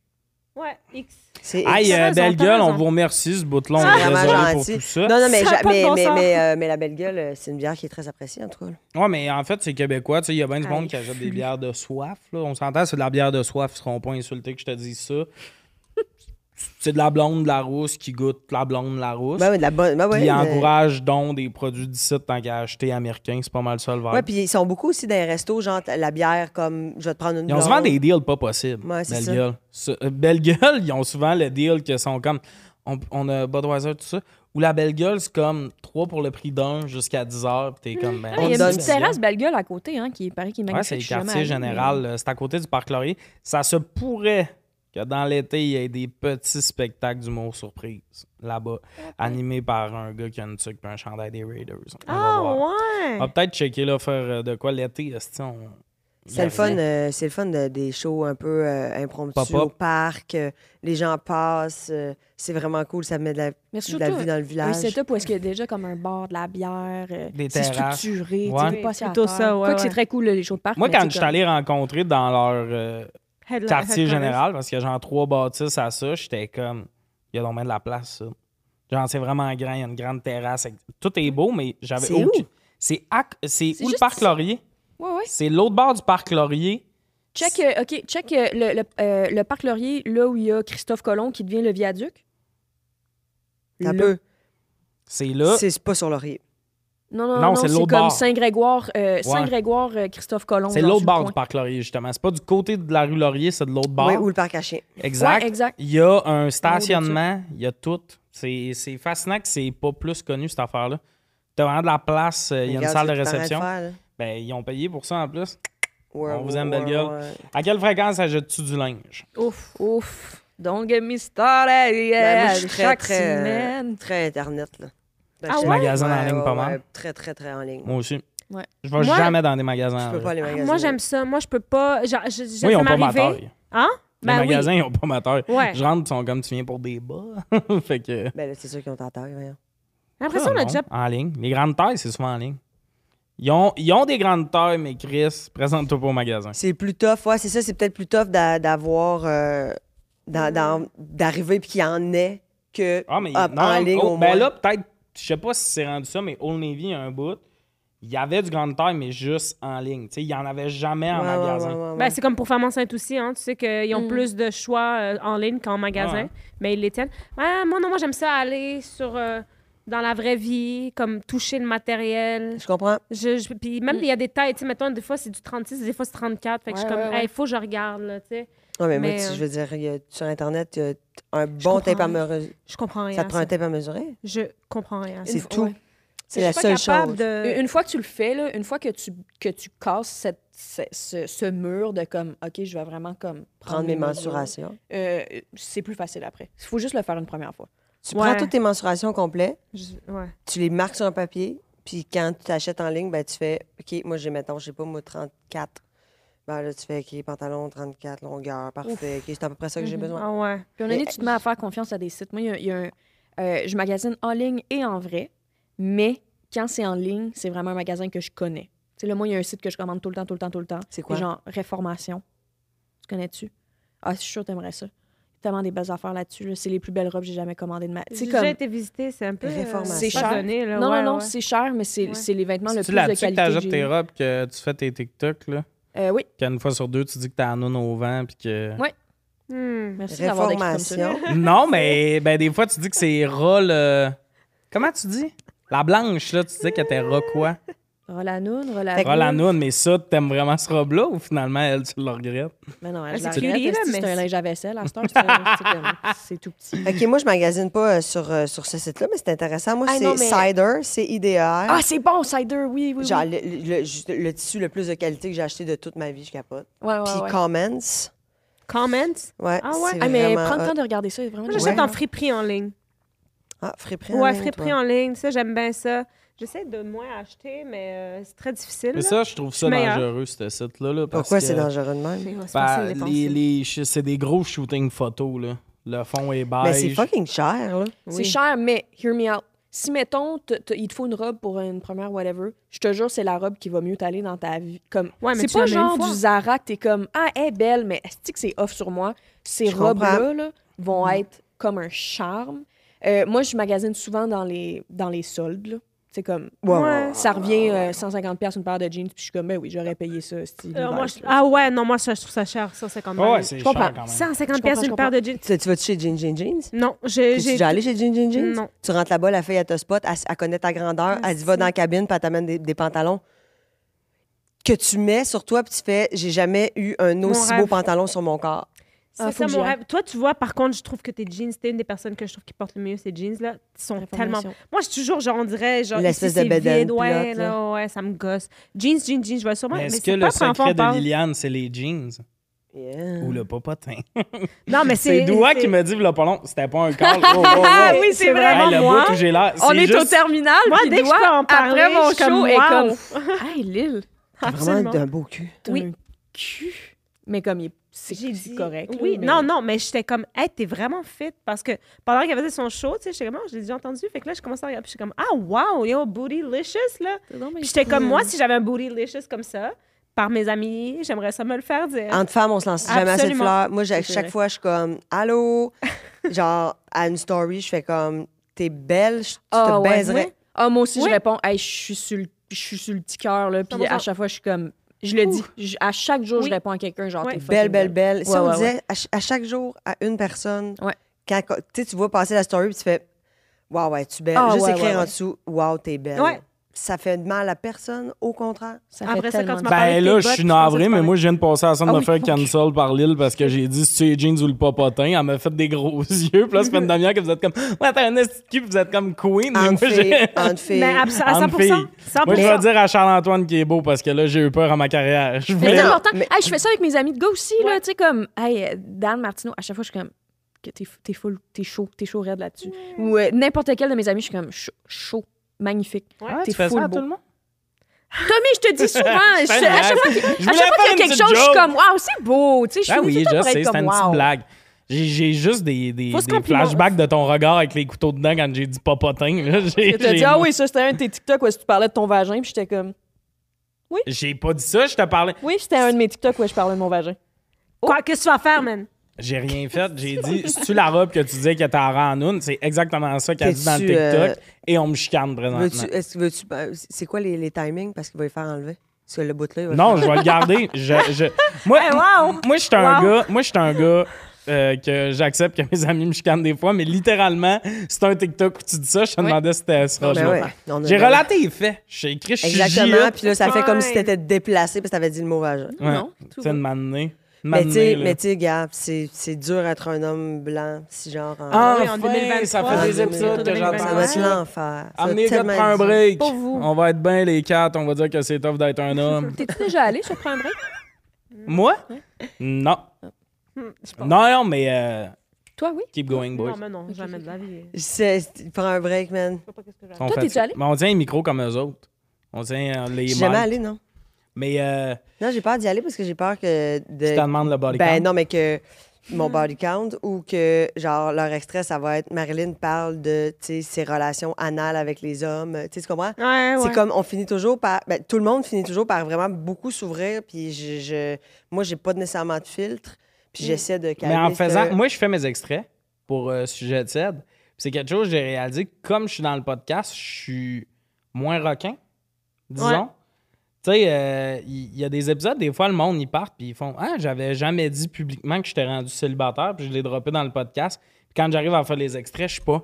Ouais, X. C'est Aïe, t'as euh, raison, belle t'as gueule, on raison. vous remercie ce bout-là. On Ah, est vraiment désolé pour gentil. tout ça. Non, non, mais, Ça j'a- a pas de mais, bon mais, sens. mais, euh, mais la belle gueule, euh, c'est une bière qui est très appréciée, en tout cas. là. Ouais, mais en fait, c'est québécois. Tu sais, il y a bien du monde Aïe, qui achète des flûte. bières de soif. Là. On s'entend, c'est de la bière de soif. Ils seront pas insultés que je te dise ça. C'est de la blonde, de la rousse qui goûte la blonde, de la rousse. Ben, ouais, de la bonne. Ben, ouais, puis ils de- encouragent donc des produits d'ici tant qu'à acheter américain. C'est pas mal ça le verre. Ouais, puis ils sont beaucoup aussi dans les restos, genre t- la bière, comme je vais te prendre une Ils ont blonde. souvent des deals pas possibles. Ouais, c'est belle ça. gueule. Ce- euh, belle gueule, ils ont souvent le deal que sont comme. On, on a Budweiser, tout ça. Ou la belle gueule, c'est comme 3 pour le prix d'un jusqu'à 10 heures. Puis t'es comme. ben, Ah, On il y a donne- une petite terrasse belle gueule à côté, hein, qui paraît qui est Ouais, magnifique. c'est le je suis jamais quartier allée, mais- général. là. C'est à côté du parc Laurier. Ça se pourrait que dans l'été, il y ait des petits spectacles d'humour surprise là-bas, animés par un gars qui a une tuque et un chandail des Raiders. On va Ah, voir. ouais. On va peut-être checker là, faire euh, de quoi l'été. esti, on- C'est le fun, euh, c'est le fun de- des shows un peu euh, impromptus Pop-up. au parc. euh, les gens passent. euh, c'est vraiment cool. Ça met de la, Mais de la surtout, vie dans le un village. setup où est-ce qu'il y a déjà comme un bar, de la bière, euh, Des c'est terrasses. structuré, tu Ouais. sais, t'es pas assis à Plutôt terre. ça, ouais, Quoique c'est ouais. très cool, là, les shows de parc. Moi, mais quand c'est je suis comme- allé rencontrer dans leur euh, Headline- quartier headline. général, parce que genre trois bâtisses à ça, j'étais comme, il y a donc bien de la place, ça. Genre, c'est vraiment grand, il y a une grande terrasse. avec- Tout est beau, mais j'avais C'est où? aucune- C'est à- c'est C'est où le juste parc ici. Laurier? Ouais, ouais. C'est l'autre bord du parc Laurier. Check, euh, OK, check euh, le, le, euh, le parc Laurier, là où il y a Christophe Colomb qui devient le viaduc. Un Là. peu. C'est là. C'est c'est pas sur l'oreiller. Non, non, Non, non, c'est c'est l'autre comme bord. Saint-Grégoire, euh, Saint-Grégoire, euh, Christophe Colomb. C'est genre, l'autre sur bord le du coin. parc Laurier, justement. C'est pas du côté de la rue Laurier, c'est de l'autre bord. Oui, ou le parc à chien. Exact. Ouais, exact. Il y a un stationnement, il y a tout. C'est c'est fascinant que c'est pas plus connu, cette affaire-là. T'as vraiment de la place, euh, il y a une Regarde salle ce de que t'es en train réception. faire, là. Ben, ils ont payé pour ça en plus. Ouais, On vous ouais, aime, belle ouais, gueule. ouais. À quelle fréquence achètes-tu du linge? Ouf, ouf. Don't get me started. Ben, Yeah, moi, je suis très, chaque très, euh, semaine. très Internet. Là. Ben, Ah je- ouais? Magasin en ligne, pas mal. très, très, très en ligne. Moi aussi. Ouais. Je vais Moi- jamais dans des magasins. Je en peux vrai. pas aller Ah, magasiner. Moi, j'aime ça. Moi, je peux pas. J'ai- j'ai- j'ai- Moi, ils ça ont pas m'est ma arrivé. taille. Hein? Ben les oui. magasins, ils ont pas ma taille. Ouais. Je rentre, ils sont comme tu viens pour des bas. fait que. Ben là, c'est sûr qu'ils ont ta taille, voyons. J'ai l'impression qu'on Ah, a non, déjà. En ligne. Les grandes tailles, c'est souvent en ligne. Ils ont, ils ont des grandes tailles, mais Chris, présente-toi pas au magasin. C'est plus tough, ouais, c'est ça, c'est peut-être plus tough d'a- d'avoir. euh, d'a- d'en- d'arriver puis qu'il y en ait que Ah, mais hop, non, en ligne oh, au moins. ben là, peut-être, je sais pas si c'est rendu ça, mais Old Navy, a un bout, il y avait du grande taille, mais juste en ligne. Tu sais, il y en avait jamais en Ouais, ouais, magasin. ouais, ouais, ouais. Ben, c'est comme pour Femme sainte aussi, hein. Tu sais qu'ils ont plus de choix euh, en ligne qu'en magasin, Ouais. mais ils les tiennent. Ah, moi, non, moi, j'aime ça aller sur. euh, dans la vraie vie, comme toucher le matériel. Je comprends. Je, je- puis Mm. même, il y a des tailles, tu sais, mettons, des fois, c'est du 36, des fois, c'est 34. Fait que je suis Ouais, comme, il ouais, ouais. faut que je regarde, là, tu sais. Ouais, mais, moi, Mais, tu- euh, je veux dire, il y a- sur Internet, il y a un bon comprends hein, tape à rien. mesurer. Je comprends rien. Ça à te prend un tape à mesurer? Je comprends rien. à ça. C'est tout. ouais. C'est Je la suis seule pas chose. capable de- Une fois que tu le fais, là, une fois que tu, que tu casses cette- ce, ce- ce mur de comme, OK, je vais vraiment comme Prendre mes mensurations. mesures, euh, c'est plus facile après. Il faut juste le faire une première fois. Tu Ouais. prends toutes tes mensurations complètes, Je- ouais. tu les marques sur un papier, puis quand tu achètes en ligne, ben, tu fais OK, moi j'ai, mettons, je sais pas, moi 34. Ben là, tu fais OK, pantalon 34, longueur, parfait. OK, c'est à peu près ça que j'ai Mhm. besoin. Ah ouais. Puis, on Mais- a dit, tu te mets à faire confiance à des sites. Moi, il y a, il y a un. euh, je magasine en ligne et en vrai, mais quand c'est en ligne, c'est vraiment un magasin que je connais. Tu sais, là, moi, il y a un site que je commande tout le temps, tout le temps, tout le temps. C'est quoi? Genre Réformation. Tu connais-tu? Ah, je suis sûre que t'aimerais ça. Tellement des belles affaires là-dessus. là. C'est les plus belles robes que j'ai jamais commandées de ma. J'ai C'est déjà comme. été visité, c'est un peu. euh, Réformation. c'est C'est pas cher. donné, là. Non, ouais, non, non, ouais. c'est cher, mais c'est Ouais. c'est les vêtements Hein, le C'est plus de là-dessus que qualité. que t'achètes tes j'ai eu. robes, que tu fais tes TikTok, là? Euh, oui, Qu'une fois sur deux, tu dis que t'en as 9 ans, puis que... Hmm. merci d'avoir décrit comme ça. Réformation. Non, mais ben, des fois, tu dis que c'est rôle... Comment tu dis? La blanche, là, tu disais qu'elle était rat quoi? Rolanoun, Fait que- Rat la Rolanoun. noune, mais ça, t'aimes vraiment ce robe-là ou finalement, elle, tu le regrettes? Mais non, Ah, elle, je c'est la cutie, regrette, là, esti, mais c'est c'est- un linge à vaisselle. À cette heure, c'est un- c'est comme- c'est tout petit. OK, moi, je magasine pas euh, sur, euh, sur ce site-là, mais c'est intéressant. Moi, Ah, c'est non, mais- Cider, c'est IDR. Ah, c'est bon, cider, oui, oui, oui. E Genre, le, le- le- juste le tissu le plus de qualité que j'ai acheté de toute ma vie, je capote. Ouais, Puis ouais, ouais. Comments. Comments. Ouais, Ah ouais? c'est Ah, mais vraiment prends le hot. temps de regarder ça. Vraiment, Moi, j'achète Ouais. en friperie en ligne. Ah, friperie en Ouais, ligne, friperie toi. en ligne. Ça, j'aime bien ça. J'essaie de moins acheter, mais euh, c'est très difficile. Mais là. ça, je trouve ça Je suis meilleure. dangereux, ce site-là. là, parce Pourquoi que- c'est dangereux de même? Ben, Ben, les, les ch- c'est des gros shootings photos, là. Le fond est beige. Mais c'est fucking cher, là. C'est cher, mais hear me out. Si, mettons, t- t- il te faut une robe pour une première whatever, je te jure, c'est la robe qui va mieux t'aller dans ta vie. Comme, Ouais, mais c'est tu pas l'en mets une genre fois. du Zara que t'es comme, ah, elle est belle, mais est-ce que c'est off sur moi? Ces Je robes-là comprends. Mm. là, vont être comme un charme. Euh, moi, je magasine souvent dans les, dans les soldes. là. C'est comme, Ouais, ouais, Ouais. ouais. ça revient euh, 150$ une paire de jeans, puis je suis comme, ben oui, j'aurais payé ça. Euh, esti, l'hiver, moi, là. je- Ah ouais, non, moi, ça, je trouve ça cher, ça, c'est quand même. ben, Ah ouais, c'est Je cher comprends. quand même. 150 Je pièces comprends, une je paire de jeans. Tu, tu vas-tu chez Jean Jean Jeans? Non, j'ai. Tu j'ai- déjà allé chez Jean Jean Jeans? Non. Tu rentres là-bas, la fille, elle te spot, elle, elle connaît ta grandeur, elle dit va dans la cabine, puis elle t'amène des, des pantalons que tu mets sur toi, puis tu fais j'ai jamais eu un aussi rêve. beau pantalon sur mon corps. C'est Ah, faut ça que mon j'y aille. rêve. Toi, tu vois, par contre, je trouve que tes jeans, t'es une des personnes que je trouve qui porte le mieux ces jeans-là. Ils Ah, sont tellement. Information. Moi, je suis toujours, genre, on dirait, genre. L'espèce ici, c'est de bedaine vide, ouais, pilote, là, ouais, ça me gosse. Jeans, jeans, jeans, je vois sûrement. Mais Mais est-ce c'est que pas le la première fois, on secret de parle. Liliane, c'est les jeans Yeah. Hum. ou le popotin? Non, mais c'est. C'est Doua qui me dit, là, pas long, c'était pas un call. Oh, oh, oh. Ah oui, c'est vraiment Hey, le moi. bout où j'ai l'air. On c'est est au juste- terminal, Moi, puis dès que je Doua, peux en parler, après mon je suis show, comme, est wow. comme, hey, Lille. Vraiment Absolument. d'un beau cul. T'as Oui. un cul. Mais comme il est- c'est J'ai c'est dit- correct. là, Oui, mais- non, non, mais j'étais comme, hey, t'es vraiment fit. Parce que pendant qu'elle faisait son show, tu sais, j'étais comme, oh, je l'ai déjà entendu. Fait que là, je commençais à regarder. Puis j'étais comme, ah, wow, yo, bootylicious, là. Puis j'étais comme, moi, si j'avais un bootylicious comme ça, par mes amis, j'aimerais ça me le faire dire. Entre femmes, on se lance jamais assez de Absolument. fleurs. Moi, j'ai- C'est chaque vrai. fois, je suis comme Allô? Genre, à une story, je fais comme T'es belle, je je te Ah, ouais. baiserais. Oui. Ah, moi aussi, Oui. je réponds, hey, je suis sur le, je suis sur le petit cœur, là. Puis 100%. à chaque fois, je suis comme, je le dis, je- à chaque jour, Oui. je réponds à quelqu'un, genre, Ouais. t'es fucking Belle, belle, belle. si Ouais, on ouais, disait à, ch- à chaque jour à une personne, Ouais. quand, quand- tu sais, tu vois passer la story puis tu fais Waouh, ouais, tu belle. Ah, Juste ouais, écrire ouais, en ouais. dessous Waouh, t'es belle. Ouais. Ça fait de mal à personne, au contraire. Ça Après fait ça, tellement quand tu de- m'as- parler Ben de là, tes je bottes, suis je pensais que navré, tu mais parlais- moi, je viens de passer à la scène Ah de me oui, faire ok. cancel par Lille parce que j'ai dit si tu es jeans ou le popotin, elle m'a fait des gros yeux. Puis là, ça fait une demi-heure que vous êtes comme, ouais, t'as un esti de cul, puis vous êtes comme queen. Mais moi, En fille, j'ai. Ben, en fille. Mais Ben, à, à Ah, 100 Entre filles. 100 Moi, je vais dire à Charles-Antoine qui est beau parce que là, j'ai eu peur à ma carrière. Je Mais voulais. c'est non, important. mais- Hey, je fais ça avec mes amis de gars aussi, là. Ouais. Tu sais, comme, hey, euh, Dan Martineau, à chaque fois, je suis comme, que t'es f- t'es full, t'es chaud, t'es chaud raide là-dessus. Ou euh, n'importe quel de mes amis, je suis comme, chaud, chaud, magnifique. Ah, T'es tu fais full ça à beau. tout le monde? Tommy, je te dis souvent, je- fais une à chaque blague. fois qu'il Je à voulais faire chaque fois qu'il y a une quelque petite chose, je suis joke. comme, waouh, c'est beau. Tu sais, je Ah suis oui, tout le temps je pour être sais, c'était comme, une petite wow. blague. J'ai- J'ai juste des, des, Faut se des complimenter. flashbacks de ton regard avec les couteaux dedans quand j'ai dit popotin. là. J'ai Et t'as j'ai- dit, ah oui, ça, c'était un de tes TikTok où est-ce que tu parlais de ton vagin, puis j'étais comme, j'ai pas dit ça, je te parlais. oui, c'était un de mes TikTok où je parlais de mon vagin. Quoi, qu'est-ce que tu vas faire, man? J'ai rien fait. J'ai dit, c'est-tu la robe que tu disais que t'as en une? C'est exactement ça qu'elle dit dans le T'es-tu, TikTok. euh, Et on me chicane Veux-tu, présentement. est-ce que veux-tu, euh, c'est quoi les, les timings parce qu'il va les faire enlever? Parce que le bout là, il va le Non, faire- je vais le garder. Je- je- Moi, moi je suis un gars, moi, je suis un gars euh, que j'accepte que mes amis me chicanent des fois, mais littéralement, c'est un TikTok où tu dis ça, je te demandais si c'était ce Ben robe-là. ouais, on a- J'ai relaté les faits. J'ai écrit, je suis E Exactement. J.E. Puis là, ça fait comme si Ouais. t'étais déplacé parce que t'avais dit le mot vagin. Ouais. Non, tout Tu sais, va. de m'amener. Mais tu sais, m'amener, là. mais tu sais, gars, c'est c'est dur d'être un homme blanc, si genre. en- Ah, Oui, en enfin, 2023, ça en fait des 2000, épisodes que 2023. Ça j'entends. va ça. être l'enfer. Ça va Amenez le tellement prendre un dur. break. Pour vous. On va être bien les quatre. On va dire que c'est tough d'être un homme. T'es-tu déjà allé sur Prends un break? Moi? Non. Je pense. Non, non, mais euh, Toi, oui. keep going, boys. Non, mais non, jamais de la vie. C'est- c'est- Prends un break, man. Je sais pas qu'est-ce que j'ai à On Toi, fait t'es-tu ça. allé? Mais on tient les micros comme eux autres. On tient euh, les Je suis jamais mics. allée, non. Mais euh, Non, j'ai peur d'y aller parce que j'ai peur que. De... tu te demandes le body ben count. non, mais que mon body count ou que, genre, leur extrait, ça va être Marilyn parle de, tu sais, ses relations anales avec les hommes. Tu sais, tu comprends? Ouais, ouais. C'est comme on finit toujours par. ben, tout le monde finit toujours par vraiment beaucoup s'ouvrir. Puis je, je- moi, j'ai pas nécessairement de filtre. Puis j'essaie de Mais en calmer ce- faisant, moi, je fais mes extraits pour euh, Sujet de cède. Puis C'est quelque chose que j'ai réalisé. que Comme je suis dans le podcast, je suis moins requin, disons. Ouais. Tu sais, euh, il y, a des épisodes, des fois, le monde, ils partent, puis ils font Ah, j'avais jamais dit publiquement que j'étais rendu célibataire, puis je l'ai droppé dans le podcast. Puis quand j'arrive à faire les extraits, je suis pas.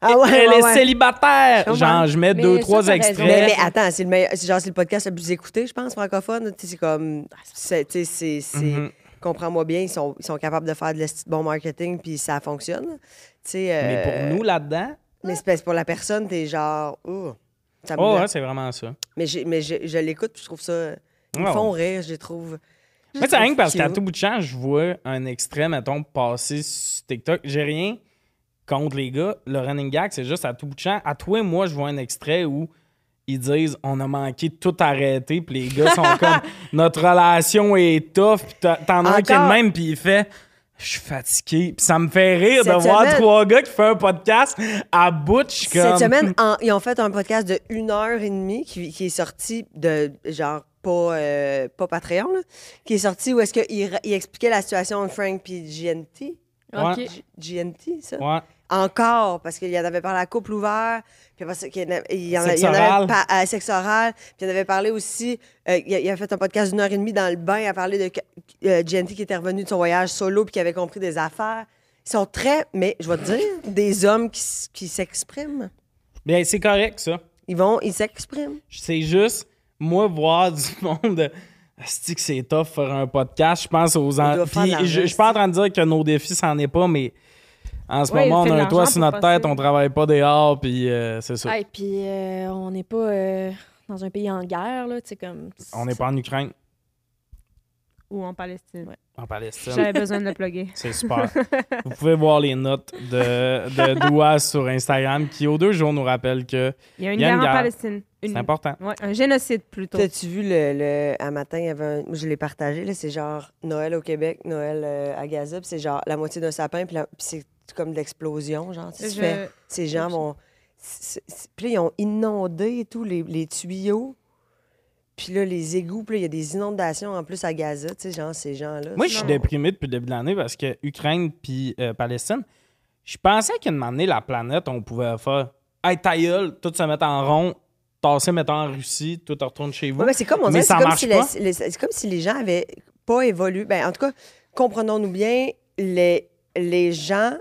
Ah ouais, Elle ouais, est ouais. célibataire! Genre, je mets Mais deux, ça, trois t'as raison. extraits. Mais, ah, mais attends, c'est le meilleur- c'est genre c'est le podcast le plus écouté, je pense, francophone. Tu sais, C'est comme, Ah, c'est- tu sais, c'est, c'est- Mhm. comprends-moi bien, ils sont, ils sont capables de faire de l'esti de bon marketing, puis ça fonctionne. Tu sais, euh, Mais pour nous, là-dedans, mais c'est parce que pour la personne, t'es genre, oh, ça me oh, ouais, blesse. c'est vraiment ça. Mais, j'ai- mais je, je l'écoute, puis je trouve ça, ils me Ah, Ouais, font rire, je les trouve. Moi, c'est trouve rien que parce cute. qu'à tout bout de champ, je vois un extrait, mettons, passer sur TikTok. J'ai rien contre les gars. Le running gag, c'est juste à tout bout de champ. À toi et moi, je vois un extrait où ils disent on a manqué de tout arrêter, puis les gars sont comme notre relation est tough, puis t'as- t'en as un qui est de Encore. même, puis il fait. Je suis fatigué. Puis ça me fait rire de Cette voir semaine- trois gars qui font un podcast à bout. Je suis comme... Cette semaine, en- ils ont fait un podcast de une heure et demie qui, qui est sorti de genre pas, euh, pas Patreon, là, qui est sorti où est-ce qu'ils ils expliquaient la situation de Frank puis GNT. Ouais. OK. GNT, ça? Ouais. Encore, parce qu'il y en avait parlé à couple ouvert, puis parce qu'il y en avait- il y en a- Sexe il y en oral. avait par- à sexe oral, puis il y en avait parlé aussi, euh, il, a, il a fait un podcast d'une heure et demie dans le bain à parler de que- euh, GNT qui était revenu de son voyage solo puis qui avait compris des affaires. Ils sont très, mais je vais te dire, des hommes qui s- qui s'expriment. Bien, c'est correct, ça. Ils vont, ils s'expriment. C'est juste, moi, voir du monde. cest que c'est tough faire un podcast? Je pense aux. en- doit faire de Puis, l'argent, je, je suis pas en train de dire que nos défis, c'en est pas, mais en ce Ouais, moment, il on fait a de un toit l'argent sur pour notre passer. tête, on travaille pas dehors, puis euh, c'est ça. Ah, et puis, euh, on n'est pas euh, dans un pays en guerre, là. Tu sais, comme. On n'est pas en Ukraine, Ou en Palestine. en Palestine. J'avais besoin de le plugger. C'est super. Vous pouvez voir les notes de, de Doua sur Instagram qui, aux deux jours, nous rappelle que Il y a une Il y a guerre une en guerre. Palestine. Une... c'est important. Ouais, un génocide plutôt. T'as-tu vu le, le- à matin, il y avait un- moi, je l'ai partagé, là, c'est genre Noël au Québec, Noël euh, à Gaza, puis c'est genre la moitié d'un sapin, puis la- puis c'est comme de l'explosion, genre. tu sais, tu Je- fais- ces gens vont. c'est- c'est- Puis là, ils ont inondé tous les, les tuyaux, puis là, les égouts, puis là, il y a des inondations en plus à Gaza, tu sais, genre, ces gens-là. Moi, je suis sont- déprimé depuis le début de l'année parce que Ukraine puis euh, Palestine, je pensais qu'à un moment donné, la planète, on pouvait faire Hey, ta gueule, tout se mettre en rond, tasser, mettons en Russie, tout retourne chez vous. Ouais, mais c'est comme on Mais dirait, c'est ça comme, marche si pas. les- les- c'est comme si les gens avaient pas évolué. Ben, en tout cas, comprenons-nous bien, les, les gens,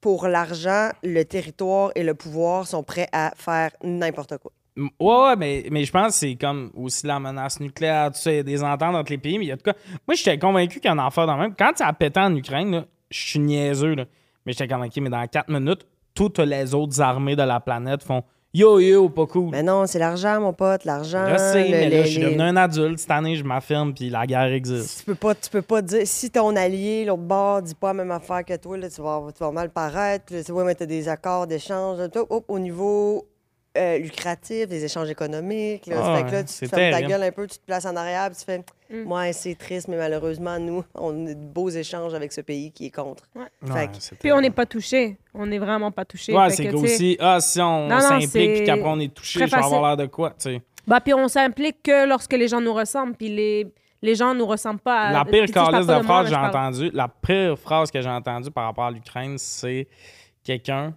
pour l'argent, le territoire et le pouvoir, sont prêts à faire n'importe quoi. M- Ouais, ouais, mais, mais je pense que c'est comme aussi la menace nucléaire, tu sais, il y a des ententes entre les pays, mais il y a de quoi. Moi, j'étais convaincu qu'il y en a affaire dans le même. Quand ça a pété en Ukraine, là, je suis niaiseux, là. mais j'étais convaincu, mais dans quatre minutes, toutes les autres armées de la planète font Yo, yo, pas cool. Mais Ben non, c'est l'argent, mon pote, l'argent. Là, c'est, le- mais là, le- je suis les- devenu un adulte. Cette année, je m'affirme, puis la guerre existe. Tu peux pas, tu peux pas dire si ton allié l'autre bord dit pas la même affaire que toi là, tu vas, tu vas mal paraître. Puis là, tu vois, mais t'as des accords d'échange, là, tout, hop, au niveau euh, lucratif, des échanges économiques. Là, Ah fait que là, ouais, tu te c'est fermes ta terrible. gueule un peu, tu te places en arrière, puis tu fais, Mm. ouais, c'est triste, mais malheureusement, nous, on a de beaux échanges avec ce pays qui est contre. Ouais, que- c'est Puis on terrible. n'est pas touché. On n'est vraiment pas touché. Ouais, Fait c'est que, que tu sais, aussi, ah, si on Non, non, s'implique c'est puis qu'après on est touché, très je vais avoir facile. l'air de quoi, tu sais. Bah, puis on s'implique que lorsque les gens nous ressemblent, puis les, les gens nous ressemblent pas à. La pire Puis Ah, tu sais, je parle calice pas de de moi, phrase mais que je j'ai parle- entendue, la pire phrase que j'ai entendue par rapport à l'Ukraine, c'est quelqu'un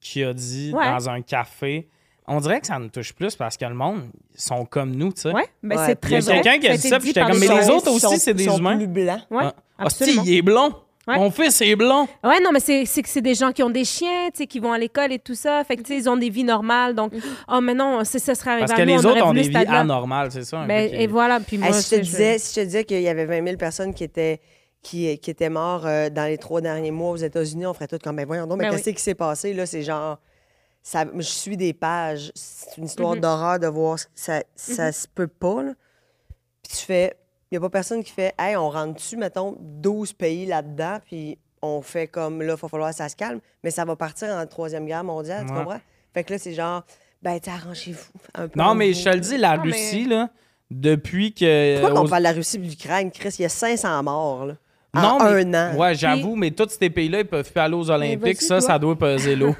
qui a dit Ouais. dans un café. On dirait que ça nous touche plus parce que le monde, ils sont comme nous, tu sais. Ouais, ben Ouais. Il c'est y très a vrai. quelqu'un qui a a dit ça, puis j'étais comme, Ils mais les sont- autres ils aussi, sont- c'est ils des sont humains. Plus blancs. Ouais, Ah, hostie, absolument. il est blond. Ouais. Mon fils est blond. Ouais, non, mais c'est c'est que c'est des gens qui ont des chiens, tu sais, qui vont à l'école et tout ça. Fait que, tu sais, ils ont des vies normales. Donc, Mm. oh, mais non, ça, ça serait arrivé Parce à que ben les nous, on autres aurait ont voulu des ce vies stade-là. anormales, c'est ça? un Ben, peu qui- et voilà. Puis moi, Ah, si, je te je- disais, si je te disais qu'il y avait 20 000 personnes qui étaient, qui, qui étaient mortes euh, dans les trois derniers mois aux États-Unis, on ferait tout comme, ben voyons donc, mais Ben qu'est-ce qui s'est passé? Là, c'est genre, ça, je suis des pages, c'est une Mm-hmm. histoire d'horreur de voir, ce- ça, ça se peut pas. là. Puis tu fais, il n'y a pas personne qui fait, hey, on rentre-tu, mettons, 12 pays là-dedans, puis on fait comme, là, il va falloir que ça se calme, mais ça va partir en Troisième Guerre mondiale, tu Ouais. comprends? Fait que là, c'est genre, ben, t'sais, arrangez-vous un peu. Non, mais vous. je te le dis, la Non, mais- Russie, là, depuis que. Pourquoi Euh, aux- qu'on parle de la Russie et de l'Ukraine, Chris? Il y a 500 morts, là. Non, en mais- un an. Ouais, j'avoue, mais tous ces pays-là, ils peuvent plus aller aux Olympiques. vas-y, Ça, toi. ça doit peser l'eau.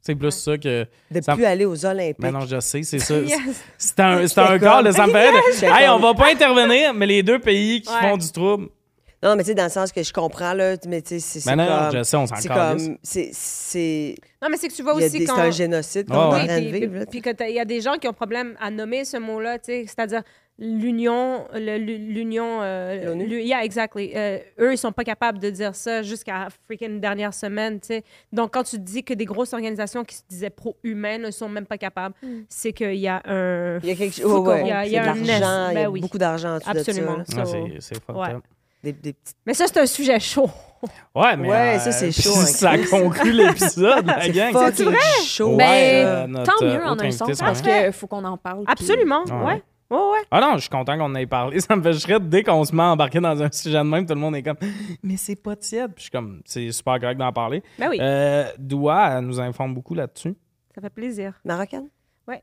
c'est plus ça que. De Ça- plus aller aux Olympiques. Mais non, je sais, c'est ça. Yes. C'était un, c'était un J'étais corps, comme- là, ça me fait. J'étais Hey, on comme- va pas intervenir, mais les deux pays qui Ouais. font du trouble. Non, mais tu sais, dans le sens que je comprends, là, mais tu sais, c'est c'est Mais non, non, comme... je sais, on s'en C'est calisse. comme... C'est... C'est Non, mais c'est que tu vois il y a aussi des- c'est quand. un génocide qu'on Ouais, est en Ah ouais. train de Oui, puis- vivre, là. Puis qu'il y a des gens qui ont problème à nommer ce mot-là, tu sais, c'est-à-dire l'union, le- l'union, euh, L'ONU? l'U- yeah, exactly. Euh, eux, ils sont pas capables de dire ça jusqu'à freaking dernière semaine, tu sais. Donc quand tu dis que des grosses organisations qui se disaient pro-humaines ne sont même pas capables, c'est qu'il y a un. Hmm. Il y a quelque chose... Fou ouais, ouais. qu'on- il y a- il y C'est a de un nest. l'argent, il y a Ben oui. beaucoup d'argent en dessous Absolument. de ça. là. So- Ouais, c'est- c'est fucked Ouais. up. Des, des petites... Mais ça, c'est un sujet chaud. Ouais, mais. Ouais, ça, c'est puis chaud, Ça hein, Chris. conclut l'épisode, la gang. Fucking chaud. Ouais, Ben, euh, notre, Tant euh, mieux en autre un invité sens, s'en parce vient. qu'il faut qu'on en parle. puis- Absolument, Ouais. ouais. Ouais, ouais. Ah non, je suis content qu'on en ait parlé. Ça me fait chouette. Dès qu'on se met embarqué dans un sujet de même, tout le monde est comme Mais c'est pas tiède. Puis je suis comme C'est super correct d'en parler. Ben oui, Euh, Doua, elle nous informe beaucoup là-dessus. ça fait plaisir. Marocaine? Ben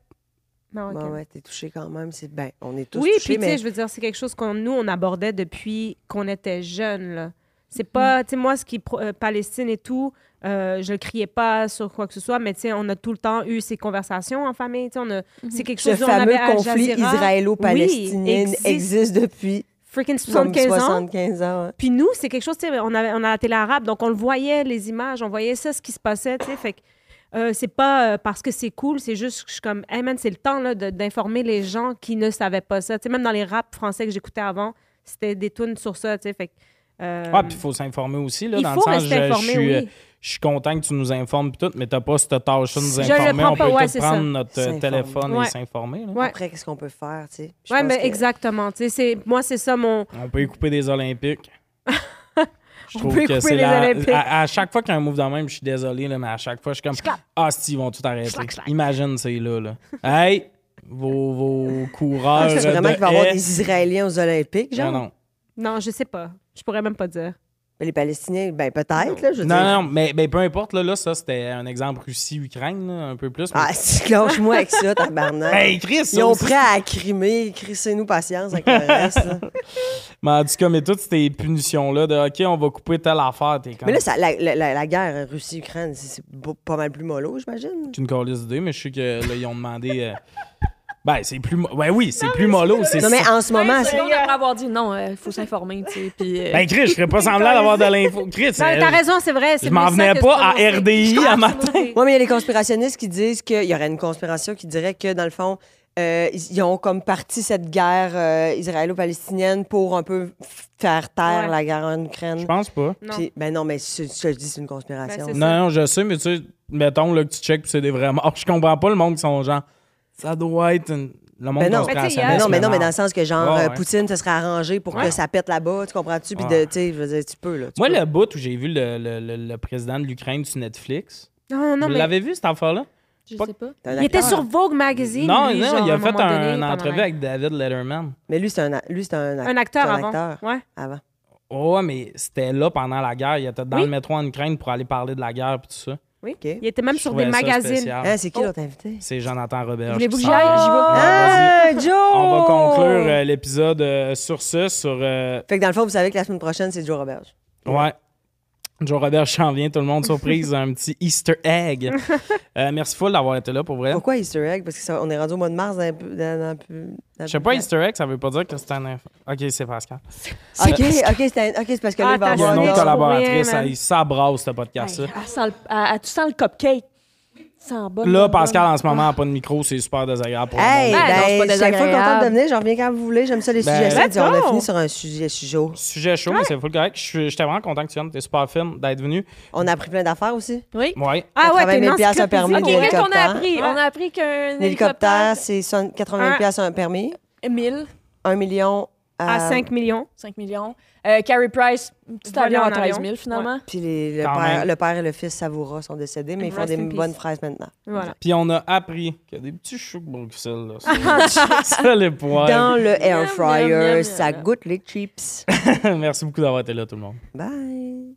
Marocaine. Bah Ouais, ouais, t'es touché quand même. C'est... Ben, on est tous Oui, touchés, puis tu sais, mais... je veux dire, c'est quelque chose qu'on nous on abordait depuis qu'on était jeunes. là. C'est Mm. pas, tu sais, moi, ce qui est pro- euh, Palestine et tout, euh, je le criais pas sur quoi que ce soit, mais tu sais, on a tout le temps eu ces conversations en famille. tu sais, On a, c'est quelque Mm-hmm. Ce chose qu'on avait fameux à Al conflit Jazeera. Oui, israélo-palestinien existe. existe depuis Freaking comme 75 ans. 75 ans. ouais. Puis nous, c'est quelque chose, tu sais, on, avait- on a la télé arabe, donc on le voyait, les images, on voyait ça, ce qui se passait, tu sais, fait que euh, c'est pas euh, parce que c'est cool, c'est juste que je suis comme, hey man, c'est le temps là, de- d'informer les gens qui ne savaient pas ça. Tu sais, même dans les raps français que j'écoutais avant, c'était des tunes sur ça, tu sais, fait que, euh, Ah, puis il faut s'informer aussi, là, il dans faut le sens, rester je, je informé, suis, euh, oui. je suis content que tu nous informes pis tout, mais t'as pas cette tâche de nous Je le informer. prends On pas, peut ouais, tout c'est prendre ça. notre euh, S'informer. téléphone et Ouais. s'informer. là. Ouais. Après, qu'est-ce qu'on peut faire, tu sais? Je Ouais, pense mais que- exactement, tu sais, c'est- moi, c'est ça mon. On peut y couper des Olympiques. Je On trouve peut y que couper c'est les la- Olympiques. À, à chaque fois qu'il y a un move dans même, je suis désolé, là, mais à chaque fois, je suis comme Ah, si, ils vont tout arrêter. Imagine, c'est là. là. hey, vos, vos coureurs. de Est-ce Ah, vraiment qu'il va y avoir haie- des Israéliens aux Olympiques, Non, genre? non. Non, je sais pas. Je pourrais même pas dire. Ben, les Palestiniens, ben peut-être, là, je veux Non, dire. non, mais, mais peu importe, là, là, ça, c'était un exemple Russie-Ukraine, là, un peu plus. mais- Ah, si, cloche-moi avec ça, tabarnak. Hey, Chris! Ils ont Ben, aussi, prêt à crimer, crissez-nous patience avec le reste. là. Mais en tout cas, mais toutes ces punitions-là de OK, on va couper telle affaire, t'es quand Mais là, ça- la, la- la- la guerre hein, Russie-Ukraine, c'est c'est beau- pas mal plus mollo, j'imagine. C'est une calice d'idée, mais je sais que là, ils ont demandé. euh, Ben, c'est plus. mo- Ben oui, c'est plus mollo. c'est- Non, mais en ce moment, Vingt c'est- secondes après avoir dit non, il faut s'informer, tu sais. Puis. euh, Ben, Chris, je ferais pas semblant d'avoir de l'info. Chris, Non, euh, T'as raison, c'est vrai. je m'en venais pas à RDI à matin. Oui, mais il y a les conspirationnistes qui disent qu'il y aurait une conspiration qui dirait que, dans le fond, euh, ils, ils ont comme parti cette guerre euh, israélo-palestinienne pour un peu f- faire taire Ouais. la guerre en Ukraine. Je pense pas. Non. Puis- ben non, mais ce ce que je dis, c'est une conspiration. Ben, c'est Non, non, je sais, mais tu sais, mettons là, que tu checkes puis c'est des vrais morts. Je comprends pas le monde qui sont genre. Ça doit être une- le monde Ben non. conspirationniste, Mais non, mais non, mais dans non. le sens que genre Ouais, euh, ouais. Poutine se serait arrangé pour Ouais. que ça pète là-bas, tu comprends-tu? Puis Ouais. de, tu sais, je veux dire, tu peux là. tu Moi, peux. le bout où j'ai vu le, le- le- le président de l'Ukraine sur Netflix, Non, non, vous mais- l'avez vu cette affaire-là? Je pas- sais pas. T'as un Il était acteur. sur Vogue Magazine. Non, lui, non, genre, il à a un fait moment donné, un, pendant la- entrevue avec David Letterman. Mais lui, c'est un, a- lui, c'est un, Un acteur c'est un avant. acteur Ouais. avant. Ouais, mais c'était là pendant la guerre. Il était dans Oui. le métro en Ukraine pour aller parler de la guerre et tout ça. OK. Il était même Je sur trouvais des ça magazines. spécial. Hein, c'est qui l'autre invité? C'est Jonathan Robert. Voulez-vous qui que s'en j'aille? vient. J'y vais. Oh! Ah, Ah, Joe! vas-y. On va conclure euh, l'épisode euh, sur ce, sur... euh, Fait que dans le fond, vous savez que la semaine prochaine, c'est Joe Roberge. ouais. Joe Robert s'en vient, tout le monde surprise, un petit Easter egg. Euh, merci full d'avoir été là, pour vrai. Pourquoi Easter Egg? Parce qu'on est rendu au mois de mars dans un peu. Dans, dans, dans- Je sais pas, Easter egg, ça veut pas dire que c'est un... inf- OK, c'est Pascal. OK, OK, c'est un- OK, c'est parce que là, Ah, il va t'as Il y a avoir une autre non, non. un- collab- collaboratrice, Rien, man. Ben, elle- ça brasse, ce podcast-là. Hey, elle sent le- elle- elle- tu sens le cupcake. C'est en bas. Là, bonne, Pascal, bonne. en ce moment, a pas de micro, c'est super désagréable pour Hey, le monde. Ben, non, c'est pas ben, je suis chaque fois désagréable. contente de venir. Je reviens quand vous voulez. J'aime ça, les Ben, sujets. let's sujets. On a go. fini sur un sujet sujet. chaud. Sujet chaud, mais c'est full correct. Je suis- J'étais vraiment content que tu viennes. T'es super fine d'être venu. On a appris plein d'affaires aussi. Oui. Ouais. Ah ouais, 80 t'es 000 piastres à permis OK, de l'hélicoptère. qu'est-ce qu'on a l'hélicoptère. appris? hein? Ouais. On a appris qu'un L'hélicoptère, hélicoptère... c'est son- 80 000 Un- piastres un permis. 1000, 1 million euh, à, Ah, À 5 millions. 5 millions. Euh, Carrie Price, un petit Voler avion en à 13 avion. 000 finalement. Puis les- le, Quand père, même. le père et le fils Savoura sont décédés, mais ils font Rest des in peace. bonnes fraises maintenant. Voilà. Puis on a appris qu'il y a des petits choux de Bruxelles. Là. C'est- C'est les poils. Dans le air Miam, miam, miam, fryer, ça miam. goûte les chips. Merci beaucoup d'avoir été là, tout le monde. Bye.